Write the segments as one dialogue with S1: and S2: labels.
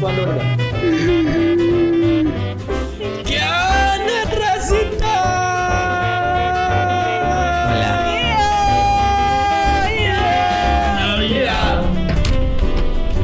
S1: Pandora.
S2: ¿Qué onda, racita?
S3: Hola.
S2: Yeah, yeah.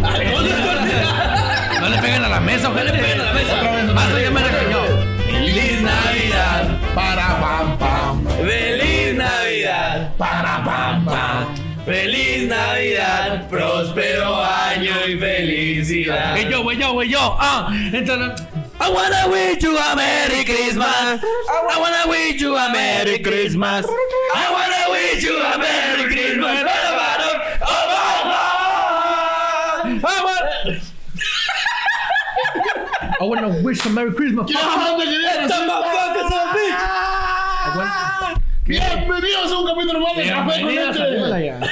S2: Algo de Navidad.
S3: No le peguen a la mesa, ojalá le peguen a la mesa. Más allá me regañó.
S2: Feliz Navidad.
S3: Para pam pam.
S2: Feliz Navidad.
S3: Para pam pam.
S2: Feliz Navidad, próspero año y felicidad.
S3: Y yo, güey, yo, güey, yo. Ah, entonces. I wanna wish you a Merry Christmas. I wanna wish you a Merry Christmas.
S2: I wanna wish you a Merry Christmas and a bottle of alcohol.
S3: I wanna, I wanna wish a Merry Christmas.
S2: The motherfuckers are bitch.
S1: Bienvenidos a un capítulo más de Café con
S3: Bienvenidos a Puebla
S1: Leche.
S3: ya.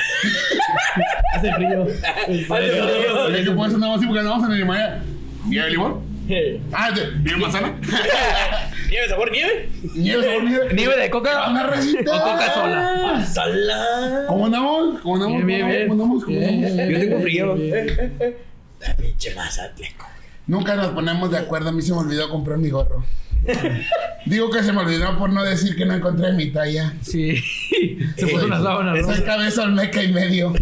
S3: Hace frío.
S1: Oye, que puede sonar así porque andamos en Alemania. ¿Nieve limón? Ah, este, ¿nieve manzana?
S2: ¿Nieve sabor nieve?
S1: ¿Nieve sabor nieve?
S3: ¿Nieve de coca
S1: Una recita.
S3: o coca sola?
S2: ¡Sala!
S1: ¿Cómo andamos? ¿Cómo andamos?
S3: Bien, bien, bien.
S1: ¿Cómo andamos? ¿Cómo andamos? ¿Cómo andamos?
S3: frío.
S2: La pinche Mazatleco.
S1: Nunca nos ponemos de acuerdo. A mí se me olvidó comprar mi gorro. Digo que se me olvidó por no decir que no encontré mi talla.
S3: Sí. Se puso una sábana
S1: Esa
S3: roja.
S1: cabeza olmeca y medio.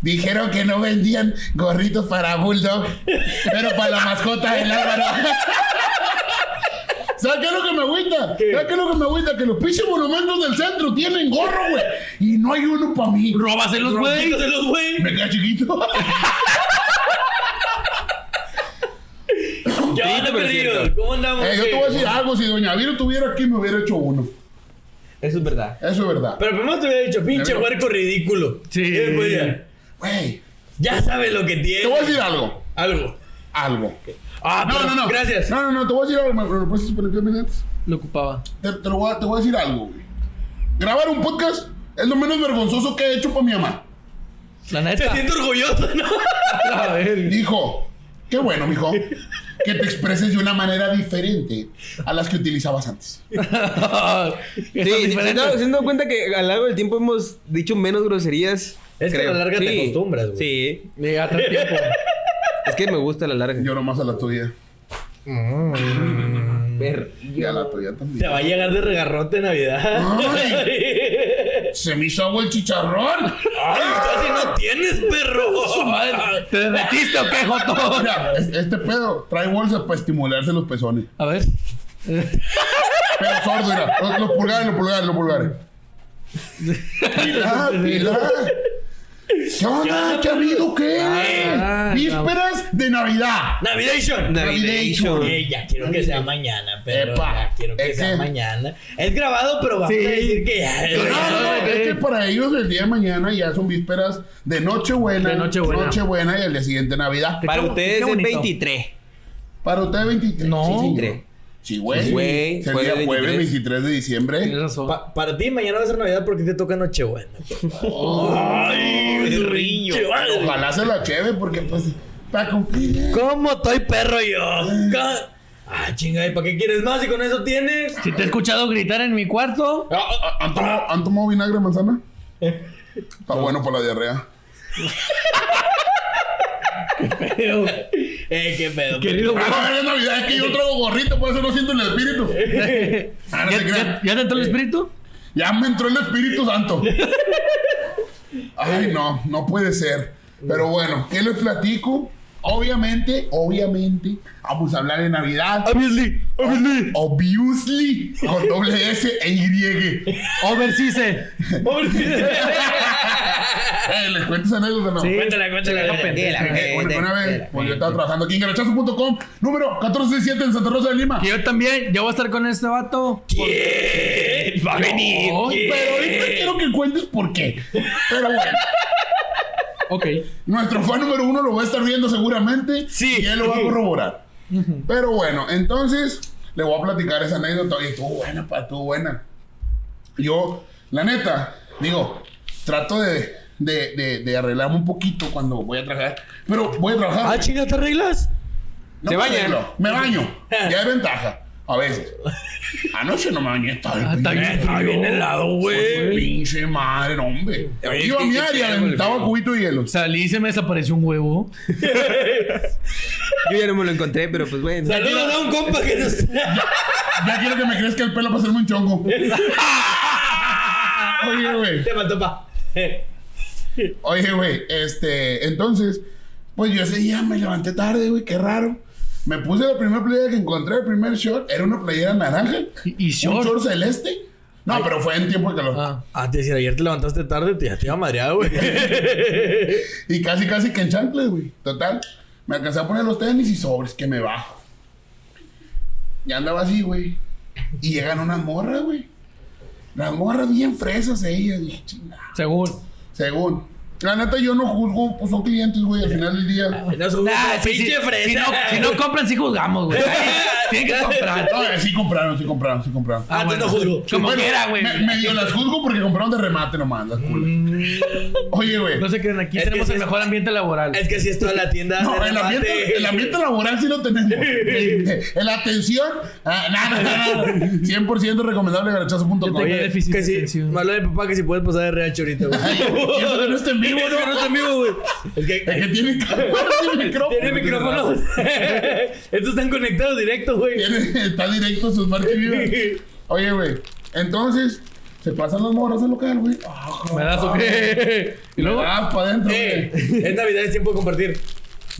S1: Dijeron que no vendían gorritos para Bulldog, pero para la mascota del Álvaro. ¿Sabes qué es lo que me agüita? ¿Sabes qué es lo que me agüita? Que los pinches monumentos del centro tienen gorro, güey. Y no hay uno para mí.
S3: Róbaselos, güey.
S2: los güey!
S1: Me queda chiquito.
S2: ¿Qué onda,
S3: pero
S2: perdido?
S3: cierto.
S2: ¿Cómo andamos?
S1: Eh, yo te voy a decir algo. Si Doña Viro tuviera aquí, me hubiera hecho uno.
S3: Eso es verdad.
S1: Eso es verdad.
S2: Pero primero te hubiera dicho, pinche huerco ridículo.
S3: Sí.
S2: Y después ya,
S1: Güey,
S2: ya sabes lo que
S1: te voy a
S2: tiene.
S1: decir algo.
S2: Algo.
S1: Algo.
S2: Ah,
S1: No,
S2: pero-
S1: no, no.
S2: Gracias.
S1: No, no, no. Te voy a decir algo. ¿Me lo puedes poner diez minutos?
S3: Lo ocupaba.
S1: Te, te lo voy a, te voy a decir algo, güey. Grabar un podcast es lo menos vergonzoso que he hecho para mi mamá.
S3: La
S2: Te
S3: neta.
S2: siento orgulloso, ¿no?
S3: A ver.
S1: Dijo, qué bueno, mijo, que te expreses de una manera diferente a las que utilizabas antes.
S4: Sí, sí, se han dado- se han dado cuenta que a lo largo del tiempo hemos dicho menos groserías.
S2: Es que a la larga te acostumbras, güey.
S4: Sí,
S3: Me llega tanto tiempo.
S4: es que me gusta a la larga.
S1: Yo nomás a la tuya.
S4: Ver.
S1: Y a la tuya
S2: Te
S1: también.
S2: va a llegar de regarrote Navidad. ¡Ay!
S1: Se me hizo agua el chicharrón.
S2: ¡Casi no tienes, perro!
S3: ¿Te derretiste o qué, Joto?
S1: Mira, es- este pedo trae bolsas para estimularse los pezones.
S3: A ver.
S1: Pero sordo, mira. Los, los pulgares, los pulgares, los pulgares. Pilar, Pilar. ¿Qué onda? ¿Qué ha habido? ¿Qué?
S3: Ah,
S1: Vísperas de Navidad.
S2: ¡Navidation!
S1: Navidation.
S2: Eh, ya quiero que sea mañana, perro.
S1: Epa.
S2: Ya quiero que
S1: Es
S2: sea
S1: que-
S2: mañano. Es grabado, pero vamos
S3: Sí.
S2: a decir que ya.
S3: Eh,
S1: No, Ah, no, no, es que para ellos el día de mañana ya son vísperas de Nochebuena,
S3: De Nochebuena.
S1: Nochebuena y el día siguiente Navidad.
S4: Para
S3: Qué
S4: ustedes es
S3: bonito.
S4: 23.
S1: Para ustedes 23.
S3: No.
S1: sí, señor.
S4: 23.
S1: Sí, güey.
S4: Sí, güey.
S1: Es el
S4: Jueves
S1: día jueves
S4: 23.
S1: 23 de
S3: Tienes
S1: diciembre.
S3: razón.
S2: Pa- para ti mañana va a ser Navidad porque te toca Nochebuena. ¡Ay,
S4: qué
S2: riño!
S1: Ojalá se la cheve porque pues para cumplir. eh.
S2: ¿Cómo estoy perro yo? Ca- Ah, chinga, ¿y para qué quieres más? ¿Y con eso tienes?
S3: Si te he escuchado gritar en mi cuarto.
S1: Ah, ah, ¿Han tomado, han tomado vinagre de manzana?
S4: Eh.
S1: Está bueno para la diarrea.
S3: Pero,
S2: Eh, qué pedo.
S3: querido, güey.
S1: Ah, no, es Navidad, es que yo trago gorrito, por eso no siento el espíritu. Ah, no
S3: ¿Ya,
S1: se
S3: ya,
S1: crean.
S3: ya te entró el espíritu?
S1: Ya me entró el Espíritu Santo. Ay, no, no puede ser. Pero bueno, ¿qué les platico? Obviamente, obviamente, vamos a hablar de Navidad.
S3: Obviously. Obviously.
S1: Obviously, con doble S e Y.
S3: Overseas.
S1: Eh, ¿Les cuento esa anécdota no?
S3: Sí.
S2: Cuéntala, cuéntala.
S4: pendeja.
S1: Eh, una, una vez,
S4: Espera.
S1: pues yo estaba trabajando aquí en garachazo.com, número 1467 en Santa Rosa de Lima.
S3: Que yo también. Ya voy a estar con este vato.
S2: ¿Quién va a venir?
S3: No,
S2: ¿Quién?
S1: Pero ahorita quiero que cuentes por qué. Pero bueno.
S3: Ok.
S1: Nuestro fan número uno lo va a estar viendo seguramente.
S2: Sí.
S1: Y él lo va a corroborar. Pero bueno, entonces le voy a platicar esa anécdota. Y estuvo buena, pa, estuvo buena. Yo, la neta, digo, trato de, de, de- de arreglarme un poquito cuando voy a trabajar. Pero voy a trabajar.
S2: Ah, chinga, ¿te arreglas?
S1: No
S4: ¿se
S1: me
S4: baña?
S1: arreglo, Me baño. Ya es ventaja. A veces. Anoche no me bañé. Estaba
S3: Ah, está
S1: bien
S3: bien
S1: pinche-
S3: frío.
S2: helado,
S3: Pues, güey.
S1: Pinche madre, no, hombre.
S4: Oye,
S1: Iba a
S4: qué-
S1: mi
S4: qué
S1: área,
S4: terrible,
S1: aventaba
S4: feo.
S1: cubito de hielo.
S3: Salí y se me desapareció un huevo.
S4: Yo ya no me lo encontré, pero pues bueno.
S2: Saludos a un compa que nos.
S1: Ya quiero que me crezca el pelo para hacerme un chongo. Oye, güey.
S2: Te mató pa. Eh.
S1: Oye, güey. Este, entonces, pues yo ese día me levanté tarde, güey. Qué raro. Me puse la primera playera que encontré, el primer short. Era una playera naranja.
S3: Y- y
S1: Un
S3: short.
S1: short celeste. No, pero fue en tiempo de calor.
S3: Ah.
S2: Ah, te decía, ayer te levantaste tarde, te, ya te iba madreado, güey.
S1: Y casi, casi que en chanclas, güey. Total. Me alcancé a poner los tenis y sobres que me bajo. Ya andaba así, güey. Y llegan unas morras, güey. Las morras bien fresas ellas. Dije, "Chinga".
S3: Según.
S1: Según. La neta, yo no juzgo, pues son clientes, güey, al final del día.
S2: No es un
S3: Ah, sí, sí.
S2: pinche
S3: si, no,
S2: fresa.
S3: si no compran, sí juzgamos, güey. Tienen que comprar.
S1: No, eh, sí compraron, sí compraron, sí compraron.
S2: Ah, entonces no juzgo.
S3: Como
S1: Bueno,
S3: quiera, güey.
S1: me- Medio las juzgo porque compraron de remate nomás, las culas.
S2: Mm.
S1: Oye, güey.
S3: No se creen, aquí
S2: Es que
S3: tenemos
S2: sí
S3: el
S2: es-
S3: mejor ambiente laboral.
S2: Es que si es toda la tienda.
S1: No,
S2: de
S1: el ambiente,
S2: remate.
S1: el ambiente laboral sí lo tenemos. En la atención, ah, nada, nada, nada. 100% recomendable garachazo.com.
S3: Oye,
S1: Oye, eh,
S3: déficit
S2: que
S3: de
S2: sí.
S3: atención.
S2: Malo de papá que si puedes pasar de RH ahorita, güey.
S1: y eso que no está en vivo,
S2: Es que no está en vivo, güey. Es que-
S1: el que tiene cámara y micrófono.
S2: Tiene micrófonos. Estos están conectados directo, güey.
S1: Tiene- está directo en su smart TV. Oye, güey. Entonces, se pasan los morros al local, güey. Ah,
S3: Me das ok. Y
S1: Me
S3: luego.
S1: das para Ah, adentro,
S2: Eh,
S1: güey.
S2: es Navidad, es tiempo de compartir.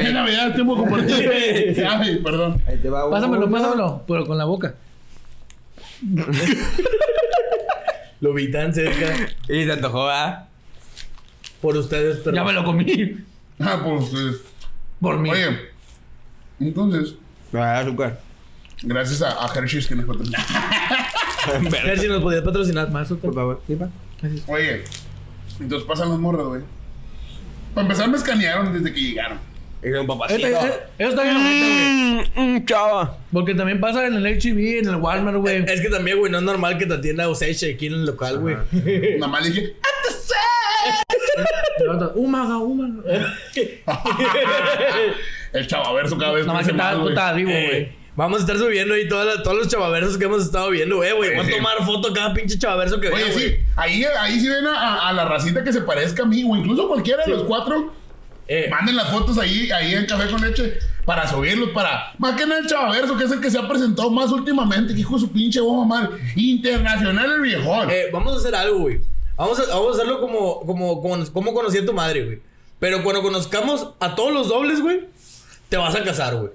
S1: Es Navidad, tiempo compartido. Ay, perdón.
S4: Ahí te va uno.
S3: Pásamelo, pásamelo. Pero con la boca.
S2: Lo vi tan cerca.
S4: Y te antojó, ¿ah?
S2: Por ustedes, pero.
S3: Ya me lo comí.
S1: Ah, pues. eh,
S3: Por mí.
S1: Oye, entonces,
S4: Me va a dar azúcar.
S1: gracias a, a Hershey's que nos patrocina.
S2: A ver si nos podías patrocinar más.
S4: Por
S1: Pues,
S4: favor. Sí, pa.
S1: Oye, entonces pasan los morros, güey. Para empezar, me escanearon desde que llegaron.
S4: Era un papacito.
S3: Este- eh, Eso está bien bonito, güey.
S4: Mmm, chava.
S3: Porque también pasa en el HB, en el Walmart, güey.
S1: Eh,
S2: Es que también, güey, no es normal que te atienda Oseche aquí en el local, güey.
S1: Nada más le dije, "Ah, ¡At the set".
S3: Umaga,
S1: eh,
S3: Eh, umaga.
S1: El chavaverso cada vez
S3: Nada más que
S1: crece más,
S3: estaba
S1: pues, güey.
S3: putada vivo,
S2: Eh,
S3: güey.
S2: Vamos a estar subiendo ahí todas las- todos los chavaversos que hemos estado viendo, güey, güey. Voy a
S1: Sí.
S2: tomar foto cada pinche chavaverso que vea,
S1: Oye,
S2: güey.
S1: sí, ahí, ahí sí ven a, a- a la racita que se parezca a mí, o incluso cualquiera de los cuatro.
S2: Eh,
S1: Manden las fotos ahí, ahí en Café con Leche para subirlos, para... Más que nada el Chavaverso, que es el que se ha presentado más últimamente, que hijo de su pinche bomba mal. Internacional el viejón.
S2: eh, vamos a hacer algo, güey. Vamos a, vamos a hacerlo como, como, como, como conocí a tu madre, güey. Pero cuando conozcamos a todos los dobles, güey, te vas a casar, güey.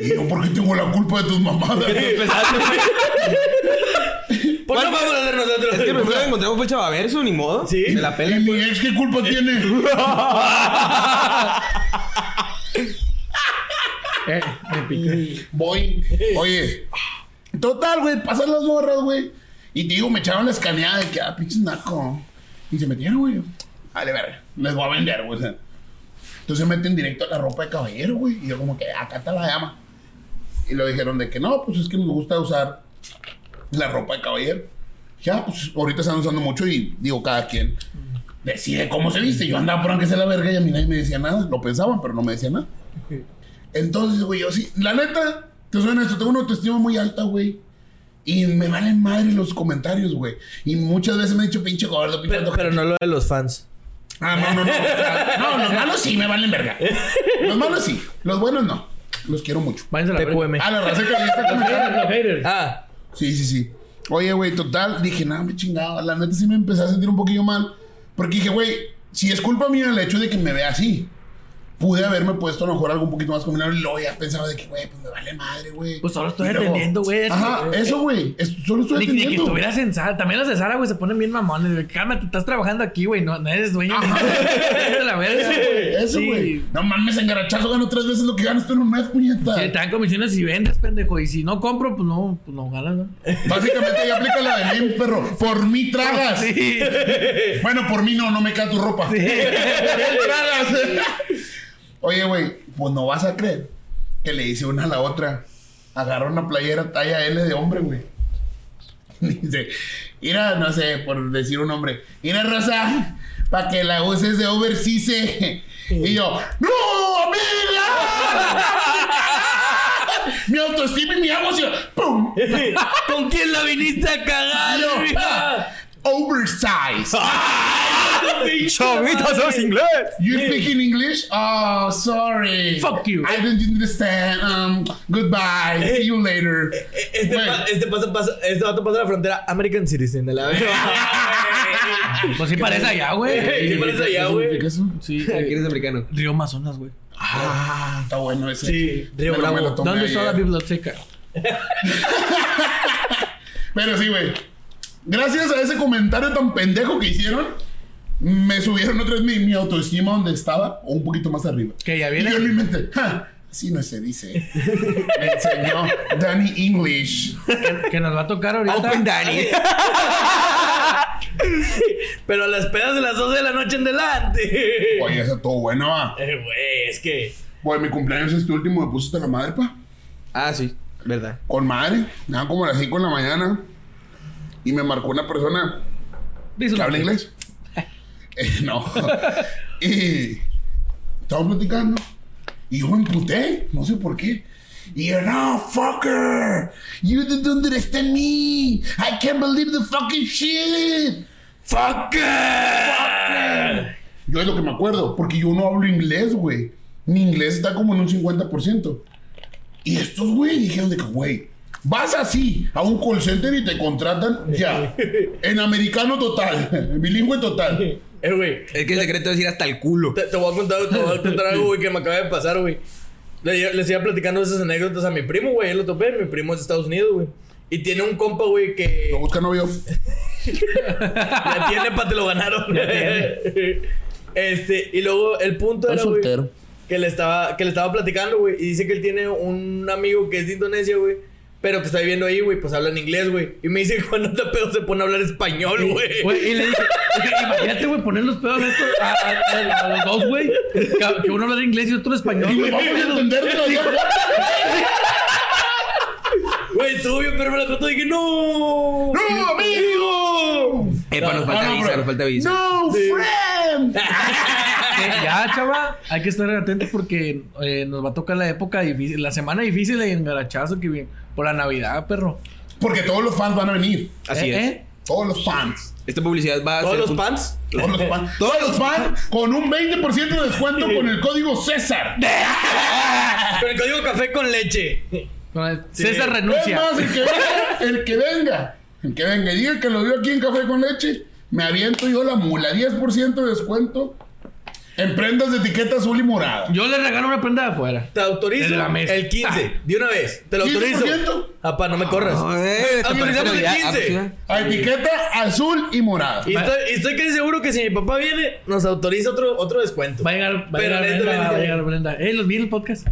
S1: Y yo, ¿por qué tengo la culpa de tus mamadas?
S2: Pues no vamos a hacer nosotros.
S4: Es que primero que encontramos fue Chavaverso, ni modo.
S2: Sí.
S4: Se la
S1: ¿Y
S4: pela.
S1: mi ex qué culpa tiene?
S3: Eh, me piqué.
S1: Voy. Oye. Total, güey. Pasan las morras, güey. Y te digo, me echaron la escaneada de que, ah, pinche naco. Y se metieron, güey. Dale, verga. Les voy a vender, güey. o sea. Entonces se meten directo a la ropa de caballero, güey. Y yo como que, acá está la llama. Y lo dijeron de que no, pues es que nos gusta usar la ropa de caballero. Ya, pues ahorita están usando mucho y digo, cada quien decide cómo se viste. Yo andaba por aunque sea la verga y a mí nadie me decía nada. Lo pensaban, pero no me decían nada. Entonces, güey, yo sí, la neta, te suena esto, tengo una autoestima muy alta, güey. Y me valen madre los comentarios, güey. Y muchas veces me han dicho pinche gordo, pinche
S2: Pero,
S1: ojete".
S2: pero no lo de los fans.
S1: Ah, no, no, no. o sea, No, los malos sí me valen verga. Los malos sí. Los buenos no. Los quiero mucho.
S3: Váyanse a la verga.
S2: TQM.
S1: A la raza que ahí está comentando.
S3: Los haters.
S2: Ah,
S1: Sí, sí, sí. Oye, güey, total, dije, nada, me chingaba. La neta sí me empecé a sentir un poquillo mal. Porque dije, güey, si es culpa mía el hecho de que me vea así, pude haberme puesto a lo mejor algo un poquito más combinado. Y luego ya pensaba de que, güey, pues me vale madre, güey.
S3: Pues solo estoy
S1: Y luego-
S3: atendiendo, güey. es
S1: Ajá,
S3: que-
S1: eso, güey. es- Solo estoy
S3: Ni, ni que
S1: atendiendo.
S3: estuvieras en Sara. También los de Sara, güey, se ponen bien mamones. güey. Cálmate, estás trabajando aquí, güey. No, no eres dueño de Vete a la verga.
S1: Eso,
S3: Sí.
S1: güey. No mames, en garachazo gano tres veces lo que ganas tú en un mes, puñeta.
S3: Sí, te dan comisiones si vendes, pendejo. Y si no compro, pues no, pues no ganas, ¿no?
S1: Básicamente ahí aplica la de Lim, perro. Por mí tragas.
S3: Sí.
S1: Bueno, por mí no, no me cae tu ropa. Oye, güey, pues no vas a creer que le hice una a la otra. Agarra una playera talla L de hombre, güey. Dice, mira, no sé, por decir un hombre, mira, raza, para que la uses de overseas. Y yo, ¡No, amiga! mi autoestima y mi emoción. ¡Pum!
S3: ¿Con quién la viniste a cagar,
S1: Ah, Oversize.
S4: ¡Chavita, sos inglés!
S1: You speak in English? Oh, sorry.
S3: Fuck you. Eh,
S1: I don't understand. Um, goodbye. See you later.
S2: Este,
S1: Güey.
S2: pa- este, pasa, pasa, este vato pasa la frontera American Citizen, a la vez.
S3: Pues sí parece allá,
S2: ¿Qué
S3: güey.
S2: parece allá, güey?
S1: ¿Qué es eso?
S3: eh, Sí,
S4: Aquí
S3: eh,
S4: eres americano.
S3: Río Amazonas, güey.
S1: Ah, está bueno ese.
S2: Sí, Río
S1: Pero me
S2: Bravo.
S1: lo tomé
S3: ¿Dónde está la
S1: ayer.
S3: biblioteca?
S1: Pero sí, güey. Gracias a ese comentario tan pendejo que hicieron, me subieron otra vez mi, mi autoestima donde estaba o un poquito más arriba.
S3: Que ya
S1: Y
S3: viene.
S1: yo en mi mente, "Ja, así no se dice. Me enseñó Danny English.
S3: que- Que nos va a tocar ahorita.
S4: Open Danny.
S2: Pero a las pedas de las 12 de la noche en delante.
S1: Oye, eso todo bueno, va.
S2: Eh, Güey, es que.
S1: Güey, mi cumpleaños este último me puse hasta la madre, pa.
S4: Ah, sí, verdad.
S1: Con madre. Nada, como a las 5 de la mañana. Y me marcó una persona
S3: Dice
S1: que
S3: una-
S1: habla inglés. Eh, no. y estamos platicando. Y yo me emputé, no sé por qué. Y yo, no, fucker. You don't understand me. I can't believe the fucking shit. Fucker. Yo es lo que me acuerdo, porque yo no hablo inglés, güey. Mi inglés está como en un 50%. Y estos, güey, dijeron de que, güey, vas así a un call center y te contratan ya. En americano total, en bilingüe total.
S2: Eh, güey.
S4: Es que el secreto es ir hasta el culo.
S2: Te, te voy a contar, te voy a contar algo, güey, que me acaba de pasar, güey. Le, les iba platicando esas anécdotas a mi primo, güey. Él lo topé, mi primo es de Estados Unidos, güey. Y tiene un compa, güey, que
S1: No busca novio.
S2: la tiene para te lo ganaron. este, y luego el punto
S1: Estoy
S2: era, güey,
S1: soltero.
S2: que le estaba que le estaba platicando, güey, y dice que él tiene un amigo que es de Indonesia, güey. Pero que está viviendo ahí, güey, pues habla en inglés, güey. Y me dice, cuando te pedo se pone a hablar español, güey.
S3: Güey, y le dije, dije, imagínate, güey, poner los pedos a, estos- a, a- a- a los dos, güey. Que, que uno habla español y otro español.
S1: Y me
S3: güey.
S1: vamos a entender de los dos.
S2: Güey, estuvo bien, pero me la contó y dije, no.
S1: ¡No, amigo!
S4: Epa, nos
S1: Ah,
S4: falta
S1: no,
S4: visa,
S1: bro.
S4: nos falta visa.
S1: ¡No, friend!
S3: Eh, ya, chava, hay que estar atentos porque eh, nos va a tocar la época difícil, la semana difícil en Garachazo que viene. Por la Navidad, perro.
S1: Porque todos los fans van a venir.
S4: Así
S3: Eh,
S4: es.
S3: eh.
S1: Todos los fans.
S4: Esta publicidad va a
S2: Todos
S4: ser.
S2: los
S4: fun-
S2: pants.
S1: Todos los fans. Todos los fans con un 20% de descuento con el código César.
S2: Pero el código café con leche.
S3: No, eh, César
S1: Es
S3: renuncia.
S1: más, el que venga, el que venga, el que venga y diga que lo vio aquí en Café con Leche, me aviento yo la mula. 10% de descuento en prendas de etiqueta azul y morada.
S3: Yo le regalo una prenda de afuera.
S2: Te autorizo
S3: En la mesa.
S2: el 15. De una vez. Te lo autorizo.
S1: 15%.
S2: Apá, no me corras.
S4: No, eh, esta
S2: Autorizamos el
S4: publicidad-
S2: 15.
S4: ah, pues,
S1: A etiqueta azul y morada.
S2: Y estoy, y estoy casi seguro que si mi papá viene, nos autoriza otro, otro descuento.
S3: Va a llegar, va a
S2: Pero
S3: llegar
S2: neta,
S3: Brenda.
S2: neta.
S3: Va a llegar Brenda. Eh, los vi en el podcast.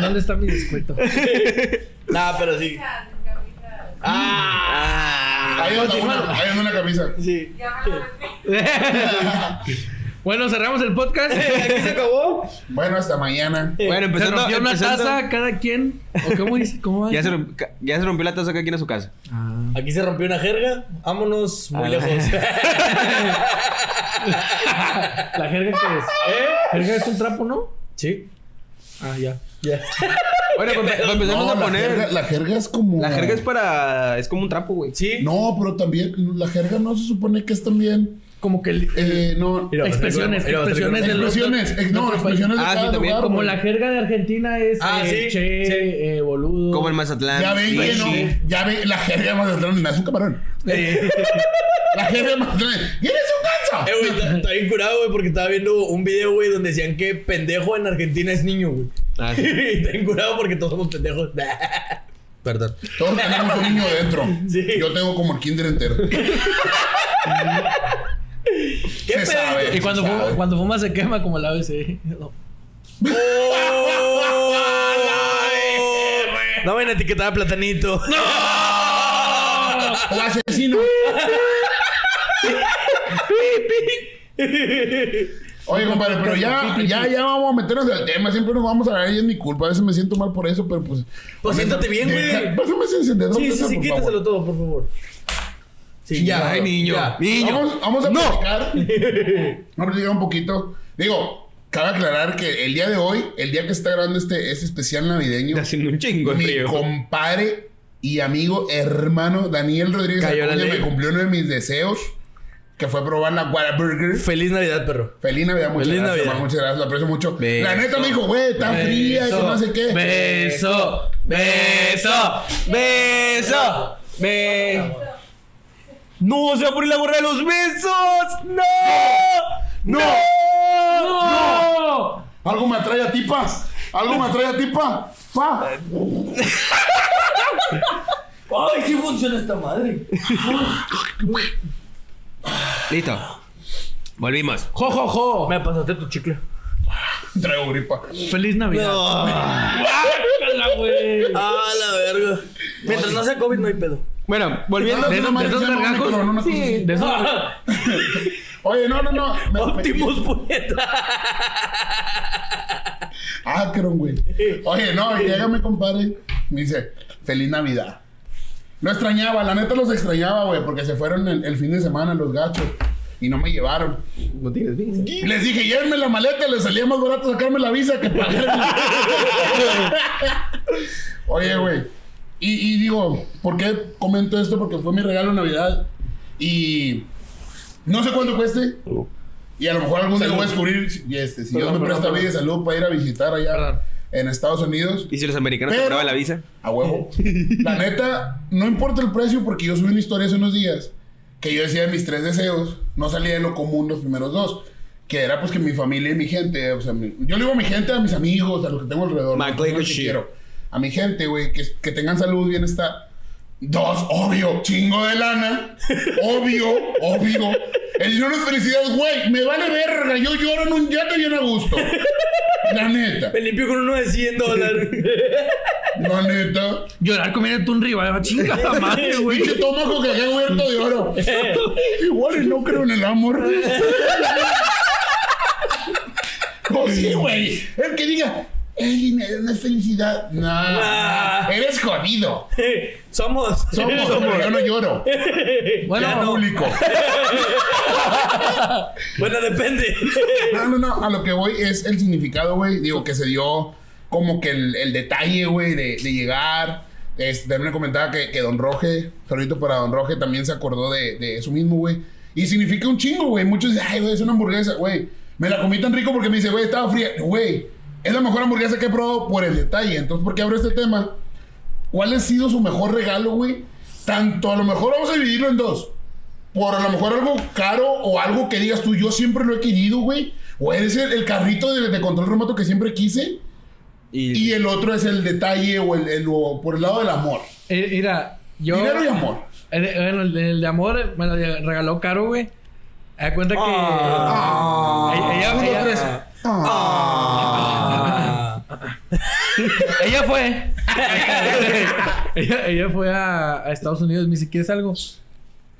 S3: ¿Dónde está mi descuento?
S2: Nah, pero sí.
S4: pues,
S2: Ah.
S1: Ahí anda una,
S2: continuando.
S1: ahí anda una camisa.
S2: Sí.
S3: bueno, cerramos el podcast.
S2: Aquí se acabó.
S1: Bueno, hasta mañana.
S4: Bueno,
S3: Se
S4: empezando.
S3: rompió una
S4: empezando-
S3: taza cada quien. ¿O cómo dice? ¿Cómo va? Ah.
S4: Ya se, romp- ca- ya se rompió la taza que aquí en su casa.
S2: Aquí se rompió una jerga. Vámonos muy
S4: Ah.
S2: lejos.
S3: ¿La jerga qué es?
S2: ¿Eh?
S3: ¿Jerga es un trapo, no?
S2: Sí.
S3: Ah, ya.
S2: Ya.
S4: Bueno, pues, pues empezamos
S1: No,
S4: a
S1: la,
S4: poner.
S1: jerga, la jerga es como.
S4: La jerga es para. Es como un trapo, güey.
S2: Sí.
S1: No, pero también la jerga no se supone que es también.
S3: Como que el-
S1: Eh, no.
S2: Mira, pues,
S3: expresiones,
S2: mira,
S3: expresiones de los
S1: Expresiones. ex- no, expresiones de
S4: Ah, sí,
S1: cada
S4: también
S1: lugar,
S3: Como
S1: güey.
S3: la jerga de Argentina es
S2: Ah,
S3: eh,
S2: sí,
S3: che, eh, boludo.
S4: Como en Mazatlán.
S1: Ya ven
S4: ve
S1: que no. Ya ven la jerga más atrás. Es un camarón.
S3: Eh,
S1: La jerga más atrás. ¡Eres un ganso!
S2: Eh, güey, está, está bien curado, güey, porque estaba viendo un video, güey, donde decían que pendejo en Argentina es niño, güey.
S4: Ah, sí.
S2: está bien curado porque todos somos pendejos. Perdón.
S1: Todos tenemos un niño dentro.
S2: Sí.
S1: Yo tengo como el kinder entero.
S2: ¿Qué
S1: Se sabe.
S3: y cuando,
S1: sabe.
S3: fu- cuando fuma se quema como la ABC. No.
S2: No vayan a etiquetar a Platanito. ¡No!
S1: El asesino. Oye, compadre, pero ya, ya, ya vamos a meternos al tema. Siempre nos vamos a agarrar y es mi culpa. A veces me siento mal por eso, pero pues.
S2: Pues siéntate bien, güey.
S1: Deja- Pásame ese encendedor.
S2: Sí, sí,
S1: César,
S2: sí,
S1: por
S2: quítaselo
S1: favor.
S2: todo, por favor. Sí,
S1: Chingada.
S4: Ay, niño.
S2: Ya.
S4: Niño.
S1: Vamos, vamos a platicar. Vamos a platicar un poquito. Digo, Cabe aclarar que el día de hoy, el día que está grabando este, este especial navideño,
S4: Está haciendo un chingo de
S1: mi
S4: frío.
S1: compadre y amigo hermano Daniel Rodríguez
S2: Cayó la
S1: Acuña
S2: ley.
S1: me cumplió uno de mis deseos, que fue probar la Whataburger.
S2: Feliz Navidad, perro.
S1: Feliz Navidad, muchas
S2: Feliz
S1: gracias,
S2: Navidad.
S1: hermano, muchas gracias, lo aprecio mucho.
S2: Beso.
S1: La neta me dijo, güey, está fría, que no sé qué.
S2: Beso, beso, beso, beso.
S4: ¡No! ¡Se va a poner la gorra de los besos! ¡No! ¡No! ¡No!
S1: Algo me atrae a ti, pa. Algo me atrae a ti, pa. Pa.
S5: ¡Ay, sí funciona esta madre!
S4: Listo. Volvimos.
S3: ¡Jo, jo, jo!
S2: Me pasaste tu chicle.
S1: Traigo gripa.
S3: ¡Feliz Navidad!
S2: Ah, la verga. Mientras no sea COVID, no hay pedo.
S4: Bueno, volviendo.
S1: No,
S3: De esos,
S1: no,
S3: de
S1: no,
S3: esos
S1: no, no,
S3: gargajos-
S1: no, no, no,
S3: sí, de esos gargajos-
S1: Oye, no, no, no. Me-
S2: Optimus puñeta.
S1: Ah, creo, güey. Oye, no, llega mi compadre. Me dice, feliz Navidad. Lo extrañaba, la neta los extrañaba, güey, porque se fueron el, el fin de semana los gachos y no me llevaron.
S4: No tienes visa.
S1: Y Les dije, llévenme la maleta, les salía más barato sacarme la visa que pagar. el- Oye, güey. Y, y digo, ¿por qué comento esto? Porque fue mi regalo de Navidad. Y no sé cuánto cueste. Y a lo mejor algún día voy a descubrir si- y este, si Dios me presta vida y salud para ir a visitar allá
S3: Perdón.
S1: en Estados Unidos.
S4: ¿Y si los americanos
S1: Pero-
S4: te cobraban la visa?
S1: A huevo. La neta, no importa el precio porque yo subí una historia hace unos días que yo decía de mis tres deseos, no salía de lo común los primeros dos. Que era pues que mi familia y mi gente, o sea, mi- yo le digo a mi gente, a mis amigos, a los que tengo alrededor.
S4: My
S1: ¿no? Personas
S4: clique
S1: que
S4: shit.
S1: quiero. A mi gente, güey, que, que tengan salud, bienestar. Dos, obvio, chingo de lana. Obvio, obvio. El dinero es felicidad, güey. Me vale verga. Yo lloro en un yate bien a gusto. La neta.
S2: Me limpio con uno de 100 dólares.
S1: La neta.
S3: Llorar comiéndote un rival, chingada madre, güey.
S1: Pinche tomaco que acá huerto de oro. Igual y no creo en el amor.
S3: Oh,
S1: Pues sí, güey. El que diga, el dinero no es felicidad. No.
S2: Nah.
S1: Eres jodido.
S2: Somos.
S1: Somos, pero yo no lloro.
S3: Bueno,
S1: No. Público.
S2: Bueno, depende.
S1: No, no, no. A lo que voy es el significado, güey. Digo, que se dio como que el, el detalle, güey, de, de llegar. Este, también le comentaba que, que Don Roge, saludito para Don Roge, también se acordó de, de eso mismo, güey. Y significa un chingo, güey. Muchos dicen, ay, güey, es una hamburguesa, güey. Me la comí tan rico porque me dice, güey, estaba fría. Güey, es la mejor hamburguesa que he probado por el detalle. Entonces, ¿por qué abro este tema? ¿Cuál ha sido su mejor regalo, güey? Tanto a lo mejor vamos a dividirlo en dos. Por a lo mejor algo caro o algo que digas tú, yo siempre lo he querido, güey. O eres el, el carrito de, de control remoto que siempre quise. Y el otro es el detalle o el, el- o por el lado del amor.
S3: eh, mira, yo.
S1: Dinero y amor.
S3: El, bueno, el, de- el de amor me lo regaló caro, güey. Da cuenta que. Ella,
S1: Ah. Uno,
S2: Ah.
S3: ella-
S1: tres. Ah.
S3: ella fue. ella, ella fue a, a Estados Unidos. Me dice, ¿quieres algo?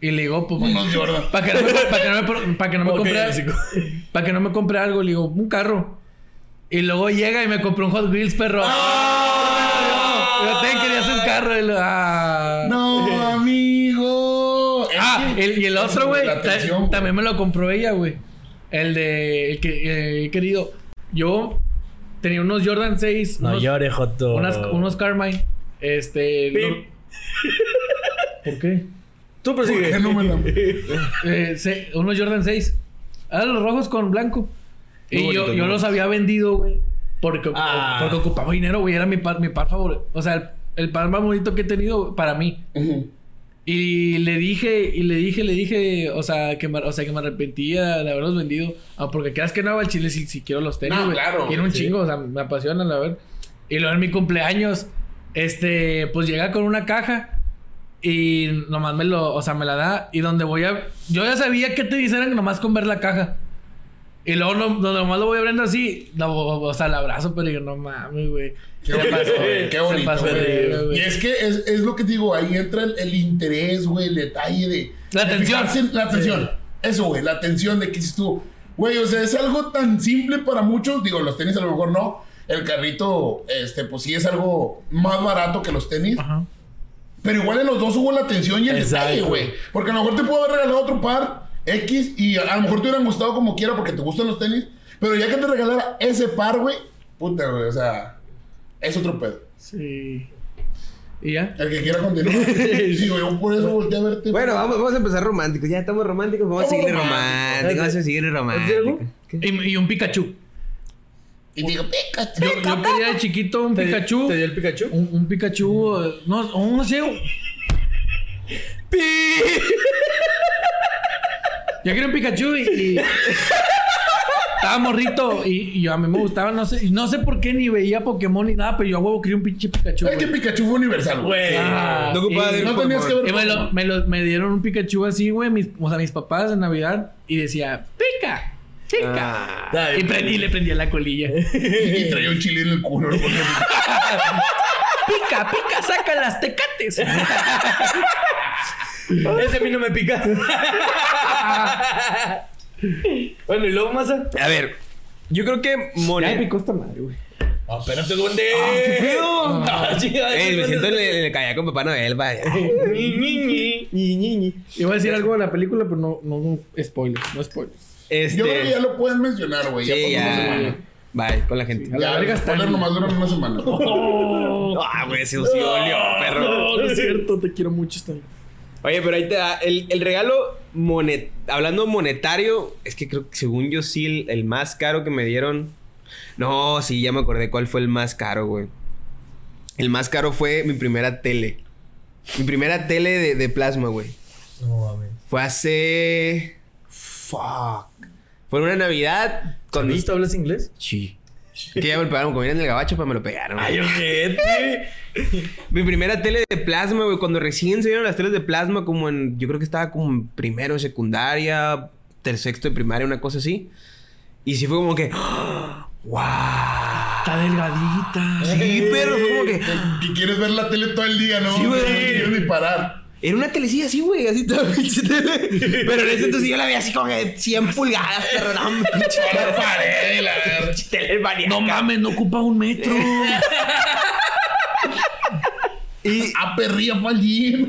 S3: Y le digo, pues.
S1: Unos Jordan.
S3: Para que no me, pa' que no me, pro- pa' que no me
S2: Ok,
S3: compre.
S2: básico.
S3: Para que no me compre algo, le digo, un carro. Y luego llega y me compró un Hot Wheels, perro.
S1: Ah.
S3: Yo, yo te querías un carro. Y lo- ah.
S1: No, amigo.
S3: Ah,
S1: Es que-
S3: el- y el otro, güey,
S1: La
S3: ta-
S1: atención, güey.
S3: también me lo compró ella, güey. El de. El que. eh, querido, yo tenía unos Jordan 6.
S2: No
S3: unos,
S2: llores, Joto.
S3: unas- unos Carmine. Este.
S2: Pip.
S3: lo- ¿Por qué?
S2: Tú
S1: ¿Por
S2: prosigue.
S1: qué no me la-
S3: Eh, se- unos Jordan 6. Ah, los rojos con blanco.
S4: Muy
S3: y yo,
S4: bonitos,
S3: yo
S4: muy
S3: los había vendido, güey. Porque,
S2: Ah.
S3: porque ocupaba dinero, güey. Era mi par, mi par favorito. O sea, el, el par más bonito que he tenido para mí.
S1: Ujú.
S3: Y le dije, y le dije, le dije, o sea, que me, o sea, que me arrepentía de haberlos vendido. Ah, porque creas que no va al chile si, si quiero los tenis,
S1: No,
S3: güey.
S1: claro,
S3: Quiero un
S1: sí.
S3: chingo, o sea, me apasionan, la verdad. Y luego en mi cumpleaños, este, pues llega con una caja y nomás me lo, o sea, me la da. Y donde voy a, yo ya sabía que te dijeran nomás con ver la caja. Y luego no- no- nomás lo voy abriendo así, no, o o sea, el abrazo, pero digo, no mames, güey.
S1: Qué
S3: Se
S1: bonito,
S3: pasó,
S1: güey. Qué
S3: se
S1: bonito,
S3: pasó de
S1: güey.
S3: verga, güey.
S1: Y es que es, es lo que te digo, ahí entra el, el interés, güey, el detalle de...
S3: La
S1: de
S3: atención.
S1: fijarse en- La atención. Eso, güey, la atención de que dices tú. Güey, o sea, es algo tan simple para muchos. Digo, los tenis a lo mejor no. El carrito, este, pues sí es algo más barato que los tenis.
S3: Ajá.
S1: Pero igual en los dos hubo la atención y el
S2: Exacto.
S1: detalle, güey. Porque a lo mejor te puedo haber regalado otro par X y a, a lo mejor te hubieran gustado como quiera porque te gustan los tenis. Pero ya que te regalara ese par, güey, puta, güey, o sea, es otro pedo.
S3: Sí. ¿Y ya?
S1: El que quiera continuar. Digo, yo por eso volteé a verte.
S4: Bueno, vamos, vamos a empezar románticos. Ya estamos románticos. Vamos a
S1: Estamos
S4: seguir
S1: románticos.
S4: románticos. Vamos a seguir románticos.
S3: Y, y un Pikachu.
S1: Y digo, pica,
S3: Yo, yo quería de chiquito un Pikachu.
S2: ¿Te dio el Pikachu?
S3: Un, un Pikachu. eh, No, un- no sé. un- Yo quería un Pikachu y. y- Estaba morrito y, y yo a mí me gustaba, no sé, y no sé por qué ni veía Pokémon ni nada, pero yo a huevo quería un pinche Pikachu.
S1: Es que
S3: güey.
S1: Pikachu fue universal, güey.
S3: Ah,
S4: No ocupaba
S3: y-
S4: de
S1: No tenías que ver.
S3: Y me, lo- me lo- me dieron un Pikachu así, güey, mis, o sea, mis papás en Navidad, y decía, pica, pica.
S2: Ah.
S3: y, prendí- y le prendía la colilla.
S1: Y traía un chile en el culo. güey.
S4: Este.
S3: pica, pica, saca las tecates.
S2: Ese a mí no me pica. bueno, ¿y luego, masa?
S4: A ver, yo creo que Mone.
S3: esta madre, güey.
S2: Ah, espérate, ¿dónde?
S4: pedo?
S2: Ah, chica,
S4: Eh, me
S2: ¿dónde?
S4: siento en el, en el kayak con Papá Noel, vaya.
S2: Ni, ni, ni.
S3: Iba a decir algo de la película, pero no, no, no spoiler, no spoiler.
S4: Este.
S1: Yo creo que ya lo pueden mencionar, güey.
S4: sí,
S1: ya pasó
S4: ya.
S1: una semana.
S4: Bye, con la gente.
S3: A la
S1: Ya,
S3: verga
S1: los
S3: está
S1: spoilers
S3: ahí.
S1: nomás duran una semana.
S4: Ah, güey, se sí olió, perro.
S3: No, no es cierto, te quiero mucho, Stan.
S4: Oye, pero ahí te da. El, el regalo monet, hablando monetario, es que creo que según yo sí, el, el más caro que me dieron. No, sí, ya me acordé cuál fue el más caro, güey. El más caro fue mi primera tele. Mi primera tele de, de plasma, güey.
S2: No mames.
S4: Fue hace. Fuck. Fue una Navidad con mis-
S2: ¿Listo? ¿Hablas inglés?
S4: Sí. Es que ya me lo pegaron comida en el gabacho, pues me lo pegaron.
S2: Ay,
S4: güey.
S2: ojete.
S4: Mi primera tele de plasma, güey. Cuando recién se dieron las teles de plasma, como en. Yo creo que estaba como en primero, de secundaria, tercer, sexto de primaria, una cosa así. Y sí fue como que. ¡ah! ¡Wow!
S3: Está delgadita.
S4: Sí, pero fue como que. ¡ah!
S1: Que quieres ver la tele todo el día, ¿no?
S4: Sí, güey.
S1: No quieres ni parar.
S4: Era una telecilla así, güey, así toda pinche tele. Pero en ese entonces yo la veía así como que 100 pulgadas, pero no, pinche.
S1: La pared, la verdad.
S4: pinche tele maníaca.
S3: Eh, No mames, no ocupa un metro.
S4: Y,
S1: Ah, perría fue allí.
S4: y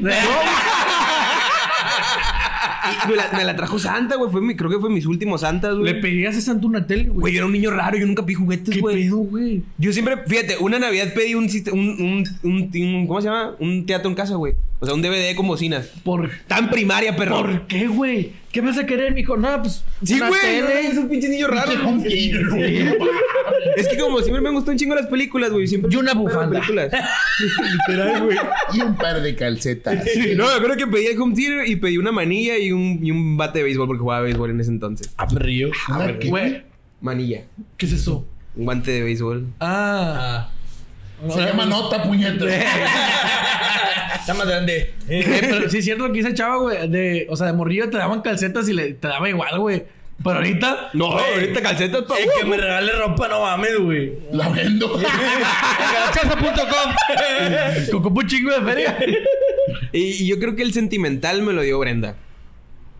S4: me, la, me la trajo Santa, güey. Fue mi, creo que fue mis últimos Santas,
S3: Le
S4: güey.
S3: pedías a Santa una tele, güey.
S4: Güey, yo era un niño raro, yo nunca pedí juguetes,
S3: ¿Qué
S4: güey.
S3: pedo, güey?
S4: Yo siempre, fíjate, una Navidad pedí un, sist- un, un, un- un- ¿cómo se llama? Un teatro en casa, güey. O sea, un DVD con bocinas.
S3: ¿Por,
S4: Tan primaria, perro.
S3: ¿Por qué, güey? ¿Qué vas a querer, mijo? No, pues.
S4: Sí,
S3: una
S4: güey.
S3: tele.
S4: Es un pinche niño raro. Es que como siempre me gustó un chingo las películas, güey. Siempre
S3: Y una
S4: Pero
S3: bufanda.
S4: películas.
S1: Literal, güey. Y un par de calcetas.
S4: No, me acuerdo que pedí el home theater y pedí una manilla y un, y un bate de béisbol porque jugaba béisbol en ese entonces.
S2: Ah, perrillo.
S1: ¿Una qué?
S3: Güey,
S4: Manilla.
S3: ¿qué es eso?
S4: Un guante de béisbol.
S3: Ah.
S2: Ah.
S1: Se llama nota, puñeta.
S2: Está más grande.
S3: Eh, pero sí es cierto lo que dice Chava, güey. De, o sea, de morrillo te daban calcetas y le, te daba igual, güey. Pero ahorita.
S4: No,
S2: Güey.
S4: ahorita calcetas pa'
S2: El que me regale ropa, no mames, güey.
S1: La vendo.
S2: Garachasa.com.
S3: Ocupa un chingo de feria.
S4: Y, y yo creo que el sentimental me lo dio Brenda.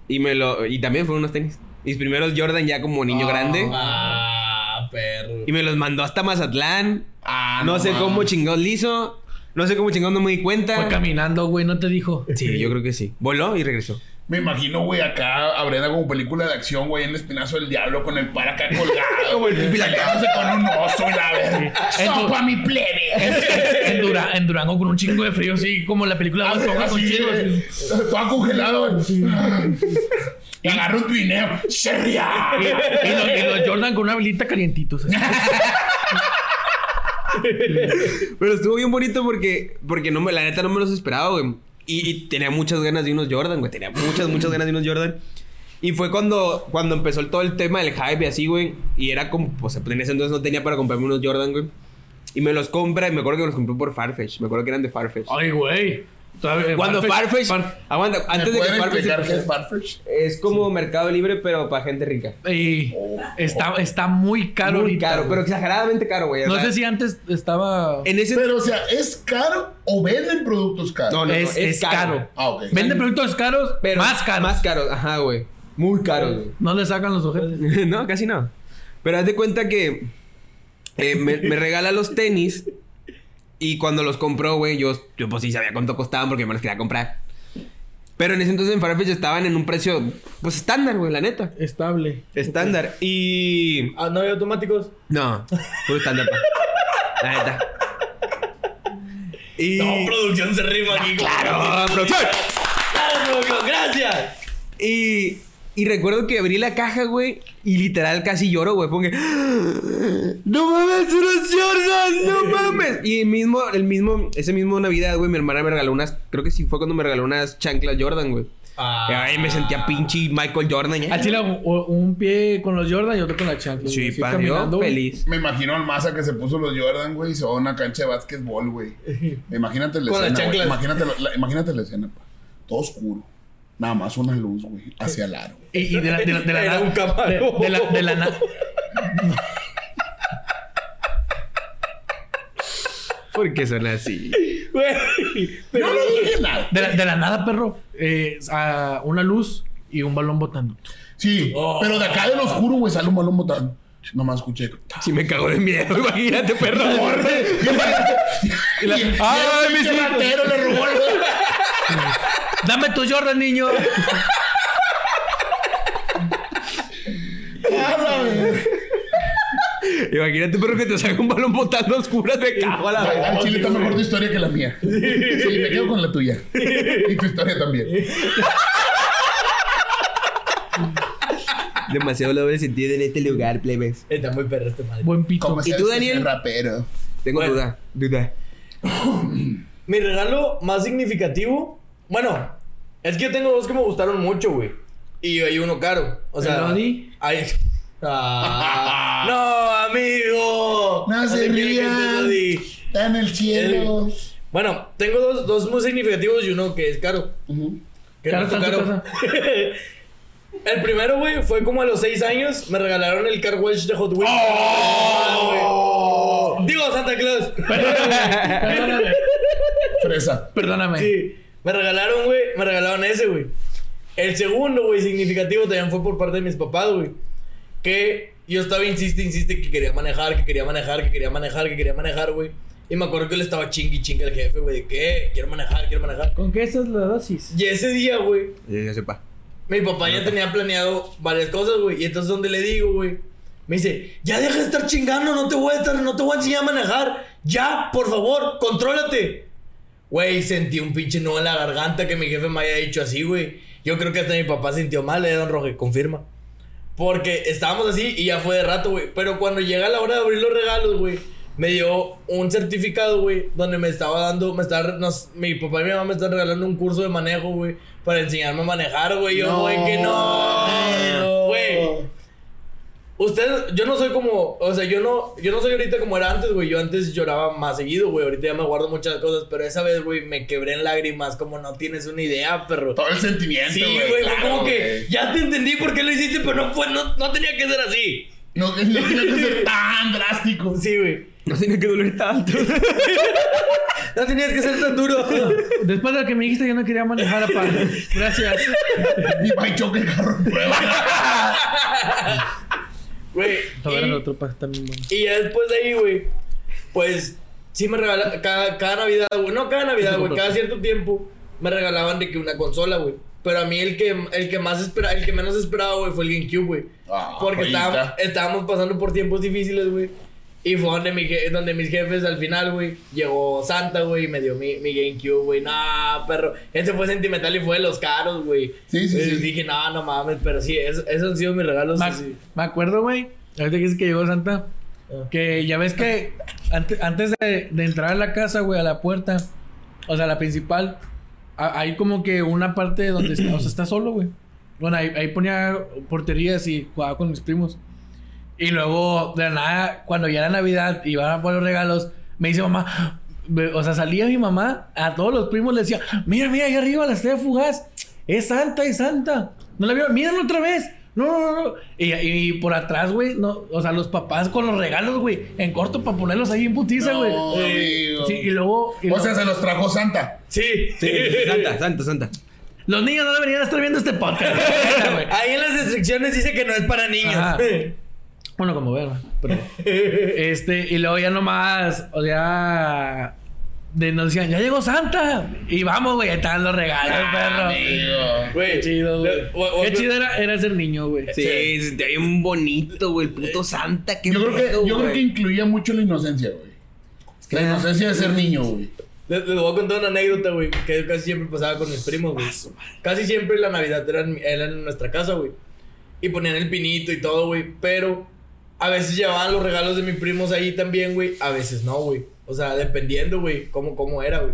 S4: Y me lo y también fueron unos tenis. Mis primeros Jordan ya como niño grande.
S2: Ah, perro.
S4: Y me los mandó hasta Mazatlán.
S1: Ah,
S4: no,
S1: no
S4: sé
S1: mames.
S4: cómo chingados liso. No sé cómo chingados no me di
S3: Fue
S4: cuenta.
S3: caminando, güey, no te dijo.
S4: Sí, yo creo que sí. Voló y regresó.
S1: Me imagino, güey, acá a Brenda como película de acción, güey, en el espinazo del diablo con el par acá colgado, güey, peleándose con un oso y la verga.
S3: En tu-
S1: ¡Sopa mi plebe!
S3: En, Dura- en Durango con un chingo de frío, sí, como en la película de Bob Esponja con
S1: Ah, Así,
S3: chingo de frío.
S1: güey, todo congelado. Y agarra un trineo. ¡Sherria!
S3: Y, y los, y los Jordan con una velita calientitos. así.
S4: Pero estuvo bien bonito porque, porque no me, la neta no me los esperaba, güey. Y, y tenía muchas ganas de unos Jordan, güey. Tenía muchas, muchas ganas de unos Jordan. Y fue cuando, cuando empezó el- todo el tema del hype y así, güey. Y era como, o sea, en ese entonces no tenía para comprarme unos Jordan, güey. Y me los compra y me acuerdo que me los compró por Farfetch. Me acuerdo que eran de Farfetch.
S3: Ay, güey. Todavía- eh,
S4: cuando Farfetch...
S3: Farf-
S4: aguanta, antes de que
S1: ¿Pueden
S4: Farfetch...
S1: explicar qué es Farfetch?
S4: Es como Mercado Libre, pero para gente rica.
S3: y está, está muy caro
S4: Muy
S3: ahorita,
S4: caro,
S3: güey.
S4: pero exageradamente caro, güey. o
S3: No
S4: sea,
S3: sé si antes estaba.
S4: En ese...
S1: Pero, o sea, ¿es caro o venden productos caros?
S4: No, no, no,
S3: es, es caro.
S1: Ah, ok.
S3: Venden productos caros,
S4: Pero
S3: más caros.
S4: Más caros, ajá, güey. Muy caros, güey.
S3: No le sacan los ojetes.
S4: no, casi no. Pero haz de cuenta que eh, me, me regala los tenis y cuando los compró, güey, yo, yo pues sí sabía cuánto costaban porque me los quería comprar. Pero en ese entonces en Farfetch estaban en un precio, pues estándar, güey, la neta.
S3: Estable.
S4: Estándar. Y.
S2: Ah, no hay automáticos.
S4: No, puro estándar, pa. La neta. Y.
S2: No, producción se rifa aquí.
S4: ¡Claro! ¡Producción!
S2: Ah, Claro, producción, gracias.
S4: Y, y recuerdo que abrí la caja, güey, y literal casi lloro, güey. Fue como que, ¡No mames, unos Jordan! ¡No mames! Y el mismo, el mismo, ese mismo Navidad, güey, mi hermana me regaló unas, creo que sí fue cuando me regaló unas chanclas Jordan, güey. Y ahí me sentía pinche Michael Jordan. ¿eh?
S3: Ah. Al chile, u- u- un pie con los Jordan y otro con la chancla.
S4: Sí,
S3: güey. Así
S4: pa,
S3: caminando,
S4: yo
S3: güey.
S4: feliz.
S1: Me imagino al masa que se puso los Jordan, güey, y se va a una cancha de básquetbol, güey. Imagínate la
S2: Con las
S1: escena, güey.
S2: chanclas.
S1: Imagínate la, la- imagínate la escena, pa. Todo oscuro. Nada más una luz, güey, hacia el aro.
S3: Y, y de la, de la, de la
S2: Era
S3: nada-
S2: un camarón.
S3: De, de la, de la nada.
S4: ¿Por qué suena así?
S2: Güey.
S1: Yo no dije nada.
S3: De la, de la nada, perro. Eh, a una luz y un balón botando.
S1: Sí, pero de acá del oscuro, güey, sale un balón botando. Nomás escuché.
S4: Si me cago de miedo, imagínate, perro.
S1: Y la-
S4: ¡Ay,
S1: y el
S4: mis
S1: pinche
S4: hijos!
S1: ratero le robó el-
S3: Dame tu Jordan, niño.
S4: Imagínate, perro, que te salga un balón botando a oscuras, me cago a la
S1: Al-
S4: verga.
S1: Al chile está mejor tu historia que la mía. Sí, me quedo con la tuya. Y tu historia también.
S4: Demasiado doble sentido en este lugar, plebes.
S2: Está muy perro este madre.
S3: Buen pito.
S1: Como
S4: ¿Y
S1: sea,
S4: tú,
S1: si
S4: Daniel?
S1: sea rapero.
S4: Tengo
S2: Bueno.
S4: duda, duda.
S2: Mi regalo más significativo. Bueno, es que yo tengo dos que me gustaron mucho, güey. Y hay uno caro. O sea.
S3: ¿El Odi?
S2: Ay. Ah, no, amigo.
S1: No se
S2: te quiere que
S1: rían.
S2: estés, Odi.
S1: Está en el cielo.
S2: Bueno, tengo dos, dos muy significativos y uno que es caro.
S1: Ujú.
S2: Que
S3: Caro
S2: no fue
S3: está en tu
S2: el primero, güey, fue como a los seis años. Me regalaron el car wash de Hot Wheels.
S1: ¡Oh!
S2: Ah, güey. Digo, Santa Claus.
S3: Perdóname.
S1: Fresa.
S3: Perdóname.
S2: Sí, me regalaron, güey. Me regalaron ese, güey. El segundo, güey, significativo también fue por parte de mis papás, güey. Que yo estaba insiste, insiste que quería manejar, que quería manejar, que quería manejar, que quería manejar, güey. Y me acuerdo que le estaba chingui chingue al jefe, güey, de que "Eh, quiero manejar, quiero manejar.
S3: ¿Con qué esa es la dosis?
S2: Y ese día, güey,
S4: Ya ya sepa.
S2: mi papá ya tenía planeado varias cosas, güey. Y entonces donde le digo, güey, me dice, ya deja de estar chingando, no te voy a estar, no te voy a enseñar a manejar. Ya, por favor, contrólate. Güey, sentí un pinche nudo en la garganta que mi jefe me haya dicho así, güey. Yo creo que hasta mi papá sintió mal, eh, don Roge, confirma. Porque estábamos así y ya fue de rato, güey. Pero cuando llega la hora de abrir los regalos, güey, me dio un certificado, güey, donde me estaba dando, me estaba, nos- mi papá y mi mamá me están regalando un curso de manejo, güey, para enseñarme a manejar, güey. Yo,
S1: No.
S2: güey, que no, güey. Ustedes, yo no soy como, o sea, yo no, yo no soy ahorita como era antes, güey. Yo antes lloraba más seguido, güey. Ahorita ya me guardo muchas cosas, pero esa vez, güey, me quebré en lágrimas, como no tienes una idea, perro.
S1: Todo el sentimiento,
S2: Sí,
S1: güey.
S2: güey, fue
S1: claro,
S2: como que
S1: güey.
S2: ya te entendí por qué lo hiciste, pero no fue, no, no tenía que ser así.
S1: No, no tiene que ser tan drástico.
S2: Sí, güey.
S4: No tenía que doler tanto.
S2: No tenías que ser tan duro.
S3: Después de lo que me dijiste, yo no quería manejar, papá. Gracias.
S1: Y va y choca el carro en prueba.
S2: Güey.
S3: Todavía
S2: y-
S3: el otro pa, también bueno.
S2: Y ya después de ahí, güey, pues sí me regalaban cada, cada Navidad, güey. No cada Navidad, güey, cada cierto tiempo me regalaban de que una consola, güey. Pero a mí el que, el que más espera, el que menos esperaba, güey, fue el GameCube, güey.
S1: Ah,
S2: Porque
S1: joyita.
S2: estábamos, estábamos pasando por tiempos difíciles, güey. Y fue donde, mi je- donde mis jefes al final, güey, llegó Santa, güey, y me dio mi, mi GameCube, güey. Nah, perro. Ese fue sentimental y fue de los caros, güey.
S1: Sí, sí,
S2: Eh,
S1: sí.
S2: Dije, no, no mames, pero sí, es- esos han sido mis regalos.
S3: Me,
S2: así.
S3: me acuerdo, güey. Ahorita que dices que llegó Santa. Que ya ves que ante- antes, de, de entrar a la casa, güey, a la puerta, o sea, la principal, a- hay como que una parte donde está, o sea, está solo, güey. Bueno, ahí, ahí ponía porterías y jugaba con mis primos. Y luego, de la nada, cuando ya era Navidad y iban a poner los regalos, me dice mamá, ve- o sea, salía mi mamá, a todos los primos le decía, mira, mira, ahí arriba la estrella fugaz, es santa, es santa. No la vieron, mírenlo otra vez. No, no, no. Y, y por atrás, güey, no, o sea, los papás con los regalos, güey, en corto para ponerlos ahí en putiza, güey.
S1: No, amigo.
S3: Sí, y luego... y
S1: O
S3: luego-
S1: sea, se los trajo Santa.
S2: Sí,
S4: Santa, santa, santa.
S3: los niños no deberían estar viendo este podcast. neta, güey.
S2: Ahí en las restricciones dice que no es para niños.
S3: Ajá. Bueno, como verga, pero. este, y luego ya nomás, o sea. de- nos decían, ya llegó Santa. Y vamos, güey, ahí estaban los regalos, perro.
S1: Amigo.
S2: Güey,
S3: Qué chido,
S2: le-
S3: güey.
S2: o- o-
S3: Qué chido era, era ser niño, güey.
S4: Sí, se sentía bien bonito, güey. El puto Santa. Qué
S1: Yo creo
S4: pedo,
S1: que, yo creo
S4: güey.
S1: que incluía mucho la inocencia, güey. La inocencia de ser niño, güey.
S2: Les, les voy a contar una anécdota, güey, que casi siempre pasaba con mis primos,
S3: Ah,
S2: güey. Casi siempre la Navidad era en, mi- era en nuestra casa, güey. Y ponían el pinito y todo, güey. Pero a veces llevaban los regalos de mis primos ahí también, güey. A veces no, güey. O sea, dependiendo, güey, cómo, cómo era, güey.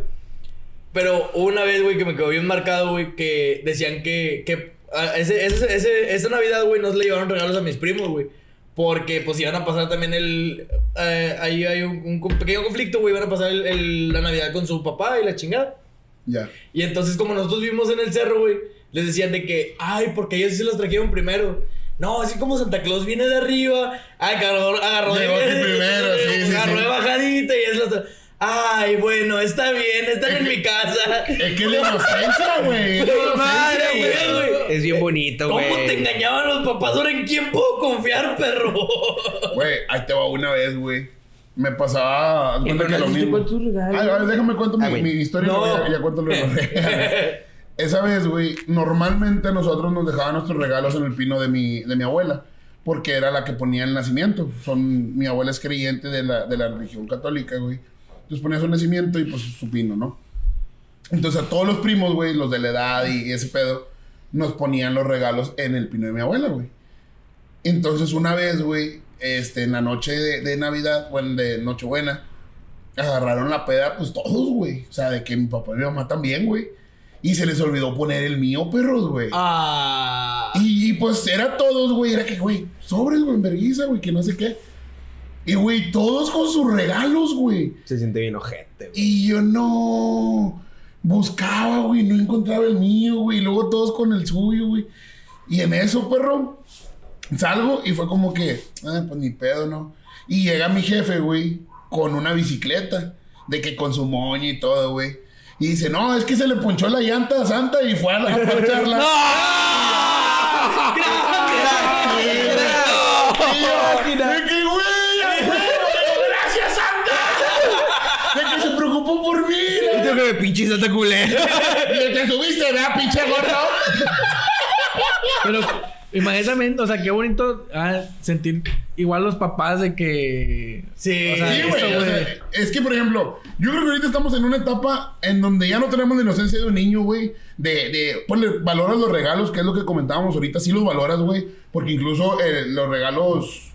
S2: Pero hubo una vez, güey, que me quedó bien marcado, güey, que decían que... que a- ese, ese- ese- esa Navidad, güey, no le llevaron regalos a mis primos, güey. Porque, pues, iban a pasar también el... eh, ahí hay un, un con- pequeño conflicto, güey. Iban a pasar el- el- la Navidad con su papá y la chingada.
S1: Ya.
S2: Y entonces, como nosotros vimos en el cerro, güey, les decían de que, ay, porque ellos sí los trajeron primero. No, así como Santa Claus viene de arriba, agarró, agarró
S1: Llegó
S2: de
S1: aquí primero, sí, sí,
S2: agarró
S1: sí.
S2: de bajadita y es la otra. Ay, bueno, está bien, están en mi casa.
S1: Es que la inocencia, güey. es la
S2: Pero,
S1: inocencia,
S2: madre,
S1: güey.
S2: güey, güey.
S4: Es bien bonito,
S2: ¿Cómo
S4: güey.
S2: te engañaban los papás? Ahora en quién puedo confiar, perro.
S1: Güey, ahí te va una vez, güey. Me pasaba. haz cuenta
S4: pero no
S1: que lo
S4: dijiste
S1: mismo.
S4: cuál es tu regalo.
S1: Ay, ay, déjame cuento mi,
S4: Ah, güey.
S1: mi historia y luego
S2: No.
S1: ya, ya cuento lo de los regalos. Esa vez, güey, normalmente nosotros nos dejaban nuestros regalos en el pino de mi, de mi abuela. Porque era la que ponía el nacimiento. Son, mi abuela es creyente de la, de la religión católica, güey. Entonces ponía su nacimiento y pues su pino, ¿no? Entonces a todos los primos, güey, los de la edad y ese pedo, nos ponían los regalos en el pino de mi abuela, güey. Entonces una vez, güey, este, en la noche de, de Navidad, bueno, de Nochebuena, agarraron la peda, pues todos, güey. O sea, de que mi papá y mi mamá también, güey. Y se les olvidó poner el mío, perros, güey.
S2: Ah.
S1: Y, y, pues era todos, güey. Era que, güey, sobres, güey, vergüenza, güey, que no sé qué. Y, güey, todos con sus regalos, güey.
S4: Se siente bien ojete, güey.
S1: Y yo no buscaba, güey, no encontraba el mío, güey. y Luego todos con el suyo, güey. Y en eso, perro, salgo y fue como que, ah, pues ni pedo, ¿no? Y llega mi jefe, güey, con una bicicleta, de que con su moña y todo, güey. Y dice, no, es que se le ponchó la llanta a Santa y fue a la a poncharla.
S2: ¡Grande!
S1: Y yo, de que, güey, a huevo, gracias, Santa. De que se preocupó por mí. la
S4: Yo creo que pinche Santa culera.
S1: Y te subiste, ¿verdad, pinche gordo?
S3: Pero imagínate, o sea, qué bonito ah, sentir igual los papás de que.
S2: Sí.
S3: o sea,
S1: Sí,
S3: eso,
S1: güey. o sea, es que, por ejemplo, yo creo que ahorita estamos en una etapa en donde ya no tenemos la inocencia de un niño, güey. De, de, ponle, valoras los regalos, que es lo que comentábamos ahorita. Sí los valoras, güey. Porque incluso eh, los regalos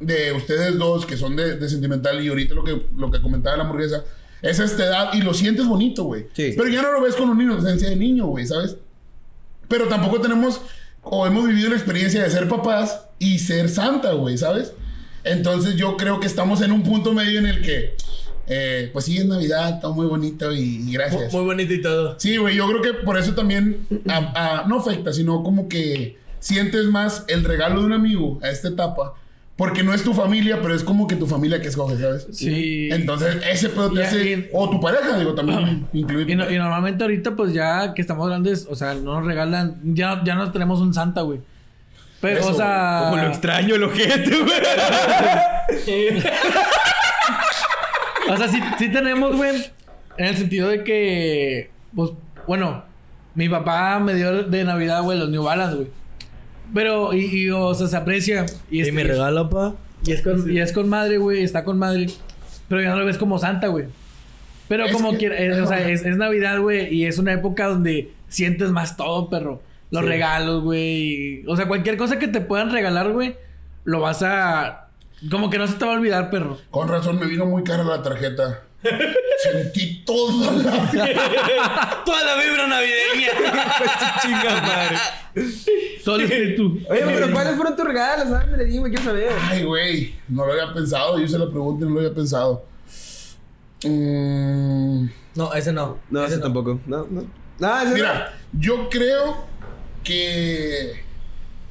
S1: de ustedes dos, que son de, de sentimental, y ahorita lo que, lo que comentaba la hamburguesa, es a esta edad y lo sientes bonito, güey.
S4: Sí.
S1: Pero ya no lo ves con una inocencia de niño, güey, ¿sabes? Pero tampoco tenemos o hemos vivido la experiencia de ser papás y ser santa, güey, ¿sabes? Entonces yo creo que estamos en un punto medio en el que, eh, pues sí, es Navidad, todo muy bonito y, y
S2: Muy,
S1: gracias.
S2: muy bonito y todo.
S1: Sí, güey, yo creo que por eso también a- a- no afecta, sino como que sientes más el regalo de un amigo a esta etapa, porque no es tu familia, pero es como que tu familia que escoge, ¿sabes?
S3: Sí.
S1: Entonces ese pedo te
S3: Y-
S1: hace...
S3: y-
S1: o tu pareja, digo, también incluye... tu
S3: Y, no-
S1: pareja.
S3: y normalmente ahorita, pues ya que estamos grandes, o sea, no nos regalan, ya, ya no tenemos un santa, güey. Pero,
S1: Eso,
S3: o sea.
S4: Como lo extraño el ojete, güey.
S3: O sea, sí, sí tenemos, güey. En el sentido de que. Pues, bueno, mi papá me dio de Navidad, güey, los New Balance, güey. Pero, y, y, o sea, se aprecia. Y, este-
S2: pa?
S3: Y es con, y es con madre, güey, está con madre. Pero ya no lo ves como santa, güey. Pero
S1: Es
S3: como
S1: que-
S3: quiera, es, o sea, es, es Navidad, güey, y es una época donde sientes más todo, perro. Los regalos, güey. y- O sea, cualquier cosa que te puedan regalar, güey, lo vas a. Como que no se te va a olvidar, perro.
S1: Con razón me vino muy cara la tarjeta. Sentí toda la...
S2: Toda la vibra navideña.
S4: Chinga madre.
S3: Todo el espíritu.
S4: Oye, pero ¿cuáles fueron tus regalos? Ah, me le digo, quiero saber.
S1: Ay, güey. No lo había pensado. Yo hice la pregunta y no lo había pensado. Mm,
S2: No, ese no.
S4: No,
S2: Ese
S4: eso tampoco. No, no. Ah, ese
S1: mira, yo creo que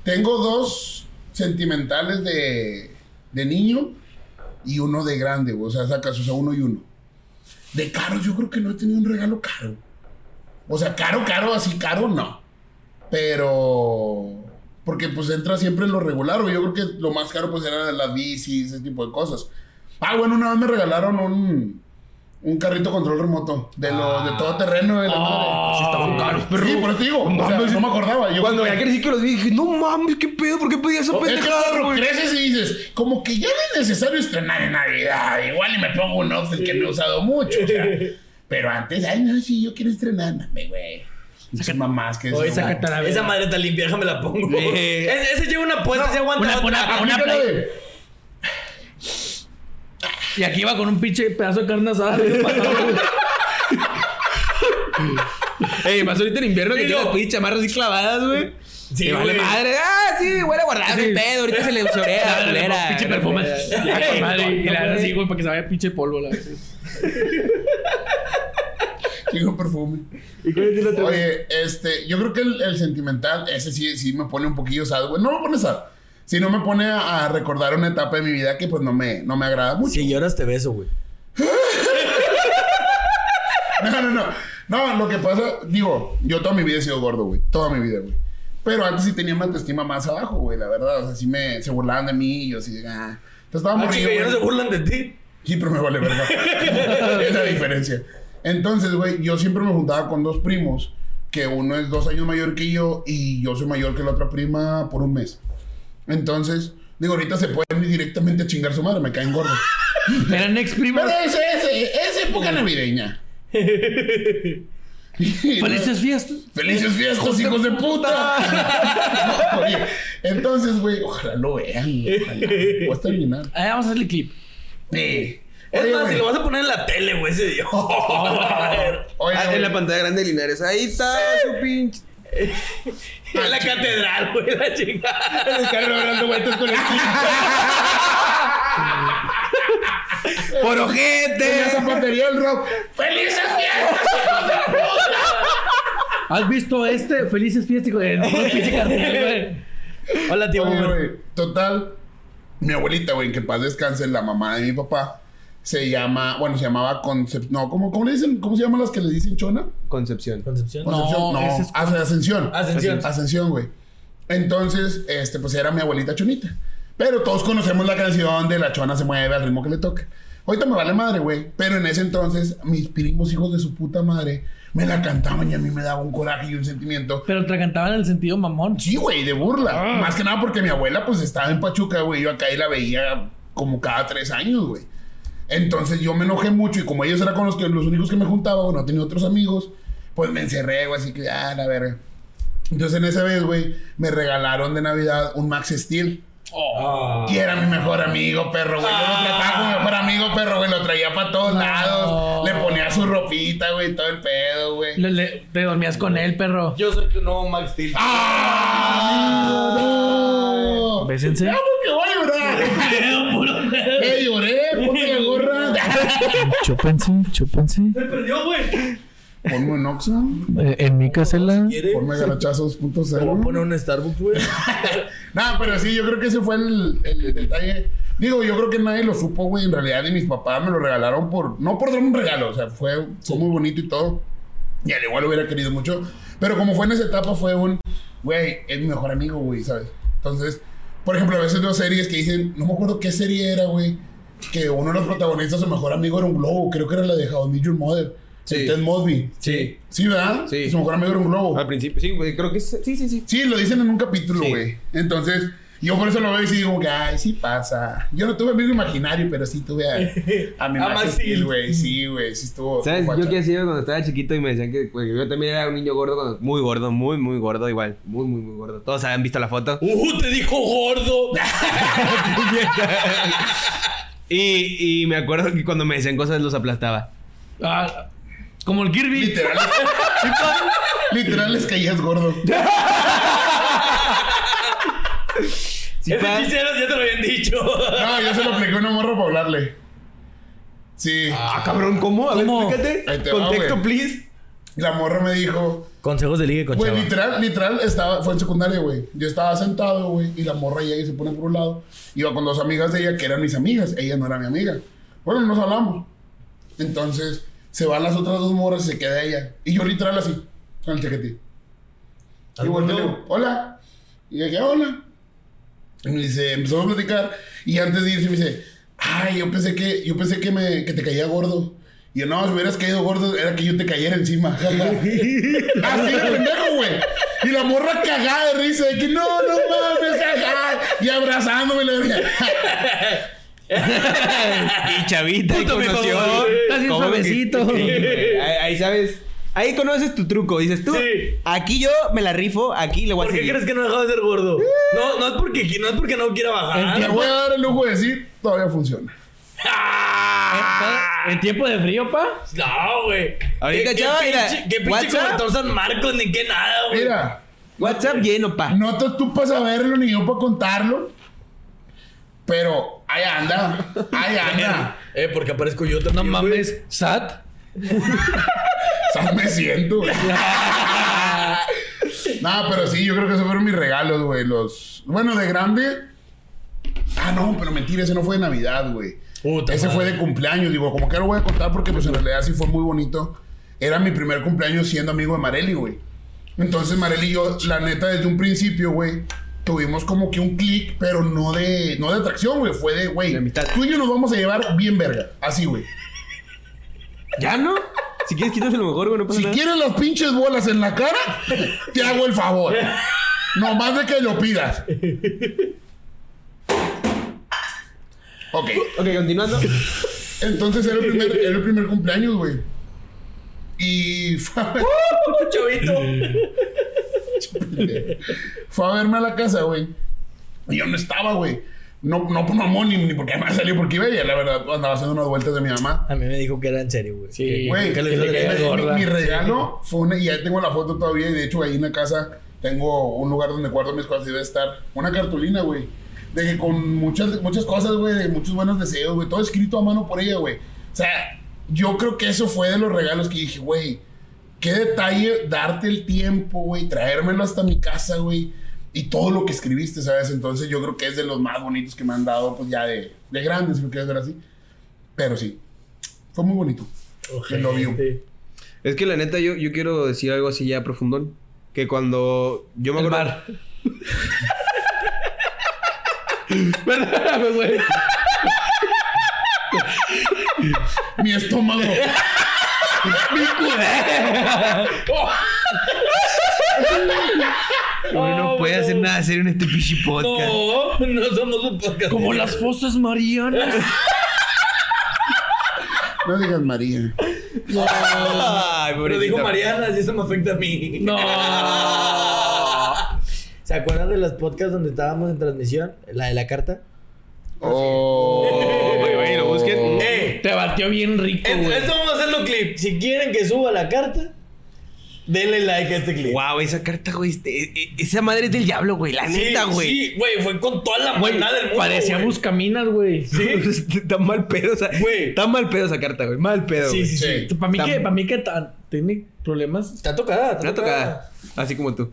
S1: tengo dos sentimentales de, de niño y uno de grande, güey. O sea, sacas, o sea, uno y uno. De caro, yo creo que no he tenido un regalo caro. O sea, caro, caro, así caro, no. Pero. Porque pues entra siempre en lo regular, güey. Yo creo que lo más caro pues eran las bicis, ese tipo de cosas. Ah, bueno, una vez me regalaron un. un carrito control remoto de lo de todo terreno de la madre.
S4: Ah. Sí, estaban caros, perro.
S1: Sí, por eso te digo, o sea, no me acordaba. Yo
S4: Cuando
S1: creo
S4: ya
S1: que-
S4: crecí que los vi, dije, no mames, qué pedo, ¿por qué pedí esa
S1: Es que
S4: pendejada,
S1: claro,
S4: güey?
S1: Pues creces y dices, como que ya no es necesario estrenar en Navidad. Igual y me pongo un outfit que no he usado mucho. o sea. pero antes, ay, no, si yo quiero estrenar, dame, güey. Esas mamás que
S2: Oye,
S1: dicen,
S2: esa,
S3: sácate a la
S2: esa
S3: verga.
S2: madre está limpia, déjame la pongo.
S4: Eh.
S2: Ese, ese lleva una puesta, se aguanta
S3: una-
S2: otra.
S3: una- una-
S1: "Aplícala de-
S3: Y aquí iba con un pinche pedazo de carne asada.
S4: Ey, más ahorita en invierno que
S2: Sí, no.
S4: llevo pinche chamarras así clavadas, güey.
S2: Sí,
S4: Sí, vale
S2: güey.
S4: madre. Ah, sí, Ah, huele a guardar
S3: Sí.
S4: el pedo. Ahorita se le
S3: Ya,
S4: usorea,
S3: le
S4: la
S3: pongo
S4: culera. Ah,
S3: Pinche perfume. Ya, con madre, Y le das así, güey, para que se vaya pinche polvo. La verdad.
S1: Digo perfume. Oye, este, yo creo que el, el sentimental, ese sí, sí me pone un poquillo sad, güey. No me pone sad. Si no me pone a, a recordar una etapa de mi vida que pues no me, no me agrada mucho.
S2: Si lloras te beso, güey.
S1: No, no, no. No, lo que pasa, digo, yo toda mi vida he sido gordo, güey. Toda mi vida, güey. Pero antes sí tenía una autoestima más abajo, güey, la verdad. O sea, sí me, se burlaban de mí y yo así, ah. Entonces estaba
S2: Ah,
S1: morrido,
S2: chica, ya no
S1: güey.
S2: se burlan de ti.
S1: Sí, pero me vale verga. es la diferencia. Entonces, güey, yo siempre me juntaba con dos primos, que uno es dos años mayor que yo y yo soy mayor que la otra prima por un mes. Entonces, digo, ahorita se pueden ir directamente a chingar su madre, me caen gordos.
S3: Eran ex primos.
S1: Pero ese, ese, es época navideña.
S3: Felices fiestas.
S1: Felices fiestas, hijos de puta. Oye, entonces, güey, ojalá lo vean. Ojalá. Voy a terminar.
S3: Ahí vamos a hacerle clip.
S1: Eh,
S2: Es
S1: oye,
S2: más,
S1: güey. Oh,
S2: si lo vas a poner en la tele, güey, ese día. oh.
S1: Oye,
S4: Ah,
S1: güey.
S4: en la pantalla grande de Linares. Ahí está su pinche.
S2: en la catedral, güey, la chingada.
S1: Carlos hablando vueltas con el
S4: ¡Por
S1: Tenía
S4: ojete!
S1: zapatería el rock. ¡Felices fiestas!
S3: ¿Has visto este? Felices fiestas. hijo de- puro pinche cartel, güey. Hola, tío.
S1: Oye,
S3: Boomer.
S1: güey, Total, mi abuelita, güey, que en paz descanse, la mamá de mi papá, se llama, bueno, se llamaba Concep... No, ¿cómo, cómo le dicen? ¿Cómo se llaman las que le dicen chona?
S4: Concepción.
S2: Concepción.
S1: Concepción, no,
S3: ese es-
S1: As- Ascensión.
S2: Ascensión.
S1: Ascensión, güey. Entonces, este, pues era mi abuelita chonita. Pero todos conocemos la canción de La chona se mueve al ritmo que le toca. Ahorita me vale madre, güey. Pero en ese entonces, mis primos hijos de su puta madre me la cantaban y a mí me daba un coraje y un sentimiento.
S3: Pero te cantaban en el sentido mamón.
S1: Sí, güey, de burla. Más que nada porque mi abuela, pues, estaba en Pachuca, güey. Yo acá y la veía como cada tres años, güey. Entonces yo me enojé mucho y como ellos eran con los, que, los únicos que me juntaba, o no tenía otros amigos, pues me encerré, güey, así que, ah, la verga. Entonces en esa vez, güey, me regalaron de Navidad un Max Steel. Y era mi mejor amigo, perro, güey. Yo lo trataba como mi mejor amigo, perro, güey. Lo traía para todos lados. Le ponía su ropita, güey, todo el pedo, güey.
S3: Le- le- te dormías con él, perro.
S2: Yo soy tu nuevo Max Steel.
S1: ¡Ah!
S3: Bésense.
S1: Ya, porque voy a llorar. Eh, lloré, ponme la gorra.
S3: Chúpense, chúpense. Eh,
S5: Se perdió, güey.
S1: Ponme un Oxxo.
S3: en mi casela.
S2: ¿Quieres?
S1: Ponme
S2: Voy a
S1: garachazos.0.
S2: poner un Starbucks, güey.
S1: Nada, pero sí, yo creo que ese fue el, el- el detalle. Digo, yo creo que nadie lo supo, güey. En realidad, y mis papás me lo regalaron por. No por darme un regalo, o sea, fue, fue muy bonito y todo. Y al igual lo hubiera querido mucho. Pero como fue en esa etapa, fue un. Güey, es mi mejor amigo, güey, ¿sabes? Entonces, por ejemplo, a veces veo series que dicen. No me acuerdo qué serie era, güey. Que uno de los protagonistas, su mejor amigo era un globo. Creo que era la de How I Met Your Mother.
S4: Sí.
S1: Sí. Ted Mosby.
S4: Sí.
S1: Sí, ¿verdad?
S4: Sí.
S1: Su mejor amigo era un globo.
S4: Al principio, sí, güey. Creo que es- sí, sí, sí.
S1: Sí, lo dicen en un capítulo,
S4: Sí.
S1: güey. Entonces, yo por eso lo veo y sí digo que, ay, sí pasa. Yo no tuve amigo imaginario, pero sí tuve a, a mi
S2: A
S1: Max
S2: Max
S1: Steel,
S2: Steel.
S1: güey. Sí, güey, sí estuvo.
S4: ¿Sabes?
S1: guacha.
S4: Yo que hacía cuando estaba chiquito y me decían que porque yo también era un niño gordo, cuando- muy gordo, muy, muy gordo igual. Muy, muy, muy gordo. Todos habían visto la foto.
S2: ¡Uh, te dijo gordo!
S4: Y, y me acuerdo que cuando me decían cosas los aplastaba.
S3: Ah, como el Kirby.
S1: Literal. literal es que ya es gordo.
S4: Sí,
S2: Ese
S4: pa-
S2: hicieron, ya te lo habían dicho.
S1: No, yo se lo apliqué a una morra para hablarle. Sí.
S4: Ah, cabrón, ¿cómo? A ver,
S3: ¿Cómo?
S4: explícate.
S1: Ahí te va,
S4: Contexto,
S1: güey.
S4: please.
S1: La morra me dijo,
S2: Consejos de ligue con
S1: Güey, literal, literal, estaba, fue en secundaria, güey. Yo estaba sentado, güey, y la morra llega y se pone por un lado. Iba con dos amigas de ella que eran mis amigas. Ella no era mi amiga. Bueno, nos hablamos. Entonces, se van las otras dos morras y se queda ella. Y yo literal así, con el chaquetín. Y volteo y le digo, hola. Y dije, hola. Y me dice, empezamos a platicar. Y antes de irse me dice, ay, yo pensé que, yo pensé que, me, que te caía gordo. Y yo, no, si hubieras caído gordo, era que yo te cayera encima. Así de pendejo, güey. Y la morra cagada de risa, de que no, no mames, jaja. Y abrazándome, le dije.
S4: Y Chavita ahí
S3: Puto, mi
S4: conoció.
S3: favor. Estás bien
S4: ¿Cómo que-
S3: suavecito.
S4: Sí, güey. ahí, ahí sabes. Ahí conoces tu truco. Dices tú,
S2: Sí.
S4: aquí yo me la rifo, aquí le voy a
S2: ¿Por qué
S4: seguir.
S2: crees que no dejaba de ser gordo? No, no es porque, no, es porque no quiera
S1: Le
S2: bajar.
S1: voy a dar el lujo de decir, todavía funciona.
S3: Ah, ¿En tiempo de frío, pa?
S2: No, güey.
S4: Ahorita,
S2: ¿Qué- qué
S4: chava, mira,
S2: pinche- Qué pinche
S4: WhatsApp.
S2: cobertor San Marcos, ni qué nada, güey.
S1: Mira,
S4: WhatsApp lleno, pa.
S1: no estás tú para saberlo ni yo para contarlo. Pero ahí anda, ahí anda.
S2: Eh, porque aparezco yo
S3: No
S2: también. güey.
S3: mames, Sat.
S1: Así me siento, güey. Nada, pero sí, yo creo que esos fueron mis regalos, güey. Los. Bueno, de grande. Ah, no, pero mentira, ese no fue de Navidad, güey.
S2: Puta
S1: Ese
S2: madre.
S1: fue de cumpleaños. Digo, como que lo voy a contar porque, pues, en realidad sí fue muy bonito. Era mi primer cumpleaños siendo amigo de Mareli, güey. Entonces, Mareli y yo, la neta, desde un principio, güey, tuvimos como que un clic, pero no de, no de atracción, güey. Fue de, güey,
S4: De amistad.
S1: tú y yo nos vamos a llevar bien verga. Así, güey.
S4: ¿Ya no? Si quieres, quítate lo mejor, güey, no pasa
S1: Si
S4: nada.
S1: quieres las pinches bolas en la cara, te hago el favor. Nomás de que lo pidas. Ok.
S4: Ok, continuando.
S1: Entonces era el primer, era el primer cumpleaños, güey. Y fue a, ver-
S2: Oh, chavito.
S1: fue a verme a la casa, güey. Y yo no estaba, güey. No, no por mamón ni, ni porque me salió porque iba ella, la verdad, andaba haciendo unas vueltas de mi mamá.
S2: A mí me dijo que era en serio, güey.
S3: Sí.
S1: Güey,
S2: que le
S1: mi-
S2: hizo la
S1: mi-
S3: gorda.
S1: mi, regalo fue una, y ahí tengo la foto todavía, y de hecho ahí en la casa tengo un lugar donde guardo mis cosas y debe estar una cartulina, güey. De que con muchas, muchas cosas, güey, de muchos buenos deseos, güey, todo escrito a mano por ella, güey. O sea, yo creo que eso fue de los regalos que dije, güey, qué detalle darte el tiempo, güey, traérmelo hasta mi casa, güey. Y todo lo que escribiste, ¿sabes? Entonces yo creo que es de los más bonitos que me han dado, pues ya de, de grandes, si lo quieres ver así. Pero sí, fue muy bonito. Que lo vio.
S4: Es que la neta, yo, yo quiero decir algo así ya profundón. Que cuando yo me
S3: El
S4: acuerdo.
S3: bar. Perdóname, güey.
S1: Mi estómago.
S4: Uno no
S2: Oh,
S4: puede
S2: no.
S4: hacer nada serio en este pichi podcast.
S2: No, no somos un podcast.
S3: Como las fosas marianas.
S1: No digas María.
S4: Ay,
S2: Pero
S4: pobrecita.
S2: dijo Mariana, y eso me afecta a mí.
S3: No.
S2: ¿Se acuerdan de los podcasts donde estábamos en transmisión? La de la carta.
S1: Oh.
S4: Güey, güey, lo busquen.
S2: ¡Eh!
S3: Te batió bien rico,
S2: en-
S3: güey.
S2: Esto vamos a hacerlo clip. Si quieren que suba la carta, denle like a este clip.
S4: Wow, esa carta, güey. este- e- e- esa madre es del diablo, güey. La
S2: Sí,
S4: neta, güey.
S2: Sí, güey, fue con toda la
S3: Güey,
S2: maldad del mundo.
S3: parecía
S2: güey.
S3: buscaminas, güey.
S2: Sí,
S4: tan mal pedo, o sea,
S2: Güey.
S4: tan mal pedo esa carta, güey. Mal pedo.
S2: sí,
S4: güey.
S2: sí. sí.
S3: Para mí
S4: Tam-
S3: que, para mí que ta- tiene problemas.
S2: Está tocada,
S4: Una
S2: está
S4: tocada. Así como tú.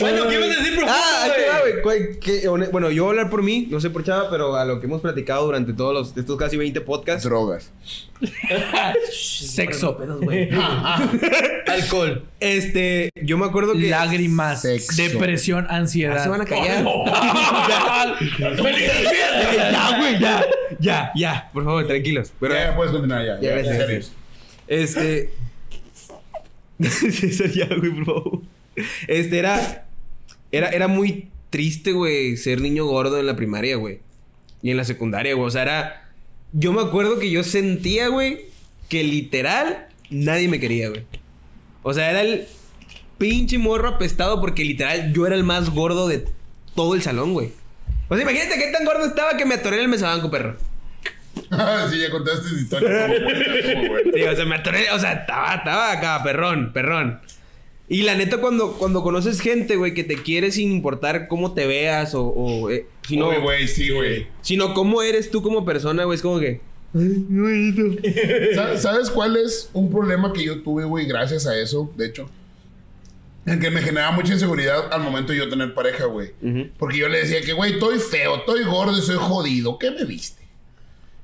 S2: Bueno, ¿qué ibas a decir, profundo,
S4: Ah, ahí te va,
S2: güey?
S4: güey. ¿Cuál- qué- one- Bueno, yo voy a hablar por mí, no sé por Chava, pero a lo que hemos platicado durante todos los, estos casi 20 podcasts.
S1: Drogas.
S3: Sexo.
S1: Ah,
S2: Alcohol.
S4: Este, yo me acuerdo que.
S3: Lágrimas.
S1: Sexo.
S3: Depresión, ansiedad.
S4: Ah, se van a callar.
S3: ya, güey, ya.
S4: Ya, ya. Por favor, tranquilos. Pero,
S1: Ya, ya puedes continuar ya.
S4: Ya,
S1: ya,
S4: gracias,
S1: en
S4: gracias. Este. César, ya, güey, por favor. Este era. Era, era muy triste, güey, ser niño gordo en la primaria, güey. Y en la secundaria, güey. O sea, era. Yo me acuerdo que yo sentía, güey, que literal nadie me quería, güey. O sea, era el pinche morro apestado porque literal yo era el más gordo de todo el salón, güey. O sea, imagínate qué tan gordo estaba que me atoré en el mesabanco, perro.
S1: serio. Ah, sí, ya contaste esa historia. Muy buena, muy buena.
S4: Sí, o sea, me atoré, o sea, estaba, estaba acá, perrón, perrón. Y la neta, cuando, cuando conoces gente, güey, que te quiere sin importar cómo te veas o, o, eh, sino,
S1: Uy, güey, sí, güey.
S4: sino cómo eres tú como persona, güey, es como que...
S1: Sa- ¿Sabes cuál es un problema que yo tuve, güey, gracias a eso, de hecho? El que me generaba mucha inseguridad al momento de yo tener pareja, güey. Porque yo le decía que, güey, estoy feo, estoy gordo y soy jodido. ¿Qué me viste?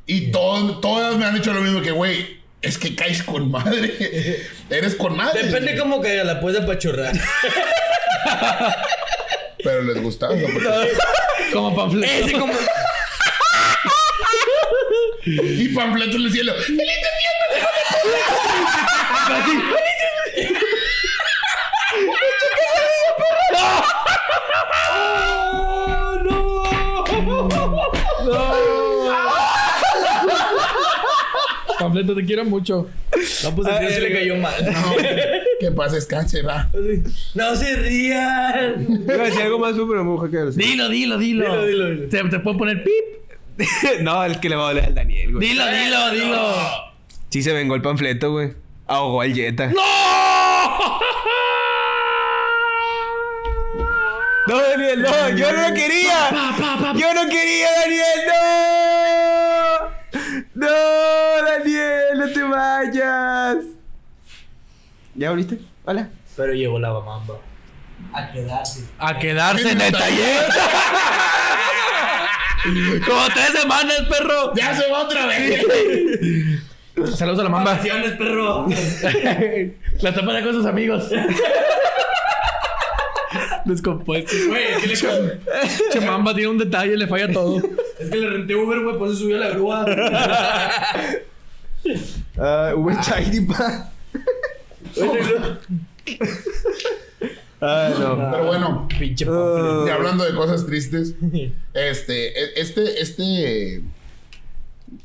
S1: Y todo- todas me han hecho lo mismo que, güey, es que caes con madre. Eres con madre.
S2: Depende cómo caiga, la puedes apachurrar.
S1: Pero les gustaba. ¿no? Porque-
S3: Como panfleto.
S4: Ese como...
S1: Y panfletos en el cielo. ¡Felices
S3: Panfleto, te quiero mucho.
S2: No, pues el tío se le cayó mal.
S1: fiestas! No, que pases descanse, va.
S2: No se rían.
S4: Iba a decir algo más, pero me voy a quedar así.
S3: Dilo, dilo, dilo.
S2: Dilo, dilo, dilo.
S3: Te, te puedo poner pip.
S4: No, el que le va a doler al Daniel, güey.
S3: Dilo, dilo, dilo.
S4: Sí se vengó el panfleto, güey. Ahogó al Jetta. ¡No! Daniel, no. Yo no lo quería. Yo no quería, Daniel. No. No, Daniel, no te vayas. ¿Ya abriste? Hola.
S2: Pero llegó la mamamba.
S5: A quedarse.
S3: A quedarse en el taller. Como tres semanas, perro.
S1: ¡Ya se va otra vez!
S3: Saludos a la mamba.
S5: Vacaciones, perro.
S3: La tapan con sus amigos. Descompuesto.
S2: Güey, es que le
S3: Che, mamba tiene un detalle, le falla todo.
S2: Es que le renté Uber, güey, por eso subió a la grúa.
S4: Ah, güey, Chiny, pa. Ah, no.
S1: Pero bueno,
S2: Pinche
S3: Uh.
S4: Ah.
S1: y hablando de cosas tristes, este, e- este, este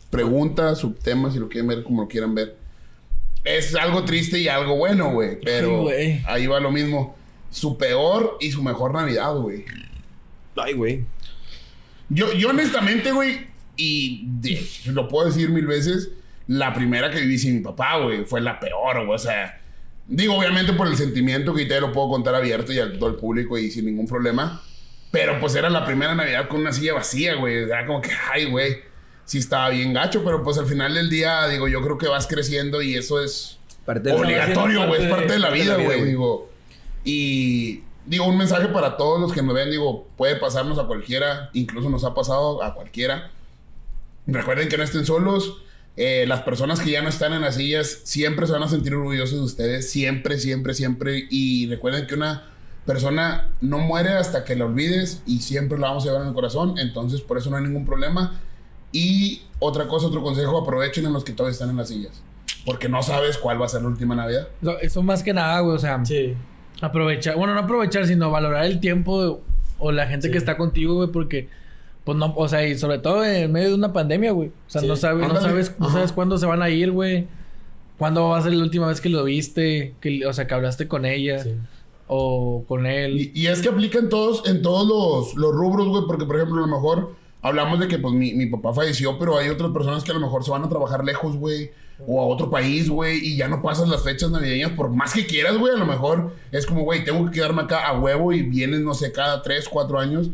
S1: pregunta, subtema, si lo quieren ver como lo quieran ver, es algo triste y algo bueno, güey.
S3: Ay,
S1: Pero
S3: güey.
S1: ahí va lo mismo. Su peor y su mejor Navidad, güey.
S4: Ay, güey.
S1: Yo, yo honestamente, güey, y de- lo puedo decir mil veces, la primera que viví sin mi papá, güey, fue la peor, güey. O sea, digo, obviamente por el sentimiento que te lo puedo contar abierto y a todo el público y sin ningún problema. Pero pues era la primera Navidad con una silla vacía, güey. Era como que, ay, güey, sí estaba bien gacho, pero pues al final del día, digo, yo creo que vas creciendo y eso es
S4: Parte de la...
S1: obligatorio, güey. Es parte de la
S4: parte de la
S1: vida,
S4: vida,
S1: güey.
S4: güey.
S1: Digo, y digo, un mensaje para todos los que me ven, digo, puede pasarnos a cualquiera, incluso nos ha pasado a cualquiera. Recuerden que no estén solos. eh, las personas que ya no están en las sillas siempre se van a sentir orgullosos de ustedes, siempre, siempre, siempre. Y recuerden que una persona no muere hasta que la olvides y siempre la vamos a llevar en el corazón, entonces por eso no hay ningún problema. Y otra cosa, otro consejo, aprovechen en los que todavía están en las sillas. Porque no sabes cuál va a ser la última Navidad.
S3: Eso- Eso más que nada, güey. O sea,
S2: Sí.
S3: aprovechar. Bueno, no aprovechar, sino valorar el tiempo o la gente que está contigo, güey, porque. Pues no, o sea, y sobre todo en medio de una pandemia, güey. O sea,
S2: Sí.
S3: no, sabes, no,
S1: Ándale.
S3: sabes, no
S1: Ajá.
S3: sabes cuándo se van a ir, güey. Cuándo va a ser la última vez que lo viste. Que, o sea, que hablaste con ella.
S2: Sí.
S3: O con él.
S1: Y, y es que aplica en todos, en todos los, los rubros, güey. Porque, por ejemplo, a lo mejor hablamos de que pues mi, mi papá falleció, pero hay otras personas que a lo mejor se van a trabajar lejos, güey. O a otro país, güey. Y ya no pasas las fechas navideñas por más que quieras, güey. A lo mejor es como, güey, tengo que quedarme acá a huevo y vienes, no sé, cada tres, cuatro años.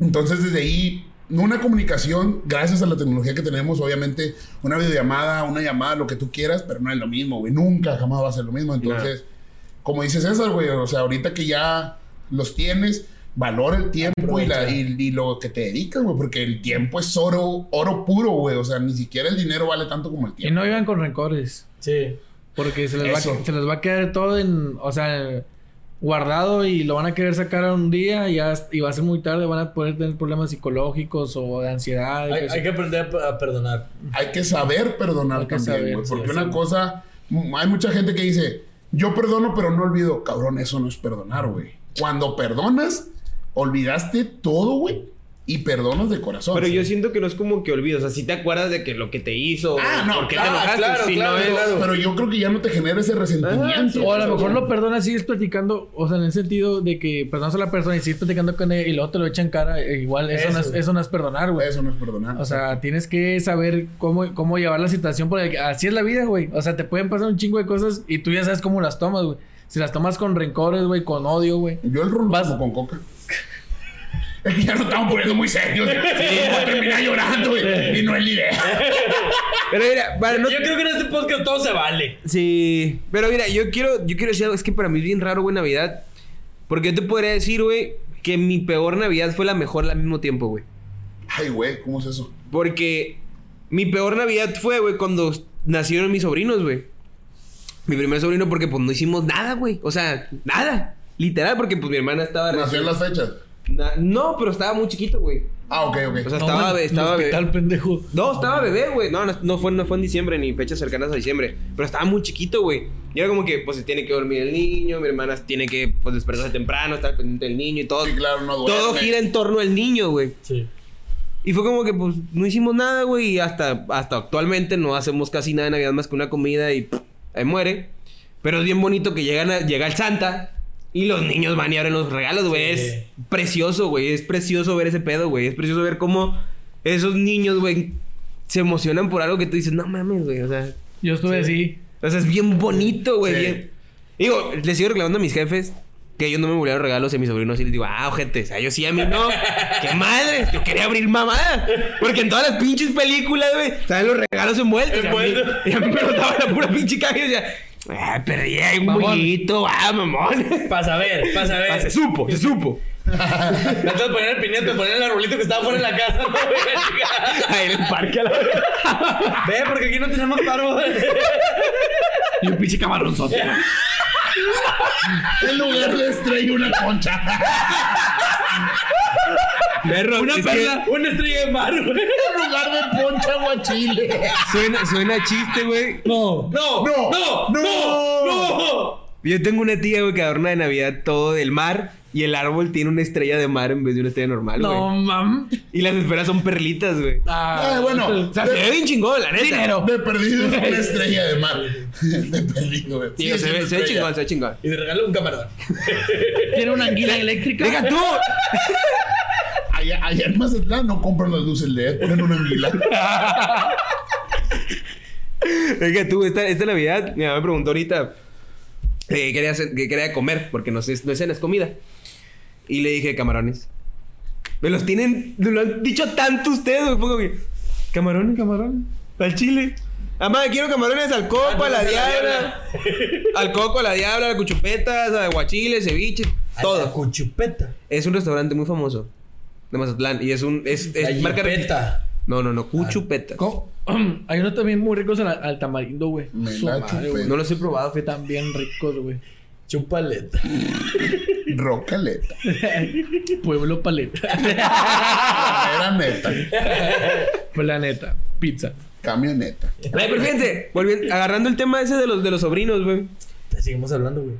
S1: Entonces, desde ahí, una comunicación, gracias a la tecnología que tenemos, obviamente, una videollamada, una llamada, lo que tú quieras, pero no es lo mismo, güey. Nunca, jamás va a ser lo mismo. Entonces, como dices César, güey, o sea, ahorita que ya los tienes, valora el tiempo y, la- y- y lo que te dedicas, güey, porque el tiempo es oro, oro puro, güey. O sea, ni siquiera el dinero vale tanto como el
S3: Y
S1: tiempo.
S3: no iban con rencores.
S2: Sí.
S3: Porque se les, va,
S1: Eso.
S3: se les va a quedar todo en, o sea, guardado y lo van a querer sacar a un día y, ya- y va a ser muy tarde, van a poder tener problemas psicológicos o de ansiedad. de
S2: Hay,
S3: que-
S2: hay que aprender a, a perdonar.
S1: Hay que saber perdonar
S3: Hay que
S1: también,
S3: saber,
S1: güey,
S3: sí,
S1: porque
S3: sí.
S1: una cosa, m- hay mucha gente que dice, yo perdono pero no olvido. Cabrón, eso no es perdonar, güey. Cuando perdonas, olvidaste todo, güey, y perdonas de corazón.
S4: Pero yo
S1: sí.
S4: siento que no es como que olvido. O sea, si te acuerdas de que lo que te hizo.
S1: Ah, no,
S4: ¿Por qué
S1: claro,
S4: te enojaste?
S2: claro,
S4: si
S2: claro,
S4: no es...
S2: claro.
S1: Pero yo creo que ya no te genera ese resentimiento.
S3: o a lo mejor lo perdonas, sigues platicando, o sea, en el sentido de que perdonas a la persona y sigues platicando con ella y luego te lo echan cara, eh, igual eso, no, es,
S2: Eso.
S3: eso no es perdonar, güey.
S1: Eso no es perdonar.
S3: O sea, tienes que saber cómo, cómo llevar la situación porque así es la vida, güey. O sea, te pueden pasar un chingo de cosas y tú ya sabes cómo las tomas, güey. Si las tomas con rencores, güey, con odio, güey.
S1: Yo el ron lo
S3: Vas-
S1: tomo con coca. Es que ya nos estamos poniendo muy serios. Voy a terminar llorando, güey. Y no es la idea.
S4: Pero mira, para no...
S2: Yo creo que en este podcast todo se vale.
S4: Sí. Pero mira, yo quiero, yo quiero decir algo. Es que para mí es bien raro, güey, Navidad. Porque yo te podría decir, güey, que mi peor Navidad fue la mejor al mismo tiempo, güey.
S1: Ay, güey, ¿cómo es eso?
S4: Porque mi peor Navidad fue, güey, cuando nacieron mis sobrinos, güey. Mi primer sobrino porque, pues, no hicimos nada, güey. O sea, nada. Literal, porque, pues, mi hermana estaba...
S1: Nació en las fechas.
S4: Na- no, pero estaba muy chiquito, güey.
S1: Ah, ok, ok.
S4: O sea, estaba,
S3: en el
S4: estaba bebé.
S3: hospital, pendejo.
S4: No, estaba bebé, güey. No, no, no fue, no fue en diciembre ni fechas cercanas a diciembre. Pero estaba muy chiquito, güey. Y era como que, pues, se tiene que dormir el niño. Mi hermana tiene que, pues, despertarse temprano, estar pendiente del niño y todo.
S1: Sí, claro, no duerme.
S4: todo gira en torno al niño, güey.
S2: Sí.
S4: Y fue como que, pues, no hicimos nada, güey. Y hasta, hasta actualmente no hacemos casi nada de Navidad más que una comida y pff, ahí muere. Pero es bien bonito que llegan a- llega el Santa y los niños van y abren los regalos, güey.
S2: Sí.
S4: Es precioso, güey. Es precioso ver ese pedo, güey. Es precioso ver cómo esos niños, güey, se emocionan por algo que tú dices, no mames, güey. O sea,
S3: Yo estuve así.
S4: o sea, es bien bonito, güey.
S1: Sí.
S4: bien. Digo, les sigo reclamando a mis jefes que ellos no me volvieron regalos y a mis sobrinos y les digo, ah, ojete, o sea, yo sí a mí no. ¡Qué madre! Yo quería abrir mamada. Porque en todas las pinches películas, güey, están los regalos envueltos. Y a mí,
S2: Envueltos.
S4: y a mí me notaba la pura pinche caja y decía, ah, perdí ahí un
S3: Mamón.
S4: moñito, ah, mamón.
S2: Para saber, para
S4: Ah, se
S2: saber.
S4: supo, se supo.
S2: No te poner el pineto, poner el arbolito que estaba fuera de la casa. No, güey, chica.
S4: Ahí en el parque a la verga.
S2: Ve, porque aquí no tenemos paro. güey.
S3: Y un pinche camarronzote. güey.
S1: En lugar de estrella, una concha.
S4: Perro,
S3: Una
S4: es que
S3: perla.
S2: Una estrella de mar, güey.
S1: En lugar de poncha, guachile.
S4: Suena, suena chiste, güey.
S3: No.
S2: No,
S1: No,
S2: no, no,
S1: no.
S2: no.
S4: Yo tengo una tía, güey, que adorna de Navidad todo del mar y el árbol tiene una estrella de mar en vez de una estrella normal, güey.
S3: No, mam.
S4: Y las esferas son perlitas, güey.
S3: Ah,
S1: Eh, bueno.
S4: O sea, se ve bien chingón, la neta.
S3: Dinero.
S1: De perdido es una estrella de mar. De perdido, güey.
S4: Digo,
S1: Sí,
S4: se,
S1: es
S4: ve, se
S1: una
S4: ve
S1: estrella.
S4: chingón, se ve chingón.
S2: Y te regalo un camarón.
S3: Tiene una anguila eléctrica.
S4: Deja tú.
S1: Allá, allá en Mazatlán no compran las luces LED, ponen una anguila.
S4: Deja tú. Esta, esta Navidad, mi mamá me preguntó ahorita eh, qué quería, hacer- qué quería comer, porque no, es, no es cena, es comida. Y le dije, camarones. Me los tienen, me lo han dicho tanto ustedes, güey. Pongo que, camarones, camarones. Al chile. Mamá, quiero camarones al coco, a la diabla. Al coco, a la diabla, a la cuchupeta, a guachile, ceviche, todo.
S2: Con chupeta.
S4: Es un restaurante muy famoso de Mazatlán y es un es, es marca
S2: Gallipeta.
S4: No, no, no, cuchupeta.
S3: Co- Hay unos también muy ricos al, al tamarindo, güey.
S1: Me
S3: Su
S1: la
S3: madre,
S1: chupé.
S3: güey.
S4: No los he probado, fíjate.
S3: Están bien ricos, güey.
S2: Chupaleta.
S1: Rocaleta.
S3: Pueblo paleta.
S1: Era neta.
S3: Planeta. Pizza.
S1: Camioneta.
S4: Ay, pero fíjense, volviendo- agarrando el tema ese de los de los sobrinos, güey.
S2: Seguimos hablando, güey.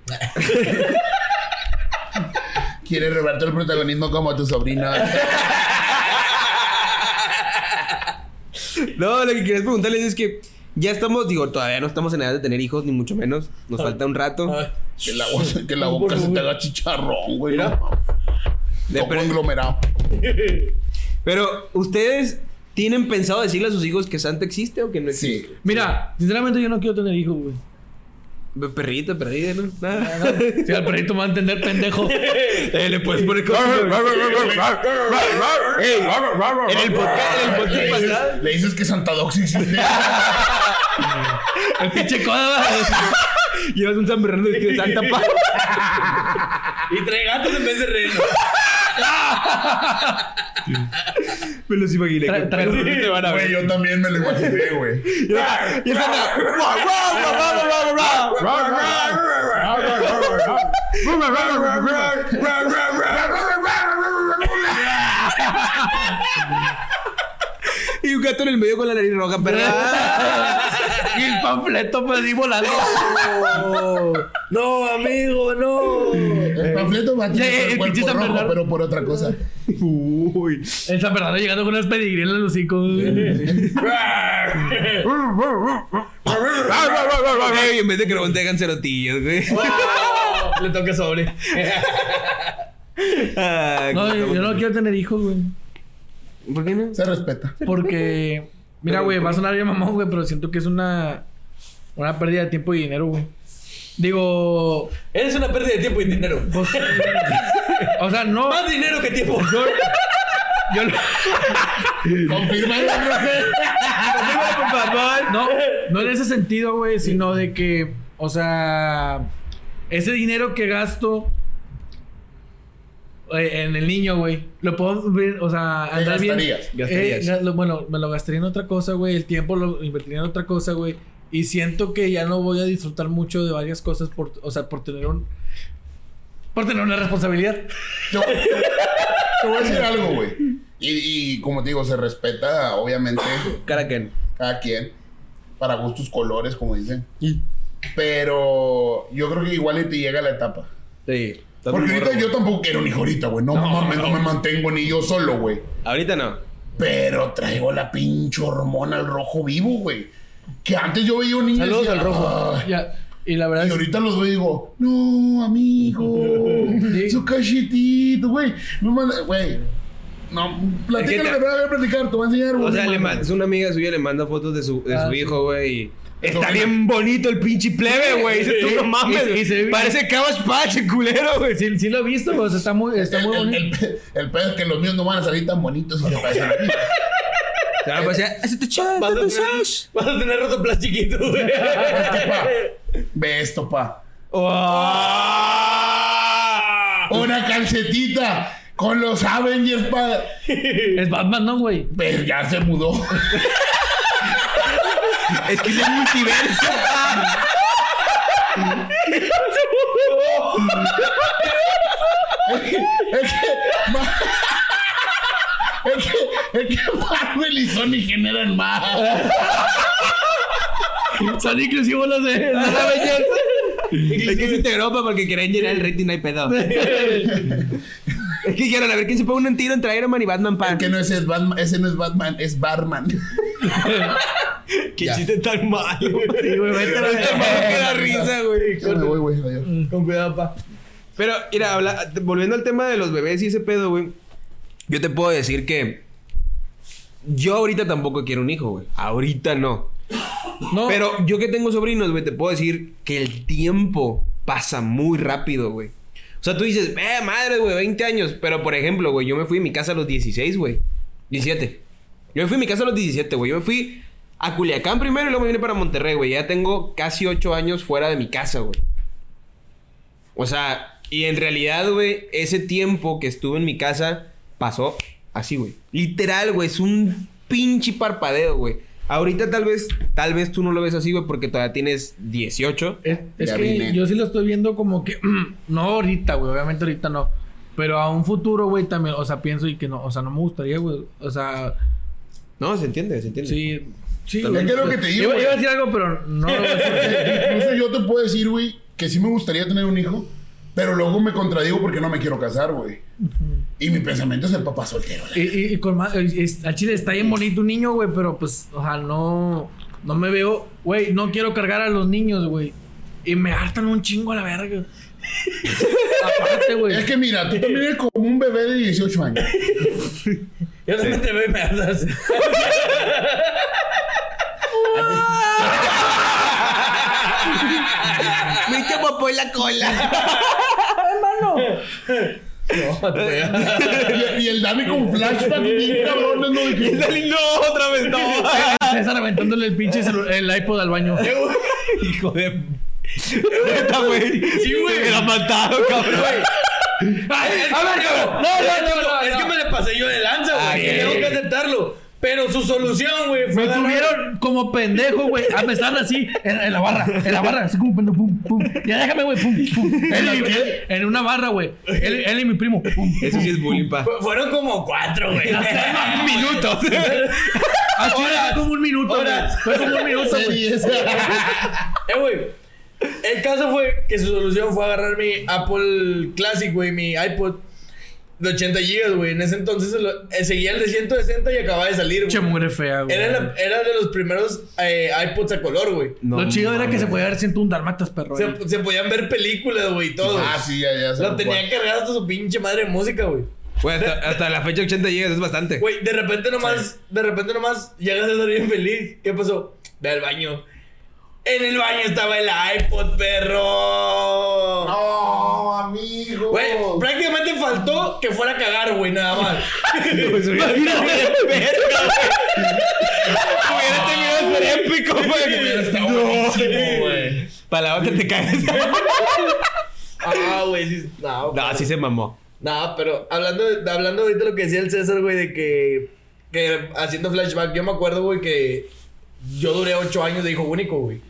S1: Quieres robarte el protagonismo como tu sobrina.
S4: No, lo que querías preguntarles es que ya estamos, digo, todavía no estamos en edad de tener hijos, ni mucho menos.
S3: Ah.
S4: Nos falta un rato.
S2: Ay,
S1: Que la, bo- que la boca se te haga chicharrón, güey.
S2: Mira.
S1: No,
S4: De-
S1: Todo
S4: pero-
S1: conglomerado.
S4: Pero, ¿ustedes tienen pensado decirle a sus hijos que Santa existe o que no existe?
S1: Sí.
S3: Mira, sinceramente yo no quiero tener hijos, güey.
S4: Be- Perrito, perrito, ¿no? Nada.
S3: Si al perrito me va a entender, pendejo.
S4: Eh, le puedes poner cosas. Ey, en el podcast, en el
S1: Le
S4: podcast
S1: dices,
S4: pasado. Ah,
S1: le dices que Santa Doxy existe.
S3: El pinche coda.
S4: Llevas un San Bernardo vestido de Santa Paz.
S2: Y trae gatos en vez de renos.
S4: Me los imaginé.
S3: Tra-
S4: que-
S3: tra-
S4: pero no te van a
S1: Güey,
S4: ver.
S1: yo también me lo imaginé, güey.
S4: Y el- y el Santa, "Ra, ra, ra, ra, ra, ra, ra". Y un gato en el medio con la nariz roja, perra.
S3: y el panfleto
S4: pues,
S3: me di volando.
S2: No, amigo, no.
S1: El panfleto va a
S3: Ya,
S4: Eh,
S3: ya,
S1: tener
S3: el
S1: el cuerpo
S3: pinche San
S1: rojo,
S3: Bernardo.
S1: pero por otra cosa.
S4: Uy.
S3: El San Bernardo llegando con unas pedigrí en el hocico.
S4: Y en vez de crobón te hagan cerotillos, güey.
S2: Le toca sobre.
S4: Ah,
S3: No,
S4: qué
S3: yo, yo no quiero tener hijos, güey.
S4: ¿Por qué no?
S1: Se respeta.
S3: Porque. Mira, güey, va a sonar bien mamón, güey, pero siento que es una. Una pérdida de tiempo y dinero, güey. Digo.
S2: Eres una pérdida de tiempo y dinero.
S3: pues, o sea, no.
S2: Más dinero que tiempo.
S3: Yo lo-
S1: Confirma, Roger.
S4: por favor.
S3: No, no en ese sentido, güey, sino de que, o sea, ese dinero que gasto eh, en el niño, güey, lo puedo ver, o sea,
S1: Te
S3: andar bien.
S1: gastarías,
S4: gastarías.
S3: Eh, ga- lo- bueno, me lo gastaría en otra cosa, güey, el tiempo lo invertiría en otra cosa, güey, y siento que ya no voy a disfrutar mucho de varias cosas por, o sea, por tener un por tener una responsabilidad.
S1: Te voy- Te voy a decir algo, güey. Y, y como te digo, se respeta, obviamente,
S4: Caracan.
S1: cada quien. Para gustos, colores, como dicen. Pero yo creo que igual y te llega la etapa.
S4: Sí. estás
S1: Porque
S4: muy
S1: ahorita
S4: morro.
S1: yo tampoco quiero un hijo ahorita, güey. No, mames, no me mantengo ni yo solo, güey.
S4: Ahorita no.
S1: Pero traigo la pinche hormona al rojo vivo, güey. Que antes yo veía un niño. y
S3: Saludos
S1: decía,
S3: al rojo.
S1: "Ay".
S3: Ah, Ya. Y la verdad
S1: Y
S3: es
S1: ahorita los veo y digo, no, amigo,
S3: Sí.
S1: su cachetito, güey. No manda, güey. No, platícale,
S4: Es
S1: te...
S4: que te-
S1: voy a platicar, te voy a enseñar, güey.
S4: O sea,
S1: no
S4: le
S1: mames.
S4: ma- es una amiga suya le manda fotos de su, de
S3: Ah,
S4: su
S3: sí.
S4: hijo, güey. y-
S1: Es
S4: Está
S1: lo
S4: bien bonito el pinche plebe, güey. Dice, tú
S3: sí,
S4: no mames.
S3: y se- y se ve-
S4: Parece Cabbage Patch, el culero, güey.
S3: Sí, sí lo he visto, pues está muy, está
S1: El,
S3: muy
S1: el,
S3: bonito.
S1: el, pe- el pedo es que los míos no van a salir tan bonitos y se parecen a mí.
S4: Se va a pasear, "Hazte pues tu chas,
S2: Vas a
S4: hazte tu
S2: tener,
S4: chas".
S2: vas a tener rotoplas chiquito, güey.
S1: Esto, pa. Ve esto, pa.
S4: ¡Oh!
S1: Una calcetita con los Avengers, pa.
S3: Es Batman, ¿no, güey?
S1: Pero ya se mudó.
S4: Es que es el multiverso.
S1: es que. Es que. ma- Es que, es que Marvel y Sony generan más.
S3: Son inclusivos los de los
S4: Ah,
S3: Avengers.
S4: es que se integró pa, porque querían llenar el rating, no hay pedo. es que dijeron, a ver quién se pone un tiro entre Iron Man y Batman Pan.
S1: Que no ese es Batman, ese no es Batman, es Barman.
S4: Qué
S1: Ya.
S4: chiste tan malo, güey.
S3: Sí, güey, vete a la
S4: Ahorita me
S3: verga.
S4: da risa, güey.
S1: Ya me voy, güey, adiós.
S2: Con cuidado, pa.
S4: Pero, mira, habla- volviendo al tema de los bebés y ese pedo, güey. Yo te puedo decir que. Yo ahorita tampoco quiero un hijo, güey. Ahorita no.
S3: No,
S4: Pero yo que tengo sobrinos, güey, te puedo decir que el tiempo pasa muy rápido, güey. O sea, tú dices, eh, madre, güey, 20 años. Pero, por ejemplo, güey, yo me fui de mi casa a los 16, güey. 17. Yo me fui de mi casa a los 17, güey. Yo me fui a Culiacán primero y luego me vine para Monterrey, güey. Ya tengo casi 8 años fuera de mi casa, güey. O sea, y en realidad, güey, ese tiempo que estuve en mi casa pasó así, güey. Literal, güey, es un pinche parpadeo, güey. Ahorita tal vez, tal vez tú no lo ves así, güey, porque todavía tienes 18.
S3: es, es
S1: Ya
S3: que
S1: vine.
S3: yo sí lo estoy viendo como que. no ahorita, güey. Obviamente ahorita no. Pero a un futuro, güey, también. O sea, pienso y que no. O sea, no me gustaría, güey. O sea,
S4: No, se entiende, se entiende.
S3: sí. Sí,
S1: También
S3: güey.
S1: es lo que te digo,
S3: Iba,
S1: güey.
S3: iba a decir algo, pero no. lo voy a decir.
S1: Incluso yo te puedo decir, güey, que sí me gustaría tener un hijo, pero luego me contradigo porque no me quiero casar, güey. Y mi pensamiento es el papá soltero. la-
S3: Y, y- y con más, es- al chile está bien bonito un niño, güey, pero pues, o sea, no, no me veo, güey, no quiero cargar a los niños, güey. Y me hartan un chingo a la verga. Aparte, güey.
S1: Es que mira, tú también eres como un bebé de 18 años.
S2: Yo también te veo y me andas.
S4: Me hice popó en la cola.
S1: Y, y el Dani con flashback, bien cabrones, no
S4: Y
S1: dije.
S4: salí, no, otra vez no.
S3: César aventándole el pinche celu- el iPod al baño.
S4: Hijo de. Neta, güey. Sí, güey. Me la mataron, cabrón.
S2: A ver, cabrón. No, no, no, no. Es que me le pasé yo de lanza,
S4: Ah,
S2: güey.
S4: ok.
S2: Tengo que aceptarlo. Pero su solución, güey, fue.
S3: Me
S2: agarrar-
S3: tuvieron como pendejo, güey. Ah, me estaban así, en, en la barra, en la barra, así como pendejo, pum, pum. Ya déjame, güey, pum, pum. En, la- en una barra, güey. Él, él y mi primo, pum.
S4: Eso sí es bullying, pa.
S2: Fu- Fueron como cuatro, güey.
S4: Minutos.
S3: Ah, chile, fue como un minuto, güey.
S2: Horas.
S3: Fue como un minuto, güey.
S1: Series.
S2: Eh, güey. El caso fue que su solución fue agarrar mi Apple Classic, güey, mi iPod de 80 GB, güey. En ese entonces se lo- eh, seguía el de 160 y acababa de salir,
S3: Che,
S2: güey.
S3: muere fea, güey.
S2: Era, la- era de los primeros eh, iPods a color, güey.
S3: lo chido era que se podía ver siendo un darmatas, perro. güey.
S2: Se, se podían ver películas, güey, y todo.
S1: Ah, sí, ya, ya. sé
S2: Lo
S1: cuál.
S2: tenía cargado hasta su pinche madre de música, güey.
S4: Güey, hasta, hasta la fecha 80 llegas, es bastante.
S2: Güey, de repente nomás, de repente nomás llegas a estar bien feliz. ¿Qué pasó? Ve al baño. En el baño estaba el iPod, perro.
S1: No, amigo.
S2: Güey, prácticamente faltó que fuera a cagar, güey, nada más.
S4: Imagínate, Hubiera tenido ser épico,
S1: Hubiera estado buenísimo, güey.
S4: Para la otra te caes.
S2: Ah, güey, sí. No,
S4: no, sí se mamó.
S2: No, pero hablando, de- hablando ahorita de lo que decía el César, güey, de que, que haciendo flashback, yo me acuerdo, güey, que yo duré ocho años de hijo único, güey.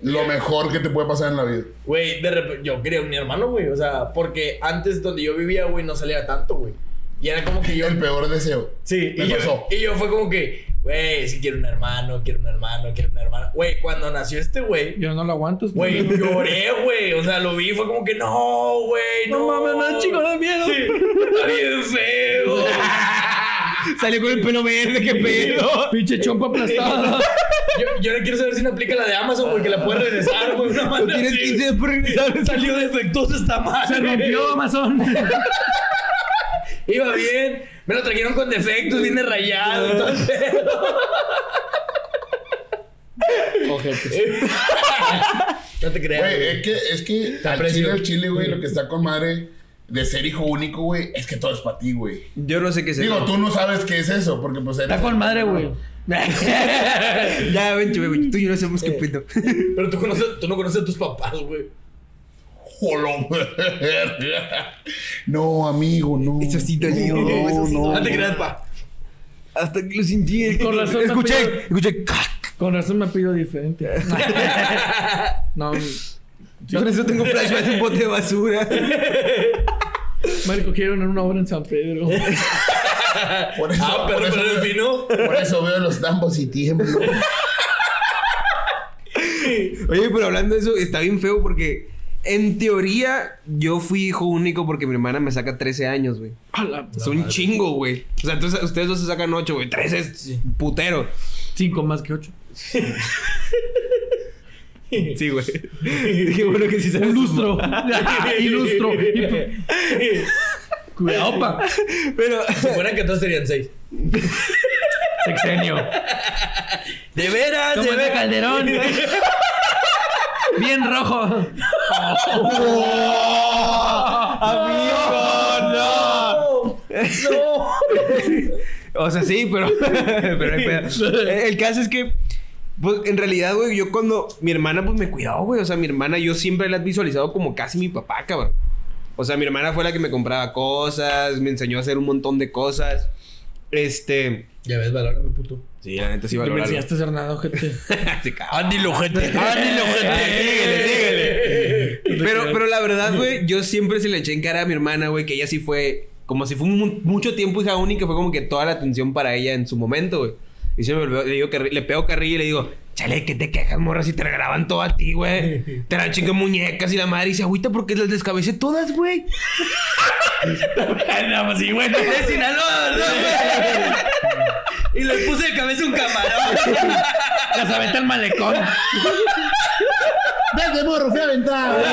S1: Lo mejor que te puede pasar en la vida.
S2: Güey, de repente, yo quería un hermano, güey. O sea, porque antes donde yo vivía, güey, no salía tanto, güey. Y era como que yo.
S1: El peor deseo.
S2: Sí,
S1: Me
S2: y yo,
S1: pasó.
S2: y yo fue como que, güey, si quiero un hermano, quiero un hermano, quiero un hermano. Güey, cuando nació este güey,
S3: Yo no lo aguanto. es-
S2: güey, lloré, güey. O sea, lo vi y fue como que, no, güey, no.
S3: No mames, me da chingo de miedo.
S2: Sí, está bien feo.
S4: Salió con el pelo verde, qué pedo.
S3: Pinche chompa aplastada.
S2: Yo, yo no quiero saber si me aplica la de Amazon, güey, que la puede regresar, güey. Una madre
S4: Tienes
S2: así.
S4: 15 días por regresar.
S2: Salió defectuosa esta madre.
S3: Se rompió Amazon.
S2: Iba bien. Me lo trajeron con defectos, viene rayado. Entonces,
S3: Ojetes.
S2: no te creas.
S1: Güey, eh.
S2: güey.
S1: es que, es que al
S2: precio.
S1: chile, al chile, güey, lo que está con madre de ser hijo único, güey, es que todo es para ti, güey.
S4: Yo no sé qué es
S1: Digo,
S4: eso.
S1: tú no sabes qué es eso, porque pues...
S3: Está con madre, güey.
S4: Ya, ven, chuve, güey. Tú Eh. y yo no sabemos qué pedo.
S2: Pero tú, conoces- tú no conoces a tus papás, güey.
S1: Jolo. No, amigo, no.
S4: Eso sí dolió,
S1: No,
S4: eso sí
S1: no,
S2: No
S4: dolió.
S2: te
S1: no.
S2: creas, pa.
S4: Hasta que lo sentí.
S3: Con razón me pido-
S4: Escuché, escuché. cac.
S3: Con razón me pido diferente. No,
S4: Con eso tengo flashbacks de un bote de basura.
S3: me recogieron en una obra en San Pedro.
S1: Por eso,
S2: Ah, pero,
S1: por, eso
S2: pero el
S1: veo,
S2: vino.
S1: por eso veo los tambos y tiemblo.
S4: Oye, pero hablando de eso, está bien feo porque en teoría yo fui hijo único porque mi hermana me saca 13 años, güey.
S3: A la-
S4: Es un chingo, güey. O sea, entonces ustedes dos se sacan 8, güey. 13 es putero.
S3: Cinco más que ocho.
S4: Sí, güey. Qué bueno que sí sabes.
S3: Un lustro. Ilustro. Y- Cuidado, pa.
S4: Pero
S2: Si fueran 14 serían 6.
S3: Sexenio.
S2: De veras,
S3: Como
S2: de
S3: el de
S2: veras.
S3: Calderón. Bien rojo.
S4: amigo, no. No. o sea, sí, pero pero hay pedo. El caso es que pues, en realidad, güey, yo cuando mi hermana pues me cuidó, güey, o sea, mi hermana yo siempre la he visualizado como casi mi papá, cabrón. O sea, mi hermana fue la que me compraba cosas, me enseñó a hacer un montón de cosas. Este,
S2: Ya ves, valórame, puto.
S4: sí, la neta sí
S3: Te me
S4: valoraba.
S3: enseñaste a hacer nada, ojete.
S4: Sí, cabrón.
S2: Andy Lojete. Andy
S4: Síguele, Pero, pero la verdad, güey, yo siempre se le eché en cara a mi hermana, güey, que ella sí fue, como si fue mu- mucho tiempo hija única, fue como que toda la atención para ella en su momento, güey. Y siempre le, le digo carri- le pego carrilla y le digo, chale, que te quejas, morra, si te la graban todo a ti, güey. Te la chingan muñecas y la madre y se agüita porque las descabecé todas, güey.
S2: Nada más, y bueno, de Sinaloa, ¿verdad? Y le puse de cabeza un camarón.
S3: Las aventé al malecón.
S1: Desde morro fui aventado.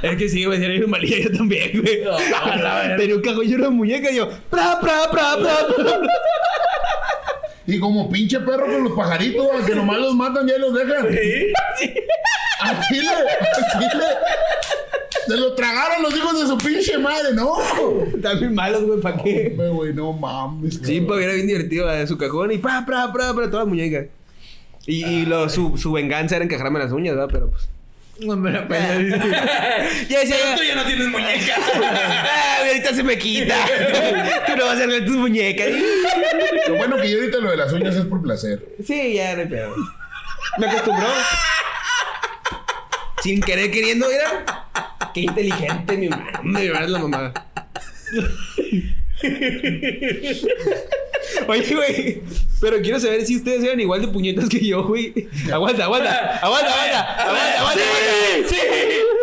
S4: Es que sí, güey, era bien malilla yo también, güey.
S2: No, a la verga.
S4: Tenía un cajollero de muñeca y yo, pra, pra, pra, pra, pra.
S1: Y como pinche perro con los pajaritos, a que nomás los matan y ahí los dejan. A Chile, a Chile. Se lo tragaron los hijos de su pinche madre, ¿no?
S4: Están bien malos, güey, ¿para qué?
S1: Hombre, güey, no mames.
S4: Sí,
S1: cabrón.
S4: pues era bien divertido ¿verdad? su cajón y pra, pra, pra, pra, todas las muñecas. Y, y lo- su, su venganza era encajarme las uñas, ¿verdad? Pero pues.
S3: No me la pelas.
S4: Ya decía,
S2: Tú ya no tienes muñeca.
S4: "Ah, ahorita se me quita. Tú no vas a arreglar tus muñecas.
S1: Lo bueno que yo ahorita lo de las uñas es por placer.
S4: Sí, ya no hay pedo. Me acostumbró. Sin querer queriendo, mira. Qué inteligente, mi mamá. Me es la mamada. Oye, güey. Pero quiero saber si ustedes eran igual de puñetas que yo, güey. Aguanta, aguanta. Aguanta, aguanta. Aguanta, aguanta.
S2: Sí.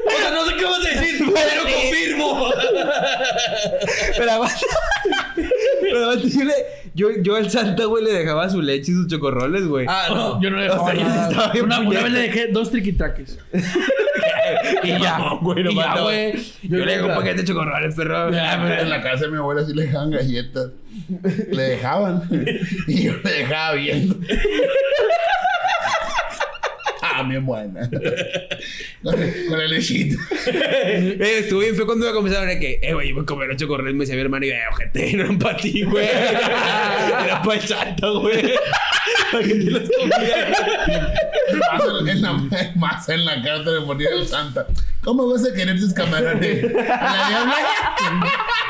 S2: O sea, no sé qué vas a decir, pero confirmo.
S4: Pero aguanta. Pero aguanta. Yo, le, yo, yo al Santa, güey, le dejaba su leche y sus chocorroles, güey.
S2: Ah, no.
S3: Yo no le dejaba
S4: O sea, yo
S3: nada.
S4: estaba bien
S3: Una- Una
S4: puñeta.
S3: vez le dejé dos triquitraques. y ya.
S4: No, güey, no
S3: y ya,
S4: mames.
S3: güey.
S4: Yo le dejé un
S3: nunca-
S4: paquete de chocorroles, perro.
S3: Ya, pero-
S1: En la casa de mi abuela sí le dejaban galletas. Le dejaban. Y yo le dejaba viendo. Ah, bien buena. Con el con el lechito.
S4: Eh, estuvo bien feo cuando iba a comenzar era que, eh, güey, voy a comer ocho correos. Me decía mi hermano, y yo, eh, ojete, no eran para ti, güey. Era para el santo, güey. Para que te los comieras.
S1: Más en, en la, más en la carta le ponía el Santa. ¿Cómo vas a querer tus camarones? ¿A la diabla?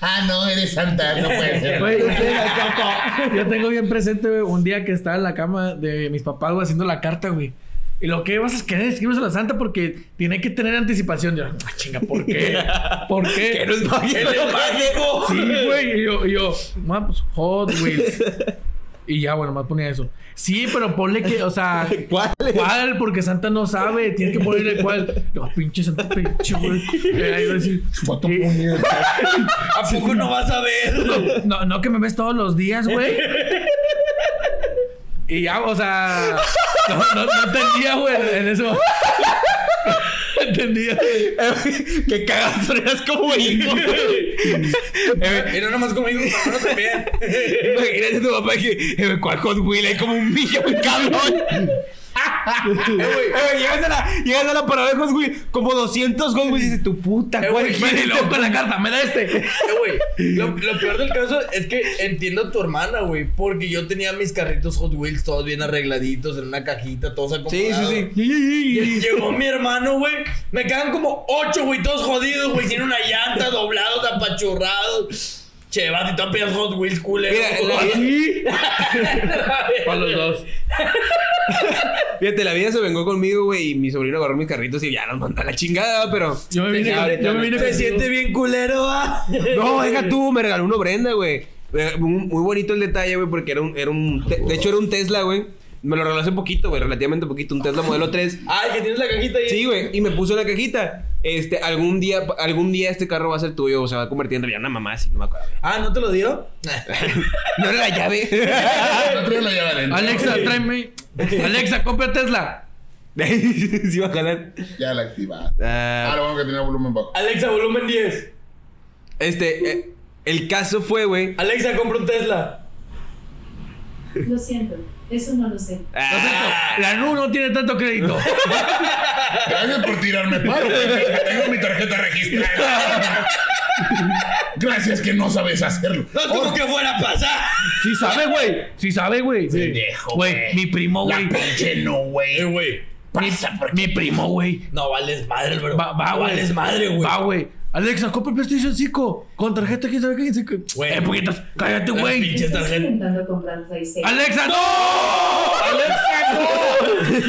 S1: Ah, no, eres Santa, no puede ser.
S3: Güey, yo tengo- yo tengo bien presente, güey, un día que estaba en la cama de mis papás, güey, haciendo la carta, güey. Y lo que vas a querer escribes a la santa porque tiene que tener anticipación. Yo, ah, chinga, ¿por qué? ¿Por qué?
S4: Que no es mágico.
S3: Sí, güey. Y yo, y yo, "Ma, pues Hot Wheels. Y ya, bueno, más ponía eso. Sí, pero ponle que, o sea,
S4: ¿Cuál?
S3: ¿cuál? Porque Santa no sabe, tienes que ponerle cuál. Yo, pinche Santa, pinche, güey. Era yo decir,
S1: Foto
S3: "Eh,
S1: puñeta.
S2: ¿A poco no vas a ver?
S3: no, no que me ves todos los días, güey. Y ya, o sea, no, no, no entendía, güey, en eso. entendía.
S4: Eh, que cagas frías como hijo. Eh,
S2: Era nomás conmigo, pero no te vean.
S4: Imagínate a tu papá que eh, ¿cuál Hot Wheel? Hay como un millón, cabrón. Eh, güey, llegas, a la, llegas a la parada de Hot Wheel, como 200 Hot Wheels. Dices, tu puta,
S2: Eh,
S4: ¿cuál
S2: güey,
S4: quieres?
S3: Y luego con la carta, me da este.
S2: Eh, güey, lo, lo peor del caso es que entiendo a tu hermana, güey, porque yo tenía mis carritos Hot Wheels todos bien arregladitos en una cajita, todos
S4: Sí,
S2: acomodados.
S4: sí, sí.
S2: Y llegó mi hermano, güey. Me quedan como ocho, güey, todos jodidos, güey, sin una llanta, doblados, apachurrados. Che, vato, y tú apenas Hot Wheels, culero.
S4: Mira, eh, la-
S3: Sí. Para los dos.
S4: Fíjate, la vida se vengó conmigo, güey, y mi sobrino agarró mis carritos y ya nos mandó a la chingada, pero...
S3: Yo me vine-
S4: Ya, ahorita
S3: yo me
S4: no.
S3: vine
S2: Se
S3: contigo.
S2: siente bien culero, ah.
S4: No, deja tú, me regaló uno Brenda, güey. Eh, Muy, muy bonito el detalle, güey, porque era un... Era un te- de hecho, era un Tesla, güey. Me lo regaló hace poquito, güey, relativamente poquito. Un Tesla modelo 3.
S2: Ay, que tienes la cajita ahí.
S4: Sí, güey, y me puso la cajita. Este, algún día, algún día este carro va a ser tuyo, o se va a convertir en realidad en una mamá, si no me acuerdo.
S2: Ah, ¿no te lo dio?
S4: No era la llave.
S1: No trae la llave adentro.
S3: Alexa, tráeme. Alexa, compra Tesla.
S4: sí, iba a jalar.
S1: Ya la activaste.
S4: Ah,
S1: Ah, lo bueno que tenía volumen bajo.
S2: Alexa, volumen 10.
S4: este, eh, el caso fue, güey.
S2: Alexa, compra un Tesla.
S6: Lo siento, eso no lo sé.
S3: Lo siento,
S4: Ah,
S3: la NU no tiene tanto crédito.
S1: Gracias por tirarme paro, güey. Tengo mi tarjeta registrada. Gracias que no sabes hacerlo.
S2: No es como que fuera a pasar.
S3: Sí sabe, güey. Sí sabe, güey.
S1: Pendejo,
S3: Güey, mi primo,
S1: La
S3: güey.
S1: pinche no,
S2: Eh,
S1: güey.
S2: güey.
S1: Pasa porque
S3: Mi primo, güey.
S2: No vales madre, bro.
S3: Va, va,
S2: no
S3: güey.
S2: vales madre, güey.
S3: Va, güey. Alexa, compra el PlayStation 5. Con tarjeta, quién sabe qué. Güey.
S2: Güey.
S3: Eh, puñetas, cállate,
S2: Las
S3: güey.
S2: pinches-
S6: Estás
S2: tarjeta.
S6: intentando comprar PlayStation.
S3: Alexa, no. Alexa, no.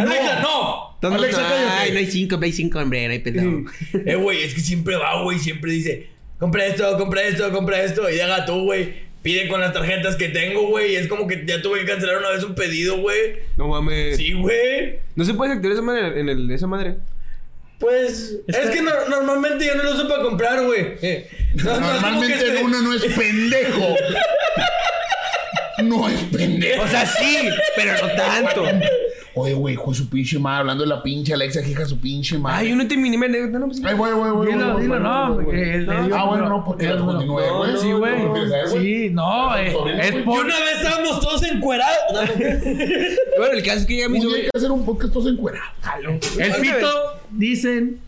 S2: Alexa, Eh, no.
S4: todo-
S1: Alexa, cállate.
S4: Ay, no hay cinco, no hay cinco, hombre, no hay pendejo.
S2: Eh, güey, es que siempre va, güey. Siempre dice, compra esto, compra esto, compra esto. Y llega tú, güey. Pide con las tarjetas que tengo, güey. Es como que ya tuve que cancelar una vez un pedido, güey.
S4: No mames.
S2: Sí, güey.
S4: No se puede activar esa madre en el, esa madre.
S2: Pues, es, que no- normalmente yo no lo uso para comprar, güey. Eh, no- no es como que
S1: Normalmente
S2: esté-
S1: uno no es pendejo. No es pendejo.
S4: O sea, sí, pero no tanto.
S1: Oye, güey, hijo de su pinche madre, hablando de la pinche Alexa, que hija de su pinche madre.
S4: Ay, yo no terminé mi anécdota. No, pues,
S1: Ay, güey, güey, güey.
S3: Dilo,
S1: güey,
S3: dilo,
S1: güey,
S3: no. Eh,
S1: güey, güey.
S3: porque él- él-
S1: Ah, bueno, no, porque
S3: él-
S1: la continué, güey.
S3: Eh, Sí, güey.
S1: ¿Por qué, sabes, güey?
S3: Sí, no. eh,
S1: Sobrino,
S3: Es
S1: güey.
S2: Y
S3: por...
S2: una vez estábamos todos encuerados. No, no.
S4: Bueno, el caso es que ya mi
S1: Un día hay
S4: sobrino.
S1: que hacer un podcast todos encuerados.
S3: El pito, dicen...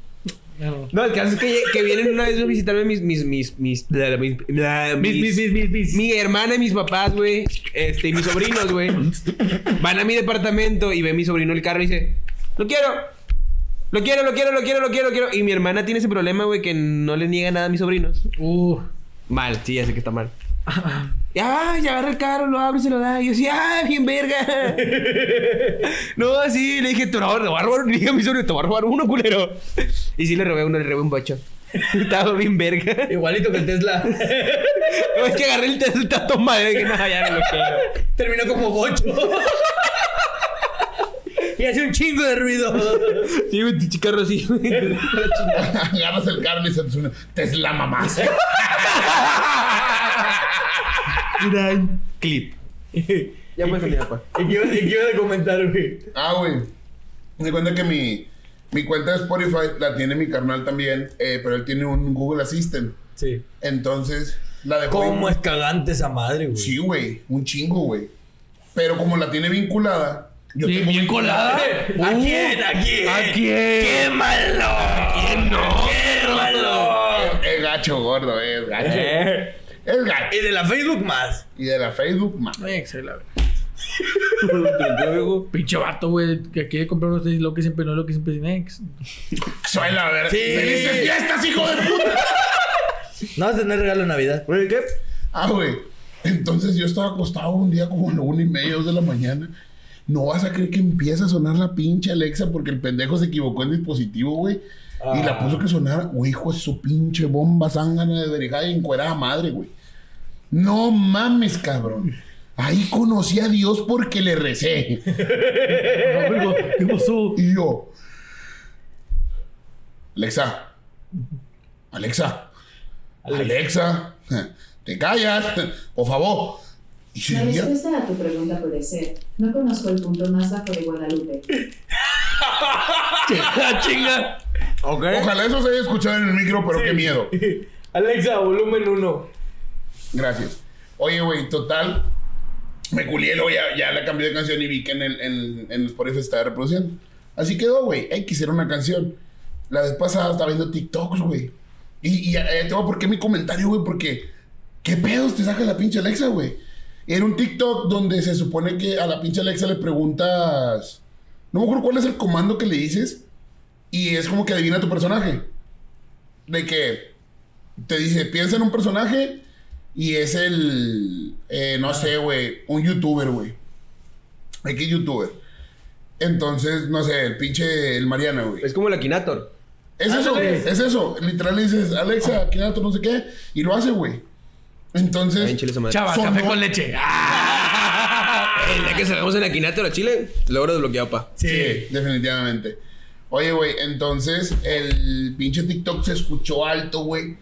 S3: Bueno,
S4: No, el caso es que, que vienen una vez a visitarme mis. mis. mis. mis. bla, mis, bla,
S3: Mis, mis, mis, mis, mis.
S4: Mi hermana y mis papás, güey. Este, y mis sobrinos, güey. Van a mi departamento y ve mi sobrino el carro y dice: Lo quiero. Lo quiero, lo quiero, lo quiero, lo quiero, lo quiero. Y mi hermana tiene ese problema, güey, que no le niega nada a mis sobrinos.
S3: Uh.
S4: Mal, sí, ya sé que está mal. Ya, ya agarra el carro, lo abre y se lo da. Y yo así, ah, bien verga. no, sí, le dije, te lo voy a robar, bro". le dije a mi sobrino, te voy a robar uno, culero. Y sí, le robé uno, le robé un bocho. Estaba bien verga.
S2: Igualito que el Tesla.
S4: es que agarré el Tesla, está todo mal. Dije, no, ya no lo quiero.
S2: Terminó como bocho. y hace un chingo de ruido.
S4: Sí, güey, tu carro así. güey.
S1: Agarras el carro y se te suena. Te es la mamá.
S4: Clip.
S2: ya pues. me fui, ¿Y qué ibas- y qué ibas a comentar, güey?
S1: Ah, güey. Me cuenta que mi, mi cuenta de Spotify la tiene mi carnal también, eh, pero él tiene un Google Assistant.
S2: Sí.
S1: Entonces, la dejó.
S2: ¿Cómo es cagante esa madre, güey?
S1: Sí, güey. Un chingo, güey. Pero como la tiene vinculada, yo
S3: Sí,
S1: tengo
S3: bien
S1: vinculada.
S3: colada.
S2: ¿A quién? Uh, ¿A quién?
S3: ¿A quién?
S2: ¡Quémalo! ¿A quién no? ¡Quémalo!
S1: Es gacho gordo, es gacho.
S2: Eh.
S1: Es gacho.
S2: Y de la Facebook más.
S1: Y de la Facebook, más.
S3: Ay, Excel, la verdad. Pinche vato, güey, que quiere comprar unos tenis, lo que siempre no, lo que siempre dice next.
S1: Soy la verdad.
S2: Sí.
S1: ¡Felices fiestas, hijo de puta!
S2: No vas a tener regalo de Navidad. ¿Qué?
S1: Ah, güey. Entonces yo estaba acostado un día como a la una y media, dos de la mañana. No vas a creer que empieza a sonar la pinche Alexa porque el pendejo se equivocó en dispositivo, güey. Y la puso que sonara, güey, hijo de su pinche bomba zángana de verejada y encuerada madre, güey. No mames, cabrón. Ahí conocí a Dios porque le recé.
S3: Rodrigo, ¿qué pasó?
S1: Y yo, Alexa, Alexa, Alexa, te callas, por favor. Y yo
S6: La
S1: diría,
S6: respuesta a tu pregunta puede ser, no conozco el punto más bajo de Guadalupe.
S3: ¡Ah, chinga!
S4: Ok.
S1: ojalá eso se haya escuchado en el micro, pero qué miedo.
S2: Alexa, volumen 1.
S1: Gracias. Oye, güey, total. Me culié, luego ya, ya la cambié de canción y vi que en el, en, en Spotify se estaba reproduciendo. Así quedó, güey. X era una canción. La vez pasada estaba viendo TikToks, güey. Y, y eh, te voy a por qué mi comentario, güey, porque ¿qué pedos te saca la pinche Alexa, güey? Era un TikTok donde se supone que a la pinche Alexa le preguntas. No me acuerdo cuál es el comando que le dices. Y es como que adivina tu personaje. De que te dice, piensa en un personaje y es el, eh, no sé, güey, un youtuber, güey. X youtuber. Entonces, no sé, el pinche, el Mariana, güey.
S4: Es como la Akinator.
S1: Es eso, güey. Es eso. Literal le dices, Alexa, aquí nada, tú no sé qué. Y lo hace, güey.
S4: Ahí en
S1: Entonces,
S4: Chile su madre.
S3: Chava,
S1: Sonó.
S3: café con leche. ¡Ah!
S4: El día que salgamos en Akinator a Chile, lo habrá desbloqueado, pa.
S1: sí, definitivamente. Oye, güey, entonces el pinche TikTok se escuchó alto, güey.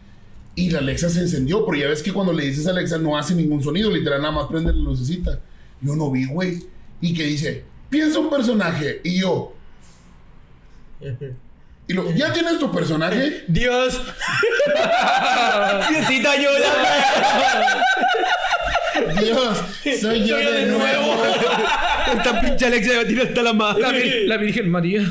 S1: Y la Alexa se encendió, pero ya ves que cuando le dices a Alexa no hace ningún sonido, literal nada más prende la lucecita. Yo no vi, güey. Y que dice, piensa un personaje. Y yo. Y lo, ¿ya tienes tu personaje?
S2: Dios. Diosita, ayúdame.
S1: Dios, soy yo de, nuevo.
S4: Esta pinche Alexa va a tirar hasta la
S3: La,
S4: madre.
S3: Vir- la Virgen María.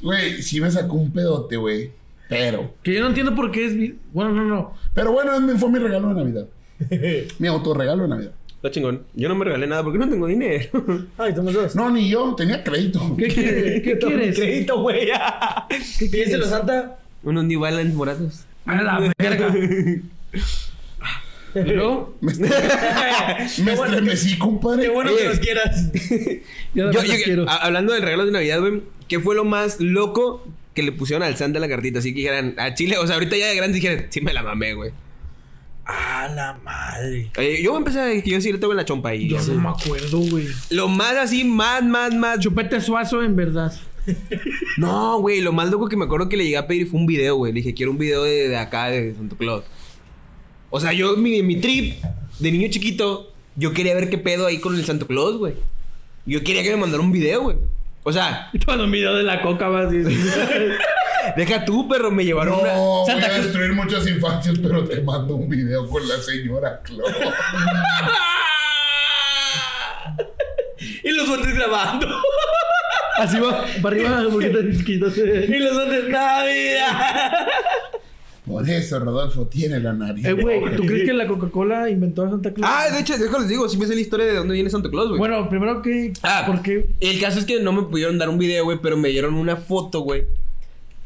S1: Güey, sí me sacó un pedote, güey. Pero.
S3: Que yo no entiendo por qué es. vir- Bueno, no, no.
S1: Pero bueno, es mi- fue mi regalo de Navidad. mi autorregalo de Navidad.
S4: Está chingón. Yo no me regalé nada porque no tengo dinero.
S2: Ay, toma dos.
S1: No, ni yo, tenía crédito.
S3: ¿Qué, quieres? ¿Qué quieres?
S2: Crédito, güey. Pídeselo, Santa.
S4: Unos New Balance morados.
S3: A la verga. ¿Y luego?
S1: Me, estre- me
S2: Qué bueno-
S1: estremecí, compadre.
S2: Qué bueno que los quieras.
S4: Yo-
S3: Yo, también
S4: yo-
S3: las quiero.
S4: a- hablando de regalos de Navidad, güey, ¿qué fue lo más loco que le pusieron al Santa la cartita? Así que dijeran, a Chile, o sea, ahorita ya de grandes dijeran, sí me la mamé, güey.
S2: A la madre.
S4: Oye, yo voy a empezar, que yo sí le tengo en la chompa ahí.
S3: Yo no me acuerdo, güey.
S4: Lo más así, más, más, más.
S3: Chupete suazo, en verdad.
S4: No, güey, lo más loco que me acuerdo que le llegué a pedir fue un video, güey. Le dije, quiero un video de, de acá, de Santo Claus. O sea, yo, mi, mi trip de niño chiquito, yo quería ver qué pedo ahí con el Santo Claus, güey. Yo quería que me mandara un video, güey. O sea,
S3: Cuando un video de la coca vas y...
S4: deja tú, perro, me llevaron
S1: No,
S4: una...
S1: voy
S3: Santa
S1: a
S3: Cruz.
S1: destruir muchas infancias, pero te mando un video con la señora Claus.
S2: Y los duendes grabando.
S3: Así va, para arriba, porque te Eh,
S2: Y los duendes, Navidad.
S1: Por eso Rodolfo tiene la nariz.
S3: Eh, güey, ¿tú crees que la Coca-Cola inventó a Santa Claus?
S4: Ah, de hecho, déjalo les digo, sí me sé la historia de dónde viene Santo Claus, güey.
S3: Bueno, primero que...
S4: Ah,
S3: ¿Por qué?
S4: El caso es que no me pudieron dar un video, güey, pero me dieron una foto, güey.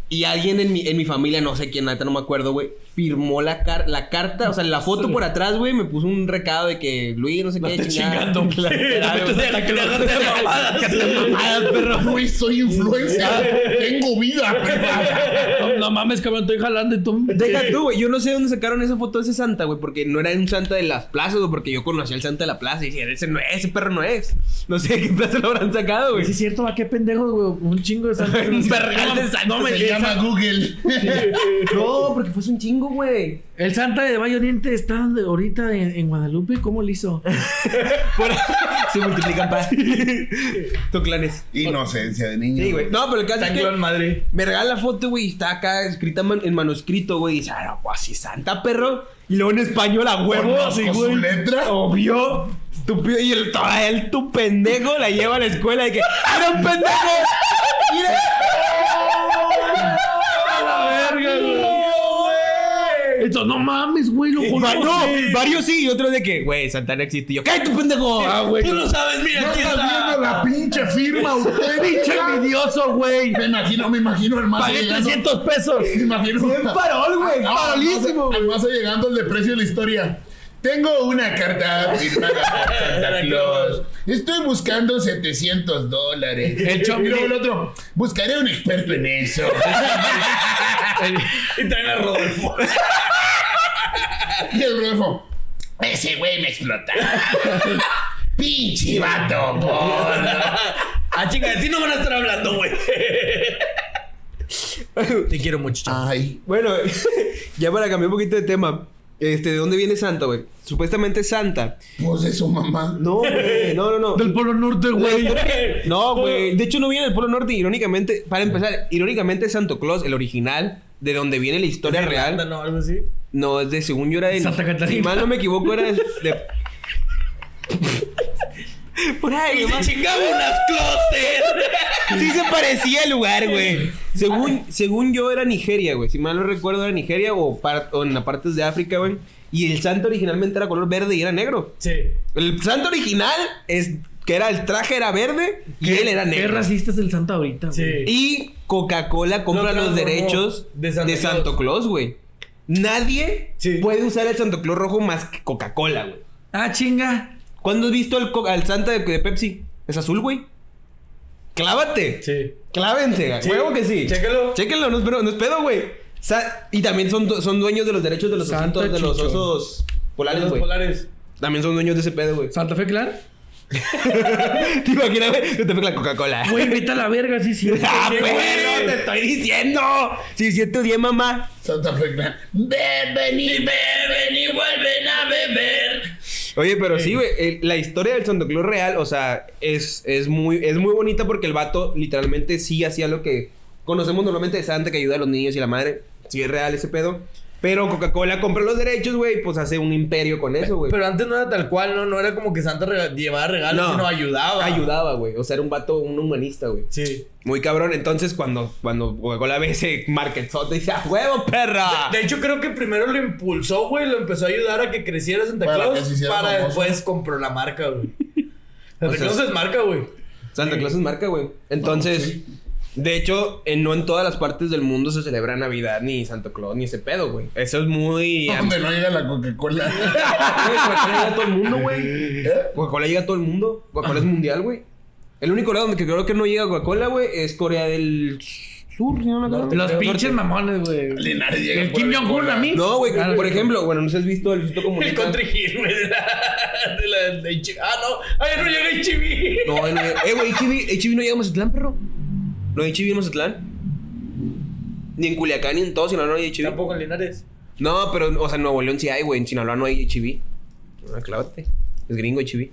S4: Y alguien en mi, en mi familia, no sé quién, neta, no me acuerdo, güey, firmó la, car- la carta, o sea, la foto por atrás, güey, me puso un recado de que Luis, no sé qué,
S2: Te
S4: chingada.
S2: chingando.
S4: Claro, güey.
S2: Déjate de mamadas.
S1: Ah, perro, güey, soy influencer. Tengo vida, perra.
S3: No, no mames, cabrón, estoy jalando y tú...
S4: Deja tú, güey. Yo no sé dónde sacaron esa foto de ese santa, güey. Porque no era un santa de las plazas, güey. Porque yo conocí al santa de la plaza. Y dije, ese no es, ese perro no es. No sé de qué plaza lo habrán sacado, güey.
S3: Sí es cierto, ¿a qué pendejo, güey? Un chingo de Santa Claus.
S4: Un vergal de Santa,
S3: No, me
S1: Se llama Google.
S4: No, porque fue un chingo, güey.
S3: El Santa de Valle Oriente está donde- ahorita en, en Guadalupe. ¿Cómo lo hizo?
S4: Por- se multiplican para tu clanes.
S1: Inocencia de niño.
S4: Sí, güey. No, pero el caso es
S2: Sanglón,
S4: que
S2: madre.
S4: me regala la foto, güey, y está acá escrita man- en manuscrito, güey. Y dice, ah, no, pues así, santa perro. Y luego en español a huevo,
S1: Conozco
S4: así,
S1: su
S4: güey.
S1: letra.
S4: Obvio. Estúpido. Y el, todavía el tu pendejo la lleva a la escuela de que, ¡era un pendejo! ¡Mira!
S3: verga, Entonces, no mames, güey, lo
S4: Y va-
S3: conozco.
S4: no, varios sí y otros de que, güey, Santa no existe. Y yo, ¿qué tu pendejo?
S1: Ah, güey.
S2: Tú lo sabes, mira,
S1: No
S2: aquí
S1: estás
S2: está.
S1: viendo la pinche firma
S3: ¡Pinche
S1: auténtica.
S3: envidioso, güey!
S1: Me imagino, me imagino el más
S3: ¡Pagué
S1: llegando.
S3: 300 pesos!
S1: Me imagino.
S4: Parol, güey,
S1: Ah,
S4: parolísimo.
S1: Al más llegando el de precio de la historia. Tengo una carta firmada por Santa Claus. Estoy buscando 700 dólares.
S3: El chompi-
S1: Y luego el otro, buscaré un experto en eso.
S2: Y traen a Rodolfo.
S1: Y el Rodolfo, ese güey me explota. Pinche vato, porno.
S2: Ah, chinga, de ti no van a estar hablando, güey. Te quiero mucho, chavo.
S1: Ay,
S4: Bueno, ya para cambiar un poquito de tema. Este, ¿de dónde viene Santa, güey? Supuestamente Santa.
S1: pues de su mamá.
S4: No, güey. No, no, no.
S3: Del Polo Norte, güey.
S4: No, güey. De hecho, no viene del Polo Norte. Irónicamente, para empezar, irónicamente, Santo Claus, el original, de donde viene la historia
S2: Anda,
S4: real,
S2: ¿No? Algo así.
S4: no es de, según yo, era de.
S3: Santa Catarina.
S4: Si mal no me equivoco, era de. de- Por ahí, güey.
S2: chingaba unas closets!
S4: Sí se parecía el lugar, güey. Según, según yo era Nigeria, güey. Si mal no recuerdo era Nigeria o, par- o en las partes de África, güey. Y el santo originalmente era color verde y era negro.
S2: Sí.
S4: El santo original es que era el traje era verde y él era
S3: Qué
S4: negro.
S3: racista es el Santa ahorita, güey.
S2: Sí.
S4: Y Coca-Cola compra
S2: Lo
S4: los
S2: transformó
S4: derechos
S2: de
S4: de
S2: Santa
S4: Santo,
S2: Claus.
S4: Claus, güey. Nadie
S2: Sí.
S4: puede usar el Santo Claus rojo más que Coca-Cola, güey.
S3: Ah, chinga.
S4: ¿Cuándo has visto al, co- al Santa de, de Pepsi? Es azul, güey. Clávate.
S2: Sí.
S4: Clávense,
S2: Sí.
S4: huevo que sí.
S2: Chéquelo.
S4: Chéquenlo, no es pedo, no es pedo, güey. Sa- y también son, du- son dueños de los derechos de los,
S3: Santa
S4: ositos- de los
S3: Chichón.
S4: osos polares,
S2: Los
S4: güey.
S2: polares.
S4: También son dueños de ese pedo, güey.
S3: ¿Santa Fe Clan?
S4: Te imaginas, güey, que te pega la Coca-Cola.
S3: Güey, vete a la verga, sí, sí.
S4: ¡Ah,
S2: Sí,
S4: pero
S2: güey.
S4: ¡Te estoy diciendo! Si siete o diez, mamá.
S1: Santa Fe Clan. Beben y beben y vuelven a beber.
S4: Oye, pero sí, güey, el- la historia del Santo Claus real, o sea, es, es, muy, es muy bonita porque el vato literalmente sí hacía lo que conocemos normalmente de Santa, que ayuda a los niños y la madre. Sí es real ese pedo. Pero Coca-Cola compra los derechos, güey, pues hace un imperio con eso, güey.
S2: Pero antes no era tal cual, ¿no? No era como que Santa rega- llevaba regalos,
S4: No.
S2: sino ayudaba.
S4: Ayudaba, güey. O sea, era un vato, un humanista, güey.
S2: Sí.
S4: Muy cabrón. Entonces, cuando, cuando Coca-Cola ve ese marketzote, dice, ¡a huevo, perra!
S2: De hecho, creo que primero lo impulsó, güey. Lo empezó a ayudar a que creciera Santa
S1: Para que
S2: Claus.
S1: se hiciera
S2: Para
S1: famoso.
S2: después compró la marca, güey. Santa
S4: O sea,
S2: Claus es marca, güey.
S4: Santa Claus es marca, güey. Entonces, de hecho, en- no en todas las partes del mundo se celebra Navidad ni Santo Claus ni ese pedo, güey. Eso es muy.
S1: Donde no llega la
S4: Güey, Coca-Cola
S1: Coca-Cola.
S4: llega a todo el mundo, güey. Coca-Cola llega a todo el mundo. Coca-Cola es mundial, güey. El único lugar donde creo que no llega Coca-Cola, güey, es Corea del Sur, si no me acuerdo.
S3: Los pinches mamones, güey.
S1: Linares llega
S3: El
S1: por
S3: Kim
S1: el
S3: Jong-un
S1: cola.
S3: a mí.
S4: No, güey,
S3: Claro,
S4: por
S3: sí.
S4: ejemplo, bueno, no sé si has visto Ah, el Instituto
S2: El
S4: Comunista.
S2: country hill, güey. De la. De la de Ichi- ah, no. Ay, no llega Ichibi.
S4: No, ahí no llega. Eh, güey, HB, HB no llega a Mazatlán, perro. No hay HB en Mazatlán. Ni en Culiacán, ni en todo Sinaloa no hay HB.
S2: Tampoco en Linares.
S4: No, pero, o sea, en Nuevo León sí hay, güey. En Sinaloa no hay HB. Ah, clávate. Es gringo HB.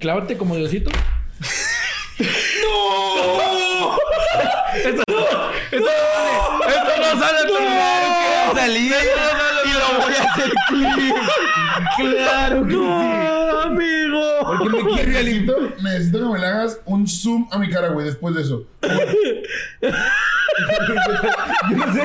S3: Clávate como Diosito. ¡No! Esto no, esto no sale. Esto no sale. pero-
S4: salir y lo voy a hacer clip. Claro que
S1: ¿Por qué me quieres? Necesito, necesito que me le hagas un zoom a mi cara, güey, después de eso.
S4: Yo no sé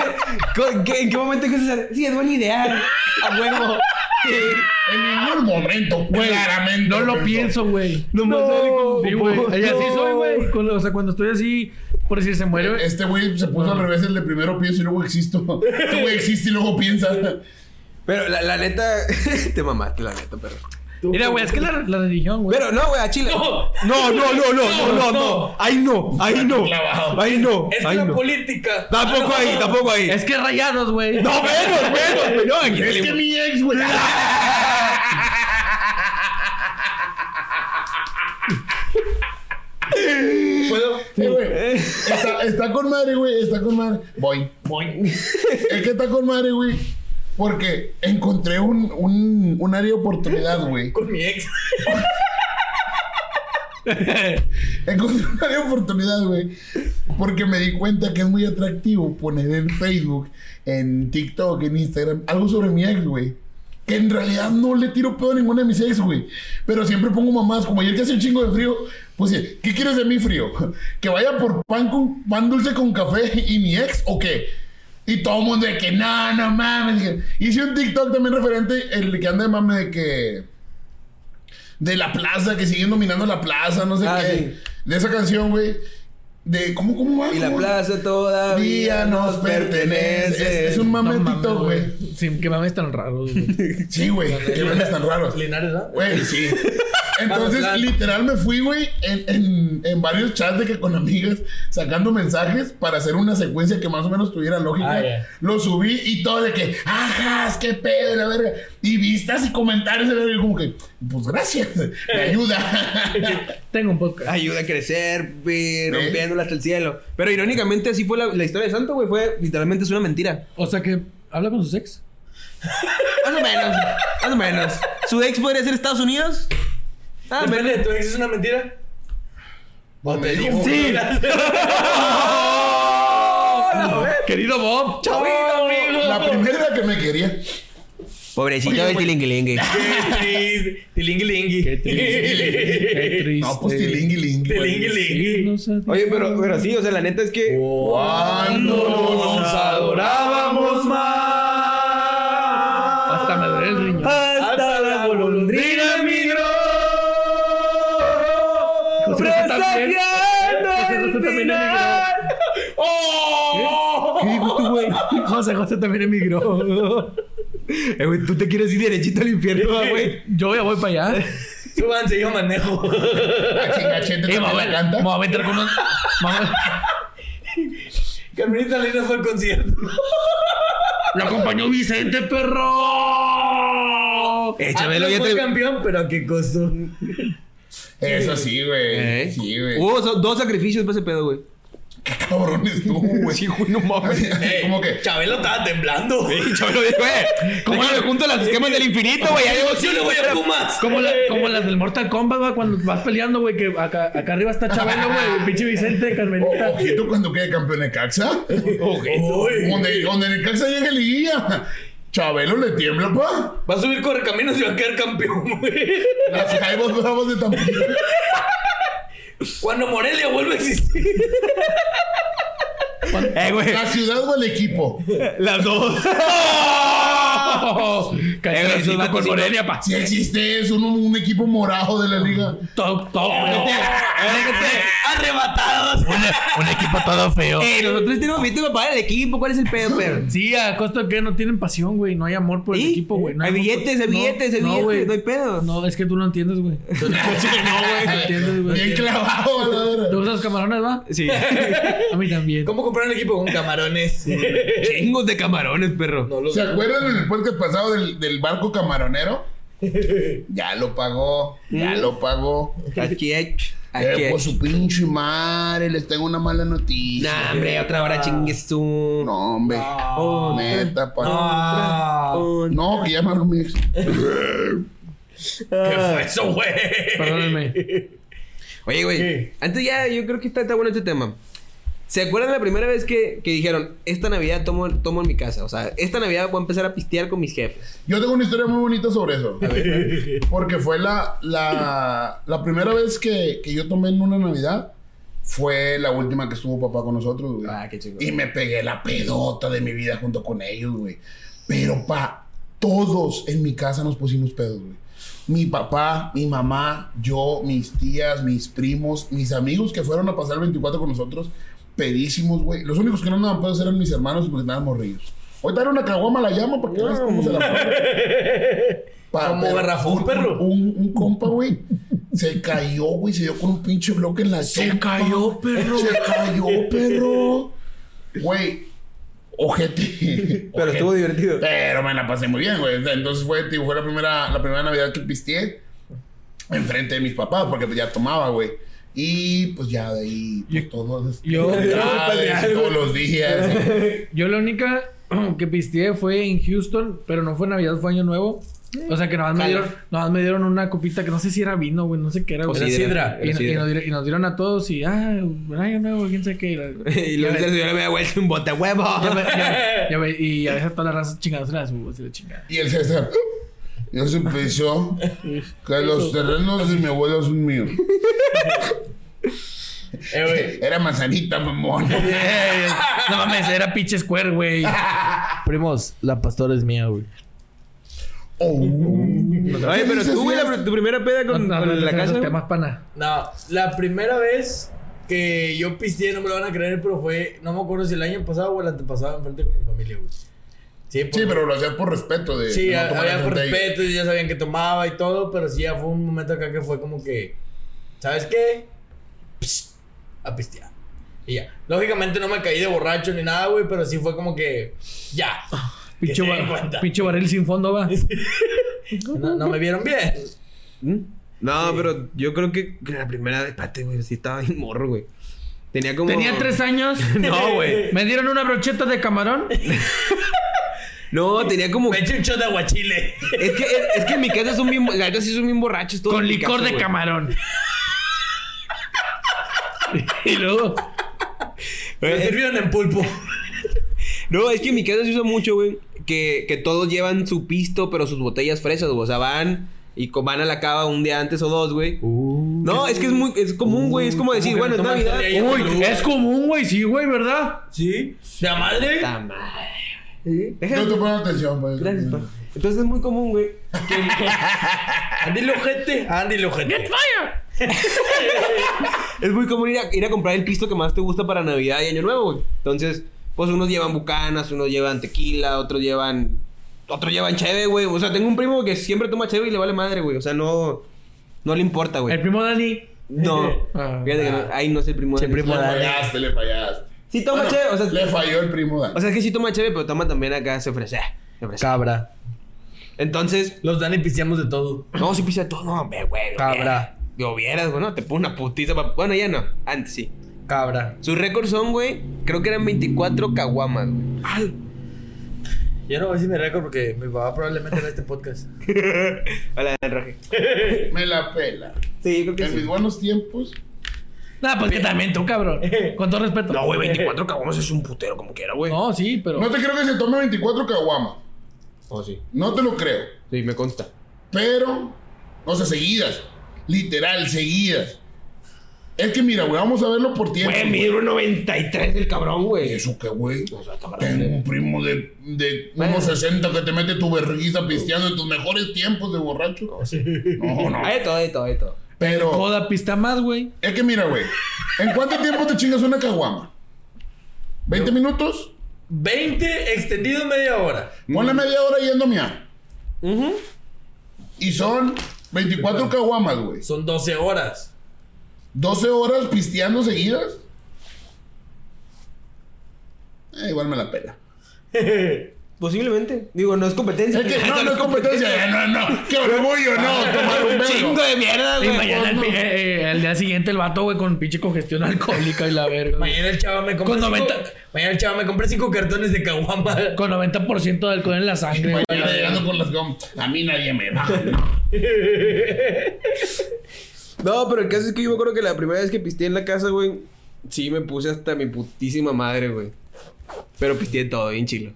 S4: con- qué- en qué momento empiezas a Sí, es buena idea. A huevo.
S1: En ningún momento,
S3: Güey,
S1: claramente.
S3: No lo
S1: güey.
S3: pienso, güey.
S4: No más sale con
S3: Sí, güey. Y así soy, güey. Cuando- O sea, cuando estoy así, por decir, se muere.
S1: Este güey se puso al revés el de primero pienso y luego existo. Este güey existe y luego piensa.
S4: Pero la, la neta, te mamaste, la neta, perro.
S3: Mira, güey, es que la, la religión, güey.
S4: Pero no, güey, a Chile. No, no, no, no, no, no, no. Ahí no, ahí no. Ahí no.
S2: Es
S4: ahí
S2: la
S4: no.
S2: política.
S4: Tampoco ahí, tampoco ahí.
S3: Es que rayados, güey.
S4: No, menos, menos, no, aquí
S1: Es que
S4: salimos.
S1: mi ex, güey.
S2: ¿Puedo?
S1: Sí, güey. Está, está con madre, güey. Está con madre. Voy.
S2: Boing.
S1: Es que está con madre, güey. Porque encontré un, un, un área de oportunidad, güey.
S2: Con mi ex.
S1: Encontré una gran oportunidad, güey. Porque me di cuenta que es muy atractivo poner en Facebook, en TikTok, en Instagram, algo sobre mi ex, güey. Que en realidad no le tiro pedo a ninguna de mis ex, güey. Pero siempre pongo mamás. Como ayer que hace un chingo de frío, pues, ¿qué quieres de mí frío? ¿Que vaya por pan, con, pan dulce con café y mi ex o qué? Y todo el mundo de que, no, no mames. Dije, Hice un TikTok también referente, el que anda de mame de que de la plaza, que siguen dominando la plaza, no sé
S4: Ah,
S1: qué.
S4: sí.
S1: De esa canción, güey. de ¿cómo, cómo va?
S4: Y la
S1: ¿Cómo?
S4: plaza todavía
S1: Día
S4: nos
S1: nos
S4: pertenece.
S1: pertenece. Es un
S3: No mames,
S1: momentito, güey.
S3: Sí, que mames tan raros, güey.
S1: Sí, güey. Qué memes tan raros.
S2: Linares, ¿verdad?
S1: Güey, sí. Entonces,
S2: Mazatlán.
S1: literal, me fui, güey, en, en- en varios chats de que con amigas, sacando mensajes para hacer una secuencia que más o menos tuviera lógica.
S2: Ah, ya.
S1: Lo subí y todo de que, ajas, qué pedo, la verga. Y vistas y comentarios, y la verga, y como que, pues gracias, me ayuda.
S3: Tengo un podcast.
S4: Ayuda a crecer, güey, rompiéndola hasta el cielo. Pero irónicamente, así fue la, la historia de Santo, güey. Fue literalmente es una mentira.
S3: O sea que habla con sus ex.
S4: Más o menos, más o menos. ¿Su ex podría ser Estados Unidos? Ah,
S2: Depende,
S4: pero.
S2: ¿Tu ex es una mentira?
S1: O me dijo,
S2: Sí.
S4: ¡Oh!
S3: Querido Bob.
S2: Chavito, amigo.
S1: la primera que me quería.
S4: Pobrecito de Tilinguilingue.
S2: Qué triste. Tilingui lingui.
S3: Qué triste. Qué triste.
S1: No,
S4: Este,
S1: pues tilingui lingui. güey.
S2: Tilingui lingui.
S3: Decirnos adiós.
S4: Oye, pero, pero sí, o sea, la neta es que.
S1: Cuando nos
S2: adorábamos más.
S3: Hasta me duele el riñón.
S4: Ah,
S2: Hasta la golondrina migró.
S3: José José también. José José
S2: Presagiando el
S3: también emigró.
S2: final. ¡Oh!
S3: ¿Qué dijo tú, güey? José José también emigró.
S4: Eh, güey, tú te quieres ir derechito al infierno, ah, güey.
S3: Yo ya voy para allá.
S2: Súbanse, yo manejo.
S1: La chingachete
S3: Eh,
S1: también
S3: vamos
S1: la
S3: a ver-
S1: canta.
S3: vamos a meter con unos. vamos a-
S2: Carmelita Lina fue al concierto.
S3: Lo acompañó Vicente, perro.
S4: Eh,
S2: Atlas
S4: Chabelo, ya
S2: Ah, fue
S4: te.
S2: campeón, pero a qué costo.
S1: Eso sí, güey.
S4: Eh.
S1: Sí, güey.
S4: Hubo so- dos sacrificios para ese pedo, güey.
S1: Cabrones tú, güey.
S4: Sí, güey, no mames.
S1: Así como que.
S2: Chabelo estaba temblando.
S4: Chabelo dijo, eh, ¿cómo le junto las esquemas del infinito, Este güey? Ya llevo
S2: Yo le voy a Pumas.
S3: Como, la- como las del Mortal Kombat, güey, cuando vas peleando, güey, que acá, acá arriba está Chabelo, güey, pinche Vicente,
S4: Oh,
S3: Carmelita.
S1: o- Ojito cuando quede campeón de Caxa.
S2: Uy.
S1: Donde, donde en Caxa llega Liguilla. Chabelo le tiembla, pa.
S2: Va a subir Correcaminos y va a quedar campeón, güey.
S1: Las caibos bravos de Tampico.
S2: Cuando Morelia vuelve a existir.
S4: Eh, güey,
S1: La ciudad o el equipo.
S4: las dos.
S3: Oh,
S4: Eh,
S3: cállate,
S4: güey,
S3: esos
S4: sí,
S3: vatos
S4: sí, no.
S3: Morelia, pa.
S1: Si existe, es un, un equipo morado de la liga.
S3: Todo, todo, güey.
S2: Arrebatados.
S3: Un equipo todo feo.
S4: Eh, nosotros tenemos viste papá el equipo, ¿cuál es el pedo, perro?
S3: Sí, a costa que no tienen pasión, güey. No hay amor por el
S4: Sí.
S3: equipo, güey. No
S4: Hay
S3: amor
S4: billetes, hay
S3: No,
S4: billetes, hay billetes,
S3: güey.
S4: no hay pedo.
S3: No, es que tú no entiendes, güey. Tú
S4: Ah,
S3: no entiendes, güey.
S1: Bien clavado, a la
S3: ¿Te
S1: verdad.
S3: gustan los camarones, va?
S4: Sí.
S3: A mí también.
S2: ¿Cómo comprar un equipo con camarones?
S4: Chingos de camarones, perro.
S2: No lo
S1: ¿Se acuerdan en el podcast pasado del, del barco camaronero? Ya lo pagó, ya lo pagó.
S4: Aquí hay. Aquí
S1: Eh,
S4: hay.
S1: por su pinche madre, les tengo una mala noticia.
S4: Nah, hombre, otra hora chingues tú.
S1: No, hombre.
S4: Oh,
S1: Neta, pa.
S2: Ah,
S1: No, que ya me dormí.
S2: ¿Qué fue eso, güey?
S3: Perdónenme.
S4: Oye, güey.
S2: ¿Qué?
S4: Antes ya, yo creo que está, está bueno este tema. ¿Se acuerdan la primera vez que, que dijeron, esta Navidad tomo, tomo en mi casa? O sea, esta Navidad voy a empezar a pistear con mis jefes.
S1: Yo tengo una historia muy bonita sobre eso. Porque fue la, la, la primera vez que, que yo tomé en una Navidad. Fue la última que estuvo papá con nosotros, güey.
S4: Ah, qué chingón.
S1: Y me pegué la pedota de mi vida junto con ellos, güey. Pero pa, todos en mi casa nos pusimos pedos, güey. Mi papá, mi mamá, yo, mis tías, mis primos, mis amigos que fueron a pasar el 24 con nosotros, pedísimos, güey. Los únicos que no andaban pedos eran mis hermanos porque estaban morridos. Ahorita era una caguama a la llama porque no. cómo se la Pa-
S2: Como
S1: pero
S2: garrafón,
S1: un-
S2: perro.
S1: Un, un compa, güey, se cayó, güey, se dio con un pinche bloque en la
S3: Se
S1: chompa.
S3: cayó, perro.
S1: Se cayó, perro. Güey, ojete.
S4: Pero estuvo
S1: Ojete.
S4: divertido.
S1: Pero me la pasé muy bien, güey. Entonces fue, tío, fue la primera, la primera Navidad que pisteé enfrente de mis papás, porque pues, ya tomaba, güey. Y pues ya de ahí, pues,
S3: Yo-
S1: todos.
S3: yo-
S1: actividades, todos los días.
S3: Yo la única que pisteé fue en Houston, pero no fue Navidad, fue Año Nuevo. O sea que nada más me
S4: Jala.
S3: dieron, nada más me dieron una copita que no sé si era vino, güey, no sé qué era, güey.
S4: O sidra,
S3: Y,
S4: era
S3: y
S4: sidra.
S3: nos dieron, y nos dieron a todos y, ah, buen Año Nuevo, quién sabe qué. Y,
S4: Y luego
S3: ya
S4: la
S3: ve-
S4: señora me da vuelta un bote huevo.
S3: ya ve- ya- ya ve- y a veces todas las razas chingadas las uvas y la chingada.
S1: Y el César. Yo se empezó que los terrenos de mi abuelo son míos.
S2: Eh, güey.
S1: Era manzanita, mamón.
S3: No mames, era pinche Square, güey.
S2: Primos, la pastora es mía, güey.
S1: Oh.
S4: Oye, pero tú, güey, la- tu primera peda
S3: No,
S4: con,
S3: no,
S4: con
S3: no,
S4: la
S3: no,
S4: casa.
S3: temas pana.
S2: No, la primera vez que yo pisteé, no me lo van a creer, pero fue, no me acuerdo si el año pasado o el antepasado, enfrente con mi familia, güey. Sí,
S1: Sí,
S2: porque-
S1: pero lo hacías por respeto. De,
S2: Sí,
S1: de no
S2: a-
S1: tomar
S2: había por
S1: enfrente de ellos.
S2: respeto, ya sabían que tomaba y todo, pero sí, ya fue un momento acá que fue como que, ¿sabes qué? Psst, a pistear. Y ya. Lógicamente no me caí de borracho ni nada, güey, pero sí fue como que, ya. que
S3: Ah, Pinche,
S2: se
S3: bar-
S2: den cuenta.
S3: pinche barril sin fondo, va.
S2: No, no me vieron bien.
S4: ¿Mm? No, pero yo creo que que la primera vez, espérate, güey, sí estaba bien morro, güey. Tenía como.
S3: Tenía tres años.
S4: No, güey.
S3: Me dieron una brocheta de camarón.
S4: No, tenía como.
S2: Me
S4: Es
S2: eché un shot de aguachile.
S4: que, es, es que en mi casa son bien. La neta sí son bien borrachos todos.
S3: con
S4: en mi
S3: licor
S4: casa,
S3: de
S4: güey.
S3: camarón. y luego,
S2: Me sirvieron en pulpo.
S4: Eh, No, es que en mi casa se usa mucho, güey. Que, que todos llevan su pisto, pero sus botellas fresas, güey. O sea, van y co- van a la cava un día antes o dos, güey.
S3: Uh.
S4: no, es que es muy es común, güey. Es como decir,
S2: que
S4: bueno,
S2: no
S4: es
S2: toman
S4: Navidad.
S2: todo el día
S3: uy, es común, güey, sí, güey, ¿verdad?
S2: ¿Sí? ¿De a madre?
S4: Puta madre. Deja-
S1: No te ponen atención, pues.
S4: Gracias, pa. Entonces es muy común, güey.
S2: Andy Lojete. Andy Lojete.
S3: ¡Vaya!
S4: Es muy común ir a, ir a comprar el pisto que más te gusta para Navidad y Año Nuevo, güey. Entonces, pues unos llevan bucanas, unos llevan tequila, otros llevan. Otros llevan cheve, güey. O sea, tengo un primo que siempre toma cheve y le vale madre, güey. O sea, no. No le importa, güey.
S3: El primo Dani.
S4: No.
S3: Ah.
S4: Fíjate que no. Ahí no es el primo.
S2: Sí,
S4: de
S2: el
S4: Alex.
S2: primo
S1: Le
S2: de-
S1: fallaste, le fallaste.
S4: Sí toma
S1: Bueno,
S4: cheve. O sea,
S1: le falló el primo Dan.
S4: o sea, es que sí toma cheve, pero toma también acá, se ofrece. Se ofrece.
S2: Cabra.
S4: Entonces,
S2: Los Dani pisteamos de todo.
S4: no, si pisa todo. No, güey, güey. lo
S2: Cabra.
S4: vieras. Lo vieras, güey. no, Te pongo una putiza. pa- Bueno, ya no. Antes sí.
S2: Cabra.
S4: Sus récords son, güey, creo que eran 24 caguamas, güey.
S2: Yo no voy a decir mi récord porque mi papá probablemente vea este podcast.
S4: Hola, Roge.
S1: Me la pela.
S4: Sí, creo que
S1: En mis
S4: sí.
S1: buenos tiempos,
S3: Nah, pues que también tú, cabrón. Con todo respeto.
S4: No, güey, 24 caguamas es un putero como quiera, güey.
S3: No, sí, pero.
S1: no te creo que se tome 24 caguamas.
S4: Oh, sí.
S1: No te lo creo.
S4: Sí, me consta.
S1: Pero, o sea, seguidas. Literal, seguidas. Es que mira, güey, vamos a verlo por tiempo.
S4: Güey, Eh, mide 1.93 el cabrón, güey.
S1: Eso que, güey.
S4: O sea, está
S1: Tengo
S4: grande.
S1: un primo de, de
S4: Bueno.
S1: unos 60 que te mete tu verguiza pisteando en tus mejores tiempos de borracho.
S4: Oh,
S1: No, no.
S4: Hay de todo, hay de todo, hay de todo.
S1: Pero
S3: Joda pista más, güey.
S1: es que mira, güey. ¿En cuánto tiempo te chingas una caguama? ¿20 minutos?
S2: 20 extendido media hora.
S1: Ponle media hora yendo a miar. Y son 24 caguamas, güey.
S2: Son 12 horas.
S1: 12 horas pisteando seguidas. Eh, igual me la pela.
S4: Posiblemente. Digo, no es competencia.
S1: Es que no, no es competencia. Eh, No, no. Qué orgullo, no. Tomar un
S4: ah, Chingo
S1: vergo.
S4: de mierda,
S3: Y
S4: güey.
S3: mañana el,
S1: no.
S3: pi- eh, eh, al día siguiente el vato, güey, con pinche congestión alcohólica y la verga. güey.
S2: Mañana el chavo me compra.
S3: Con
S2: cinco-
S3: 90.
S2: Mañana el chavo me compra 5 cartones de caguama.
S3: Con 90% de alcohol en la sangre, güey.
S1: Mañana llegando con las gomas. A mí nadie me baja. no.
S4: No, pero el caso es que yo me acuerdo que la primera vez que pisteé en la casa, güey, sí me puse hasta mi putísima madre, güey. Pero pisteé todo, bien chilo.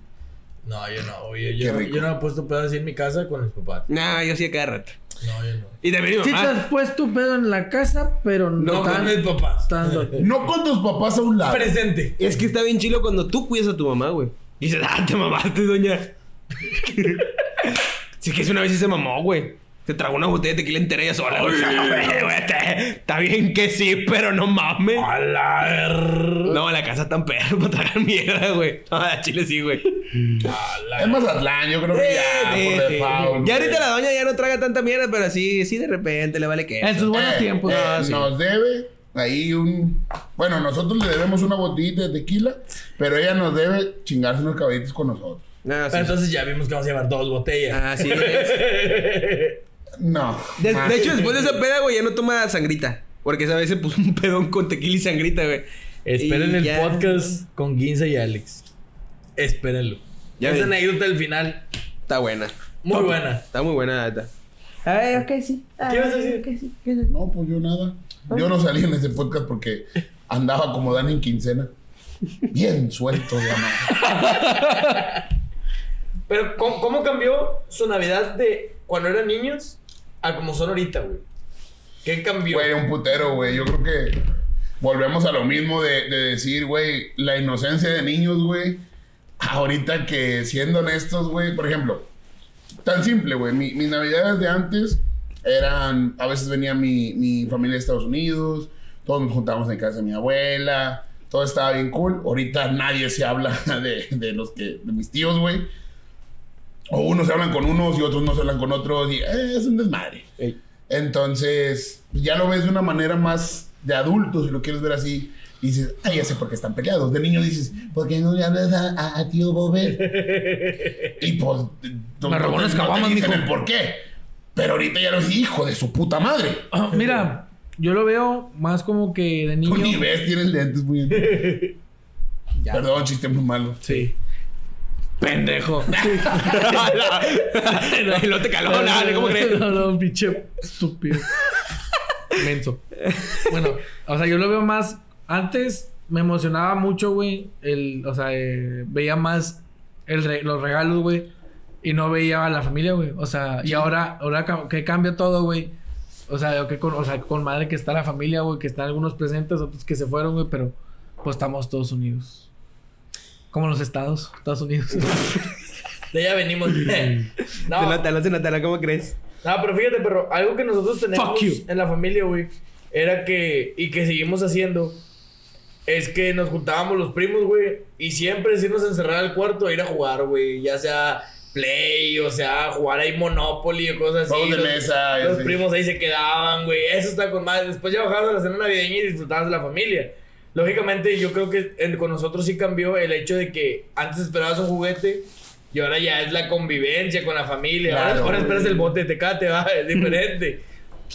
S2: No, yo no. Yo,
S1: Qué
S2: yo, no-
S1: rico.
S2: yo no he puesto pedo así en mi casa con mis papás.
S4: Nah, yo hacía cada rato.
S2: No, yo no.
S4: Y también mi
S3: Sí te
S4: mamá.
S3: has puesto pedo en la casa, pero no,
S2: No con
S3: tan-
S2: mis papás.
S3: tanto.
S1: No con tus papás a un lado.
S2: Presente.
S4: Es que está bien chilo cuando tú cuidas a tu mamá, güey. Y dices, ah, te mamaste, doña. sí que es una vez sí se mamó, güey. Se tragó una botella de tequila entera ella sola, güey. Güey, güey, está- Está bien que sí, pero no mames.
S2: A la ver-
S4: No, la casa tan perro para tragar mierda, güey. No, a Chile sí, güey.
S1: Es Mazatlán, yo creo que ya. pues,
S4: Sí,
S1: por
S4: sí.
S1: default,
S4: Ya
S1: güey.
S4: ahorita la doña ya no traga tanta mierda, pero sí, sí de repente le vale que.
S3: En sus buenos
S1: Eh,
S3: tiempos.
S1: eh,
S4: Ah, sí.
S1: Nos debe ahí un. Bueno, nosotros le debemos una botellita de tequila, pero ella nos debe chingarse unos caballitos con nosotros.
S4: Ah,
S2: Pero
S4: sí.
S2: entonces ya vimos que vamos a llevar dos botellas.
S4: Así es.
S1: No.
S4: De,
S1: Ah,
S4: de hecho, después de esa peda, güey, ya no toma sangrita. Porque esa vez se puso un pedón con tequila y sangrita, güey.
S2: Esperen
S4: Y
S2: el
S4: ya.
S2: podcast con Ginza y Alex. Espérenlo.
S4: Ya
S2: Esa
S4: ven.
S2: anécdota del final.
S4: Está buena.
S2: Muy buena.
S4: Está muy buena la neta.
S5: A ver, ok, sí. A
S2: ¿Qué vas a
S5: ver,
S2: decir?
S5: ok, sí.
S1: No, pues yo nada. Yo no salí en ese podcast porque andaba como Dan en quincena. Bien suelto de amar.
S2: Pero, ¿cómo, cómo cambió su Navidad de cuando eran niños a como son ahorita, güey? ¿Qué cambió?
S1: Güey, un putero, güey. Yo creo que volvemos a lo mismo de, de decir, güey, la inocencia de niños, güey. Ahorita que siendo honestos, güey, por ejemplo, tan simple, güey. Mi- mis navidades de antes eran, a veces venía mi, mi familia de Estados Unidos, Todos nos juntábamos en casa de mi abuela. Todo estaba bien cool. Ahorita nadie se habla de, de los que, de mis tíos, güey. O unos se hablan con unos y otros no se hablan con otros. Y eh, es un desmadre.
S4: Ey.
S1: Entonces, ya lo ves de una manera más de adulto, si lo quieres ver así. Y dices, ay, ya sé por qué están peleados. De niño dices, ¿por qué no le hablas a, a- a tío Bober? y pues. no-
S3: Me robó
S1: no te-
S3: las
S1: no te
S3: caguamas,
S1: dicen
S3: mijo.
S1: el por qué. Pero ahorita ya lo dices, hijo de su puta madre.
S3: Ah, Mira, yo lo veo más como que de
S1: Ni
S3: niño.
S1: ves, tienes lentes muy bien. Perdón, chiste muy malo.
S3: Sí. Pendejo.
S4: El lote caló, dale, ¿cómo crees?
S3: No, no, pinche estúpido. Menso. Bueno, o sea, yo lo veo más. Antes me emocionaba mucho, güey. El, o sea, eh, veía más el re- los regalos, güey. Y no veía a la familia, güey. O sea, y ahora, ahora ca- que cambia todo, güey. O sea, yo que con, o sea, con madre que está la familia, güey, que están algunos presentes, otros que se fueron, güey, pero pues estamos todos unidos. Como los estados, Estados Unidos.
S2: De allá venimos. no,
S4: Se Natala, se Natala, ¿cómo crees?
S2: no, pero fíjate, pero algo que nosotros tenemos
S3: Fuck you.
S2: en la familia, güey, era que, y que seguimos haciendo, es que nos juntábamos los primos, güey, y siempre sí nos encerraba al cuarto a ir a jugar, güey, ya sea play, o sea, jugar ahí Monopoly o cosas así.
S1: Juegos de
S2: Los-
S1: mesa,
S2: Los
S1: sí.
S2: primos ahí se quedaban, güey, eso está con madre. Después ya bajabas a la cena navideña y disfrutabas de la familia. Lógicamente, yo creo que en- con nosotros sí cambió el hecho de que antes esperabas un juguete y ahora ya es la convivencia con la familia. Ahora-
S1: Claro,
S2: ahora,
S1: güey.
S2: esperas el bote de tecate, va, es diferente.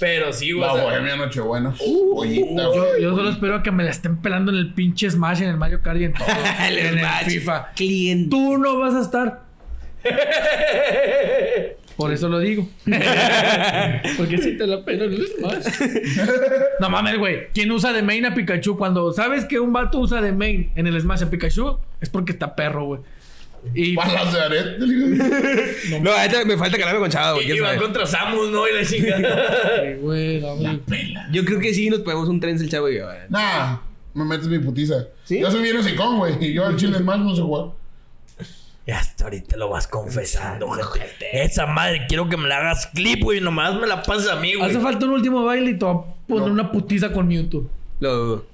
S2: Pero sí, güey.
S1: La
S2: o sea,
S1: bohemia nochebuena. Pollita,
S3: Uh, Yo,
S1: güey.
S3: yo solo espero que me la estén pelando en el pinche Smash, en el Mario Kart y en todo. en el FIFA.
S4: Cliente.
S3: Tú no vas a estar. Por eso lo digo. Porque si te la pelo en el Smash. No mames, güey. ¿Quién usa de main a Pikachu? Cuando sabes que un vato usa de main en el Smash a Pikachu, es porque está perro, güey. Y
S1: Balas de arete, le digo.
S4: No, ahorita me falta calarme con Chava, güey.
S2: y,
S4: ¿quién
S2: y van
S4: sabe?
S2: contra Samus, ¿no? Y la chingada.
S3: güey, no, güey.
S4: Yo creo que sí nos ponemos un tren el Chavo y yo. güey.
S1: Nah, me metes mi putiza.
S4: ¿Sí?
S1: Yo soy bien hocicón, güey. Y yo al chile más no sé jugar.
S2: Ya hasta ahorita lo vas confesando, gente. Esa madre, quiero que me la hagas clip, güey. Nomás me la pases a mí, güey.
S3: Hace falta un último baile y te voy a poner
S1: No.
S3: una putiza con Mewtwo.
S4: Lo dudo.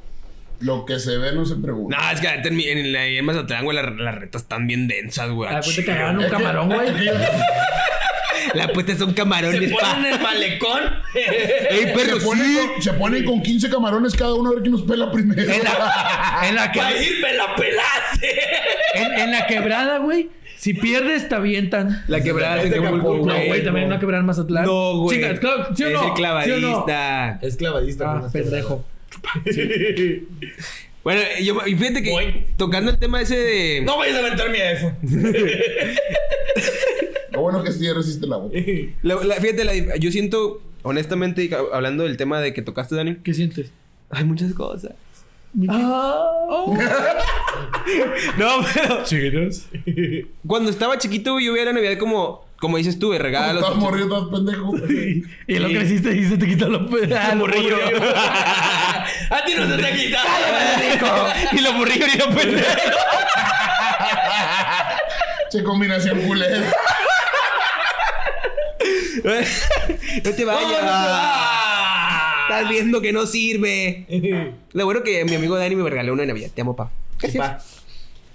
S1: Lo que se ve no se pregunta.
S4: No, es que la neta en, mi- en, la- en Mazatlán, güey, las, las retas están bien densas, güey.
S3: A cuenta que
S4: Ah, Chido.
S3: agarran un camarón, güey.
S4: La apuesta son
S2: Se
S4: camarones,
S2: ponen
S4: pa.
S2: en el malecón.
S4: ¡Ey, perro,
S1: se, ponen
S4: sí!
S1: con, se ponen con 15 camarones cada uno a ver quién nos pela primero.
S3: En la, en la que.
S2: Caí, me la pelaste.
S3: En, en la quebrada, güey. Si pierdes, te avientan.
S4: La quebrada
S2: Este
S4: en Acapulco,
S2: Acapulco,
S3: No, güey, también una quebrada en Mazatlán.
S4: No, güey.
S3: Chinga, claro, ¿sí o
S4: Es
S3: no? ¿Sí
S4: el
S3: o
S4: clavadista.
S2: Es clavadista.
S3: no? Ah, pendejo.
S4: Bueno, yo, y fíjate que
S2: Voy.
S4: tocando el tema ese de.
S2: No vayas a aventar mi iPhone.
S1: Lo bueno que sí ya resiste la boca.
S4: la- la- fíjate, la dif- yo siento, honestamente, y ca- hablando del tema de que tocaste, Dani,
S3: ¿Qué sientes?
S4: hay muchas cosas.
S3: Ah.
S4: No, pero
S3: ¿Chiquitos?
S4: cuando estaba chiquito, güey, yo veía la Navidad como, como dices tú, de regalos.
S1: Estás morrido, estás pendejo.
S3: Y lo creciste y se te quitó los pedazos.
S4: burrillo.
S2: Ah, a ti no se te ha quitado.
S4: y los burrillos y los
S2: pues.
S4: pendejos.
S1: Che combinación culera.
S4: no te
S2: No, no te
S4: vayas.
S2: va.
S4: Estás viendo que no sirve. Lo bueno que mi amigo Dani me regaló una de Navidad. Te amo, pa.
S2: Va.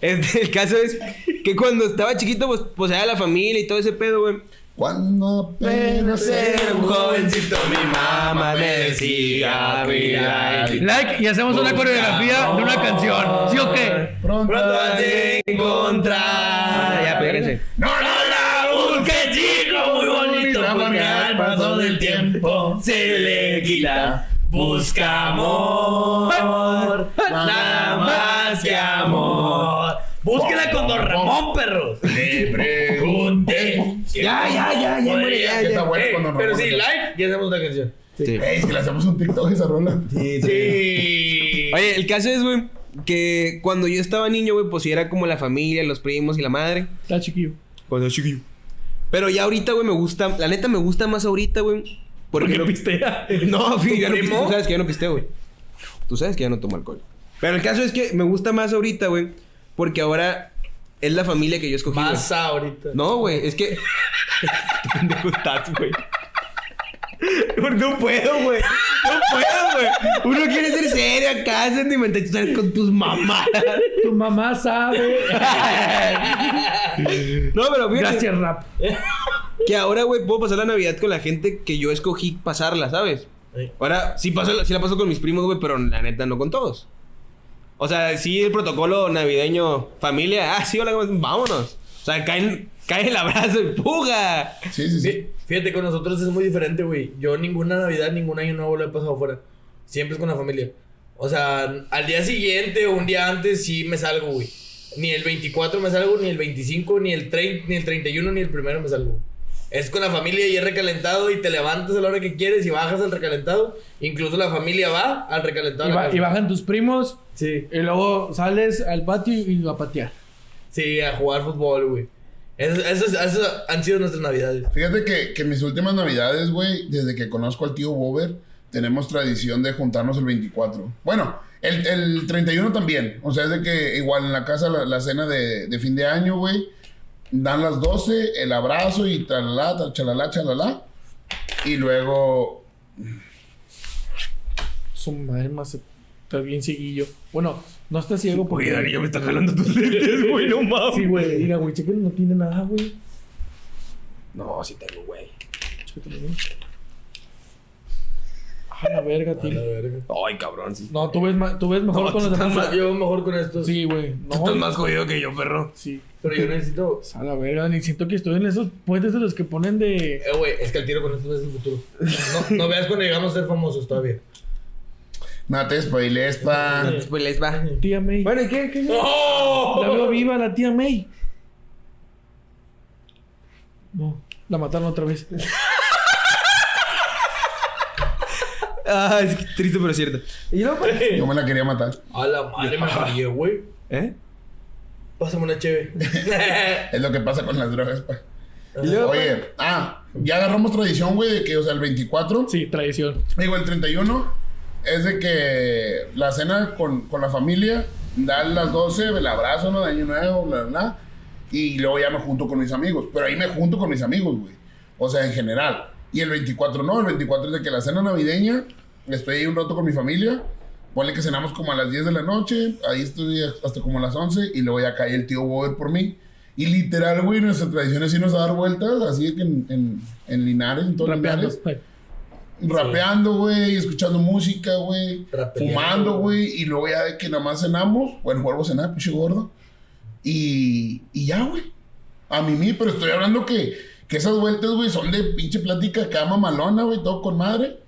S4: Este, el caso es que cuando estaba chiquito, pues, pues era la familia y todo ese pedo, güey.
S1: Cuando apenas era un jovencito, mi mamá me decía, mira.
S3: Like y hacemos una coreografía de una canción. ¿Sí o qué?
S1: Pronto.
S2: Pronto has de encontrar.
S4: Ya, péguense.
S1: No, no, no,
S2: Un que chico muy bonito porque al paso del tiempo se le quita. Busca amor, nada más que amor. Búsquela con Don Ramón, perros.
S1: Le
S2: Pregunte.
S1: pregunté.
S4: Ya, ya, ya, ya, muere, ya,
S1: Que está
S4: ya.
S1: bueno
S2: Ey,
S1: cuando no.
S2: pero sí, like y hacemos una canción.
S4: Sí.
S1: Ey, es que le hacemos un TikTok a esa rola.
S2: Sí.
S4: Oye, el caso es, güey, que cuando yo estaba niño, güey, pues sí era como la familia, los primos y la madre.
S3: Está chiquillo.
S4: Cuando era chiquillo. Pero ya ahorita, güey, me gusta. La neta me gusta más ahorita, güey. Porque no
S3: pistea.
S4: No, fíjate, ya no
S2: primo?
S4: piste- Tú sabes que ya no pisteo, güey. Tú sabes que ya no tomo alcohol. Pero el caso es que me gusta más ahorita, güey. Porque ahora es la familia que yo escogí. güey.
S2: Más ahorita.
S4: No, güey, es que. ¿Dónde estás, güey? No puedo, güey. No puedo, güey. Uno quiere ser serio acá, sentimental. y Tú sales con tus mamás.
S3: Tu mamá sabe.
S4: No, pero fíjate
S3: Gracias, rap.
S4: que ahora, güey, puedo pasar la Navidad con la gente que yo escogí pasarla, ¿sabes?
S2: Sí.
S4: Ahora, sí, paso, la- sí la paso con mis primos, güey, pero la neta no con todos. O sea, sí, el protocolo navideño, familia, ah, sí, hola, ¿cómo están? vámonos. O sea, caen, cae el abrazo y ¡puga!
S1: Sí, sí, sí.
S2: Fí- Fíjate, con nosotros es muy diferente, güey. Yo ninguna Navidad, ningún año nuevo lo he pasado fuera. Siempre es con la familia. O sea, al día siguiente o un día antes sí me salgo, güey. Ni el 24 me salgo, ni el 25, ni el 30, ni el 31, ni el primero me salgo. Es con la familia y es recalentado y te levantas a la hora que quieres y bajas al recalentado. Incluso la familia va al recalentado. a
S3: Y,
S2: la
S3: ba-
S2: casa.
S3: y bajan tus primos.
S2: Sí.
S3: Y luego sales al patio y a patear.
S2: Sí, a jugar fútbol, güey. Eso, eso, eso han sido nuestras navidades.
S1: Fíjate que, que mis últimas navidades, güey, desde que conozco al tío Bober, tenemos tradición de juntarnos el 24. Bueno, el, el 31 también. O sea, es de que igual en la casa la, la cena de, de fin de año, güey, dan las 12, el abrazo y talala, tal, chalala, chalala. Y luego...
S3: Su madre más está bien seguillo. Bueno, no está ciego porque.
S4: Oye, Dani, ya me está jalando tus lentes, güey, no mames.
S3: Sí, güey. Mira, güey, chequen, no tiene nada, güey.
S4: No, sí tengo, güey.
S3: Chécatelo, güey. A la verga, tío.
S4: Ay, cabrón, sí.
S3: No, tú ves, ma- tú ves mejor
S4: No,
S3: con
S4: tú
S3: los
S4: estás
S3: demás.
S4: más-
S2: Yo mejor con esto.
S3: Sí, güey.
S4: Tú estás
S3: No,
S4: más jodido que yo, perro.
S3: sí.
S2: Pero yo necesito.
S3: A la verga, ni siento que estoy en esos puentes de los que ponen de.
S2: Eh, güey, es que el tiro con esto es el futuro. No, no veas cuando llegamos a ser famosos todavía.
S1: No te spoilees, pa.
S4: Después les va.
S3: Tía May.
S4: Bueno, ¿y qué? qué?
S3: La veo viva, la tía May. No, la mataron otra vez.
S4: Ah, es que triste, pero cierto.
S5: Y luego, pues,
S1: Yo me la quería matar.
S2: A la madre me mareé, güey.
S4: ¿Eh?
S2: Pásame una cheve.
S1: Es lo que pasa con las drogas, pa.
S4: Y luego, pues,
S1: Oye, ah, ya agarramos tradición, güey, de que, o sea, el 24...
S3: Sí, traición.
S1: Digo, el 31 es de que la cena con, con la familia, dan las 12, el abrazo, ¿no? De año nuevo, bla, bla, bla. Y luego ya me junto con mis amigos. Pero ahí me junto con mis amigos, güey. O sea, en general. Y el 24 no, el 24 es de que la cena navideña, estoy ahí un rato con mi familia. Ponle que cenamos como a las 10 de la noche, ahí estoy hasta como a las 11 y luego ya cae el tío Bober por mí. Y literal, güey, nuestra tradición es irnos a dar vueltas, así de que en, en, en Linares, en todo
S3: Rapeando.
S1: Linares.
S3: Ay.
S1: Rapeando, güey, escuchando música, güey,
S2: Rapeando.
S1: fumando, güey, y luego ya de que nada más cenamos, bueno, vuelvo a cenar, pinche gordo, y, y ya, güey, a mí mí, pero estoy hablando que, que esas vueltas, güey, son de pinche plática cama malona, güey, todo con madre,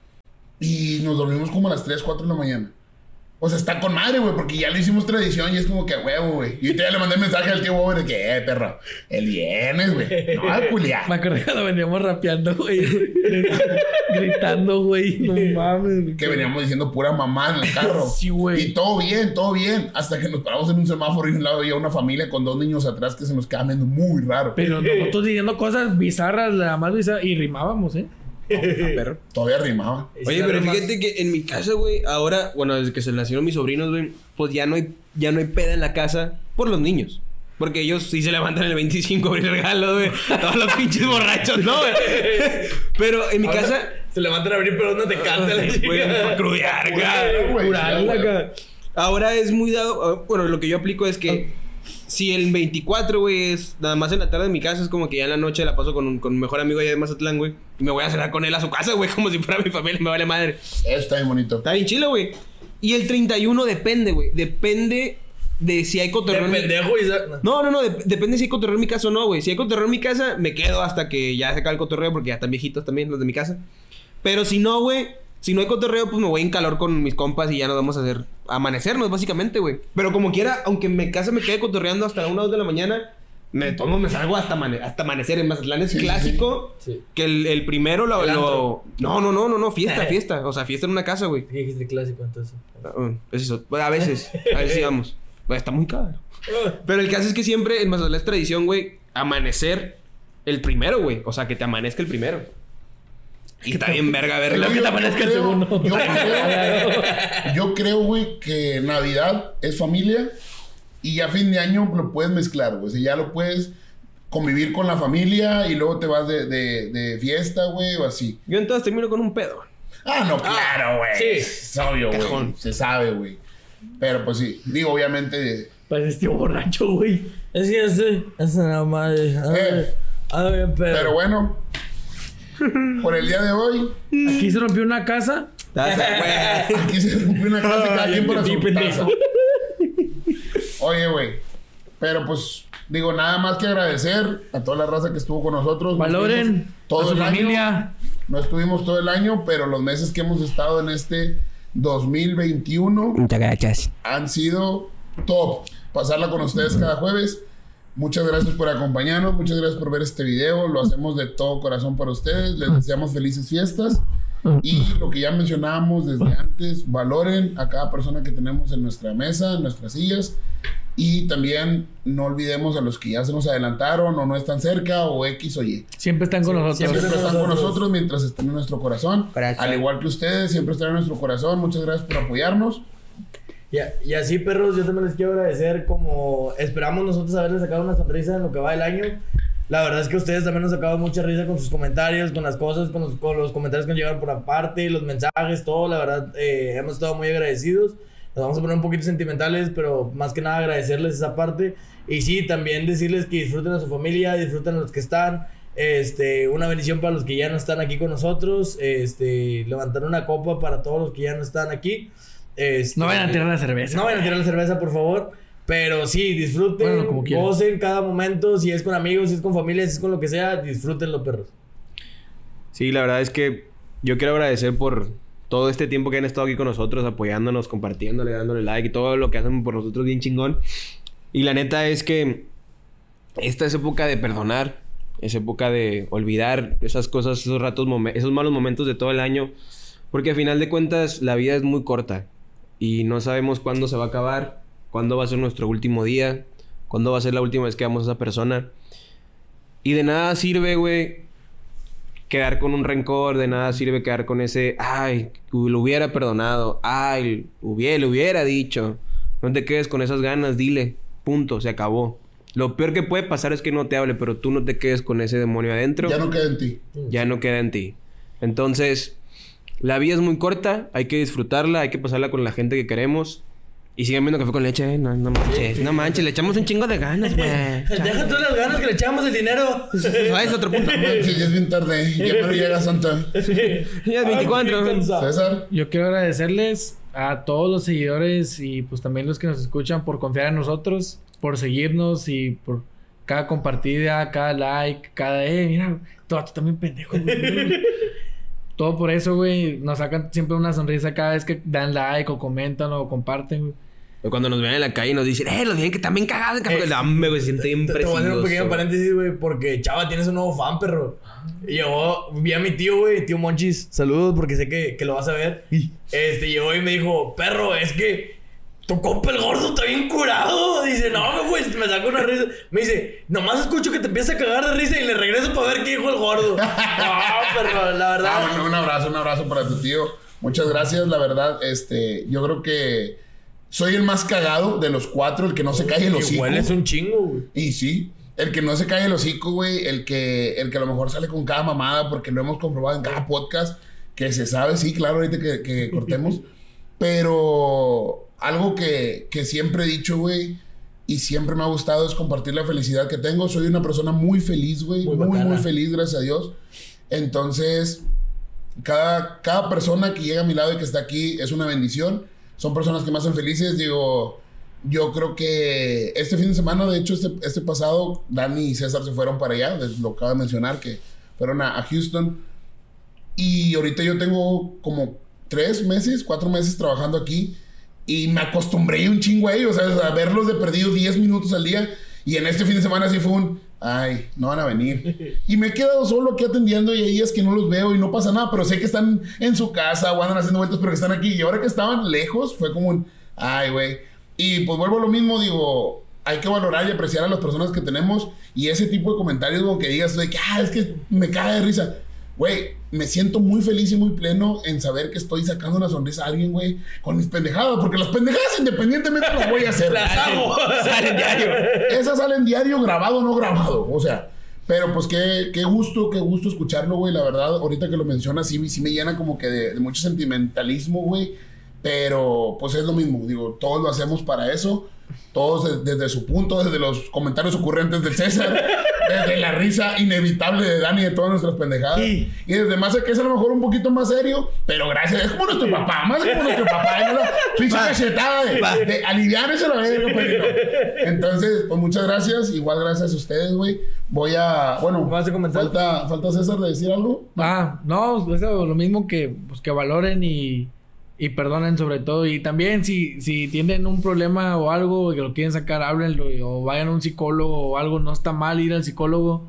S1: y nos dormimos como a las 3, 4 de la mañana. O sea, está con madre, güey, porque ya le hicimos tradición y es como que a huevo, güey. Y ahorita ya le mandé mensaje al tío Bober de que, eh, perro, el viernes, güey, no ah, va a culiar.
S3: Me acuerdo cuando veníamos rapeando, güey. Gritando, güey. No mames.
S1: que veníamos diciendo pura mamá en el carro.
S3: Sí, güey.
S1: Y todo bien, todo bien. Hasta que nos paramos en un semáforo y a un lado había una familia con dos niños atrás que se nos quedaban viendo muy raro.
S3: Pero nosotros diciendo cosas bizarras, la más bizarra, y rimábamos, ¿eh?
S4: perro.
S1: Todavía rimaba.
S4: Oye, pero fíjate que en mi casa, güey, ahora, bueno, desde que se nacieron mis sobrinos, güey, pues ya no hay, ya no hay peda en la casa por los niños. Porque ellos sí se levantan el 25 a abrir regalos, güey. Todos los pinches borrachos, ¿no, güey? Pero en mi
S2: Ahora
S4: casa...
S2: Se levantan a abrir, pero no te canta la
S4: Sí, güey,
S2: chica.
S4: para crudear, güey.
S1: güey,
S3: Curar
S1: sí,
S3: la
S1: güey.
S3: ca-
S4: Ahora es muy dado... ah, Bueno, lo que yo aplico es que... Si el 24, güey, es nada más en la tarde en mi casa, es como que ya en la noche la paso con, un- con mi mejor amigo allá de Mazatlán, güey. Y me voy a cenar con él a su casa, güey, como si fuera mi familia, me vale madre.
S1: Eso está bien bonito.
S4: Está bien chilo, güey. Y el 31 depende, güey. Depende de si hay
S2: De
S4: cotorreo. en mi-
S2: pendejo y sa-
S4: No, no, no. dep- depende si hay cotorreo en mi casa o no, güey. Si hay cotorreo en mi casa, me quedo hasta que ya se acabe el cotorreo porque ya están viejitos también los de mi casa. Pero si no, güey. Si no hay cotorreo, pues me voy en calor con mis compas y ya nos vamos a hacer amanecernos, básicamente, güey. Pero como quiera, aunque en mi casa me quede cotorreando hasta una o dos de la mañana, me tomo, me salgo hasta, amane- hasta amanecer. En Mazatlán es
S1: Sí, sí, sí.
S4: clásico
S2: Sí.
S4: que el, el primero lo,
S2: El
S4: lo-
S2: antro.
S4: No, no, no, no, no, fiesta, fiesta. O sea, fiesta en una casa, güey.
S2: ¿Qué dijiste clásico entonces?
S4: Ah, es eso. Bueno, a veces, a veces sí vamos. Bueno, está muy caro. Pero el caso es que siempre en Mazatlán es tradición, güey, amanecer el primero, güey. O sea, que te amanezca el primero. Y está bien verga
S1: Es
S4: verlo.
S1: yo- yo creo- Yo creo, yo creo, güey, que Navidad es familia y ya fin de año lo puedes mezclar, güey. O sea, ya lo puedes convivir con la familia y luego te vas de, de- de fiesta, güey, o así.
S4: Yo entonces termino con un pedo.
S1: Ah, no, claro, güey.
S2: sí.
S1: Es obvio, güey.
S4: Cajón.
S1: Se sabe, güey. Pero pues sí, digo, obviamente.
S3: Pareces Pues este tío borracho, güey.
S2: Es que ese, ese no madre. Ah,
S1: Eh.
S2: ah, bien, pero.
S1: Pero bueno, por el día de hoy,
S3: Aquí se rompió una casa.
S4: Taza, güey.
S1: aquí se rompió una casa cada quien para su taza. Oye, güey. Pero pues, digo, nada más que agradecer a toda la raza que estuvo con nosotros. Nos vimos
S3: Valoren
S1: todo
S3: a su
S1: el año.
S3: familia.
S1: No estuvimos todo el año, pero los meses que hemos estado en este 2021
S4: Muchas gracias.
S1: han sido top. Pasarla con ustedes cada jueves. Muchas gracias por acompañarnos, muchas gracias por ver este video. Lo hacemos de todo corazón para ustedes. Les deseamos felices fiestas. Y lo que ya mencionábamos desde antes, valoren a cada persona que tenemos en nuestra mesa, en nuestras sillas. Y también no olvidemos a los que ya se nos adelantaron o no están cerca o X o Y.
S3: Siempre están con
S1: Siempre
S3: nosotros.
S1: están con nosotros mientras estén en nuestro corazón.
S4: Corazón.
S1: Al igual que ustedes, siempre están en nuestro corazón. Muchas gracias por apoyarnos.
S2: Y, a- y así, perros, yo también les quiero agradecer. Como esperamos nosotros haberles sacado una sonrisa en lo que va del año. La verdad es que ustedes también nos sacaron mucha risa con sus comentarios, con las cosas, con los, con los comentarios que nos llegaron por aparte, los mensajes, todo. La verdad, eh, hemos estado muy agradecidos. Nos vamos a poner un poquito sentimentales, pero más que nada agradecerles esa parte. Y sí, también decirles que disfruten a su familia, disfruten a los que están. Este, una bendición para los que ya no están aquí con nosotros. Este, levantar una copa para todos los que ya no están aquí. Este,
S3: No vayan a tirar la cerveza.
S2: no vayan a tirar la cerveza, por favor. Pero sí, disfruten,
S3: Bueno, como quieran.
S2: gocen cada momento, si es con amigos, si es con familia, si es con lo que sea, disfrútenlo, perros.
S4: Sí, la verdad es que yo quiero agradecer por todo este tiempo que han estado aquí con nosotros, apoyándonos, compartiéndole, dándole like y todo lo que hacen por nosotros bien chingón. Y la neta es que esta es época de perdonar, es época de olvidar esas cosas, esos ratos, momen- esos malos momentos de todo el año, porque al final de cuentas la vida es muy corta y no sabemos cuándo se va a acabar, cuándo va a ser nuestro último día, cuándo va a ser la última vez que vamos a esa persona. Y de nada sirve, güey, quedar con un rencor, de nada sirve quedar con ese, ay, lo hubiera perdonado, ay, hubiera, le hubiera dicho. No te quedes con esas ganas, dile, punto, se acabó. Lo peor que puede pasar es que no te hable, pero tú no te quedes con ese demonio adentro
S1: Ya no queda en ti.
S4: ya no queda en ti. Entonces, la vida es muy corta, hay que disfrutarla, hay que pasarla con la gente que queremos. Y sigan viendo café con leche, eh, no, no manches, no manches, le echamos un chingo de ganas, güey.
S2: Deja todas las ganas que le echamos el dinero.
S4: Ah, es otro punto.
S1: Sí, ya es bien tarde. ¿eh? Ya me llega Santa.
S4: Ya es 24.
S2: Ay, qué cansado.
S1: César,
S3: Yo quiero agradecerles a todos los seguidores y pues también los que nos escuchan por confiar en nosotros, por seguirnos y por cada compartida, cada like, cada eh, mira, todo tú también pendejo. güey. todo por eso, güey, nos sacan siempre una sonrisa cada vez que dan like o comentan o comparten. güey.
S4: O Cuando nos ven en la calle y nos dicen, eh, los bien que también cagados en café con
S2: Eh,
S4: leche. Dame, güey, se siente
S2: Te- Te voy a hacer un pequeño
S4: impresionante.
S2: paréntesis, güey, porque chava, tienes un nuevo fan, perro. Llegó, vi a mi tío, güey, tío Monchis. Saludos porque sé que, que lo vas a ver. Este, llegó y me dijo, perro, es que tu compa el gordo está bien curado. Dice, no, güey, pues, me saco una risa. Me dice, nomás escucho que te empiezas a cagar de risa y le regreso para ver qué dijo el gordo. No, perro, la verdad.
S1: ah, bueno, un abrazo, un abrazo para tu tío. Muchas gracias, la verdad. Este, yo creo que soy el más cagado de los cuatro, el que no se cae el hocico.
S2: Igual es un chingo, güey.
S1: Y sí, el que no se cae el hocico, güey, el que, el que a lo mejor sale con cada mamada, porque lo hemos comprobado en cada podcast, que se sabe, sí, claro, ahorita que, que cortemos. Pero algo que, que siempre he dicho, güey, y siempre me ha gustado es compartir la felicidad que tengo. Soy una persona muy feliz, güey,
S2: Muy
S1: muy, muy,
S2: bacana.
S1: feliz, gracias a Dios. Entonces, cada, cada persona que llega a mi lado y que está aquí es una bendición. Son personas que me hacen felices, digo, yo creo que este fin de semana, de hecho, este, este pasado, Dani y César se fueron para allá, les lo acabo de mencionar, que fueron a, a Houston. Y ahorita yo tengo como tres meses, cuatro meses trabajando aquí y me acostumbré un chingo a ellos, ¿sabes? A verlos de perdido 10 minutos al día. Y en este fin de semana sí fue un, ay, no van a venir. Y me he quedado solo aquí atendiendo y ahí es que no los veo y no pasa nada, pero sé que están en su casa o andan haciendo vueltas, pero que están aquí. Y ahora que estaban lejos, fue como un, ay, güey. Y pues vuelvo a lo mismo, digo, hay que valorar y apreciar a las personas que tenemos y ese tipo de comentarios, como que digas, de que, ah, es que me cae de risa. Güey, me siento muy feliz y muy pleno en saber que estoy sacando una sonrisa a alguien, güey, con mis pendejadas, porque las pendejadas independientemente las voy a hacer.
S2: Las hago.
S4: Sale diario.
S1: Esas salen diario, grabado o no grabado. O sea, Pero pues qué, qué gusto, qué gusto escucharlo, güey. La verdad, ahorita que lo mencionas, sí, sí me llena como que de, de mucho sentimentalismo, güey. Pero pues es lo mismo, digo, todos lo hacemos para eso. Todos de- desde su punto, desde los comentarios ocurrentes del César, desde la risa inevitable de Dani de todas nuestras pendejadas.
S2: Sí.
S1: Y desde más que es a lo mejor un poquito más serio, pero gracias. Es como nuestro papá, más como nuestro papá. Es una pinche cachetada de, de aliviar eso la verga, perrito. Entonces, pues muchas gracias. Igual gracias a ustedes, güey. Voy a. Bueno,
S2: ¿Vas a comenzar?
S1: Falta, falta César de decir algo.
S3: Ah, no, eso, lo mismo que, pues, que valoren y, y perdonen sobre todo. Y también si, si tienen un problema o algo que lo quieren sacar, háblenlo y- o vayan a un psicólogo o algo. No está mal ir al psicólogo.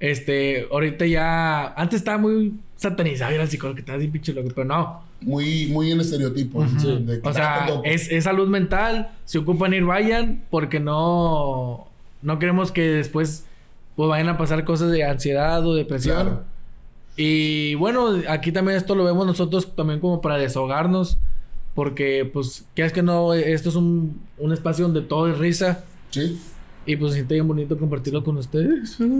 S3: Este, ahorita ya... Antes estaba muy satanizado ir al psicólogo, que estaba así pinche loco, pero no.
S1: Muy, muy en estereotipo.
S3: Ujú.
S1: de que
S3: O sea,
S1: estás loco.
S3: es, es salud mental. Si ocupan ir, vayan, porque no, no queremos que después pues, vayan a pasar cosas de ansiedad o depresión.
S1: Claro.
S3: Y bueno, aquí también esto lo vemos nosotros también como para desahogarnos, porque pues, que es que no, esto es un, un espacio donde todo es risa.
S1: Sí.
S3: Y pues siente bien bonito compartirlo con ustedes.
S1: Ya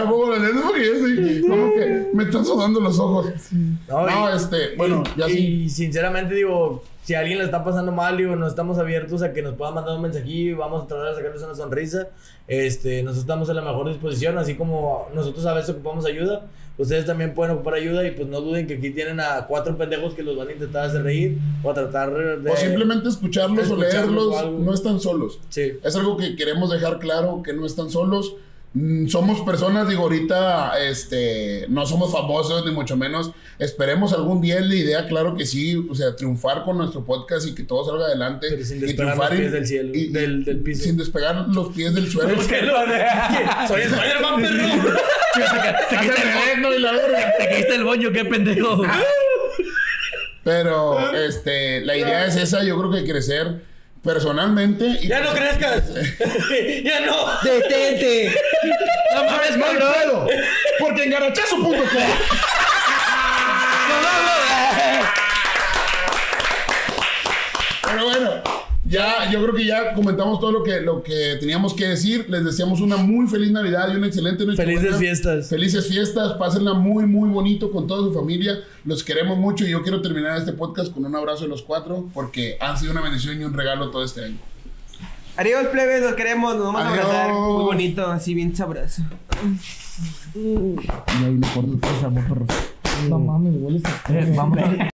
S1: me pongo la lente porque yo estoy como que me están sudando los ojos.
S2: No,
S1: No,
S2: y-
S1: este, bueno,
S2: y,
S1: ya sí.
S2: y sinceramente digo, si a alguien le está pasando mal, digo, no estamos abiertos a que nos puedan mandar un mensajillo, vamos a tratar de sacarles una sonrisa. Este, nosotros estamos a la mejor disposición, así como nosotros a veces ocupamos ayuda, ustedes también pueden ocupar ayuda y pues no duden que aquí tienen a cuatro pendejos que los van a intentar hacer reír o a tratar de
S1: O simplemente escucharlos,
S2: escucharlos
S1: o leerlos,
S2: o algo.
S1: no están solos.
S2: Sí.
S1: Es algo que queremos dejar claro, que no están solos. Mm, Somos personas, digo, ahorita este, no somos famosos, ni mucho menos. Esperemos algún día es la idea, claro que sí, o sea, triunfar con nuestro podcast y que todo salga adelante.
S2: Pero sin
S1: y
S2: despegar los
S1: triunfar y-
S2: pies del cielo,
S1: y-
S2: del- del piso.
S1: Sin despegar los pies del suelo.
S2: Es que lo- Soy Spider-Man, perro.
S3: Te caíste el boño y la verga. Te caíste el boño, qué pendejo.
S1: Ah, Pero este, la idea es esa, yo creo que crecer personalmente. y-
S2: Ya no crezcas. ya no.
S4: ¡Detente!
S3: No mames,
S1: No hay pedo,
S3: cabrón.
S1: Porque en garachazo.com Pero bueno, ya, yo creo que ya comentamos todo lo que, lo que teníamos que decir. Les deseamos una muy feliz Navidad y una excelente noche.
S2: Felices
S1: buena.
S2: fiestas.
S1: Felices fiestas, pásenla muy, muy bonito con toda su familia. Los queremos mucho y yo quiero terminar este podcast con un abrazo de los cuatro porque han sido una bendición y un regalo todo este año.
S4: Adiós, plebes, los queremos, nos vamos
S1: Adiós.
S4: a abrazar. Muy bonito, así bien sabroso.
S3: No mames, hueles a- Eh, vamos a-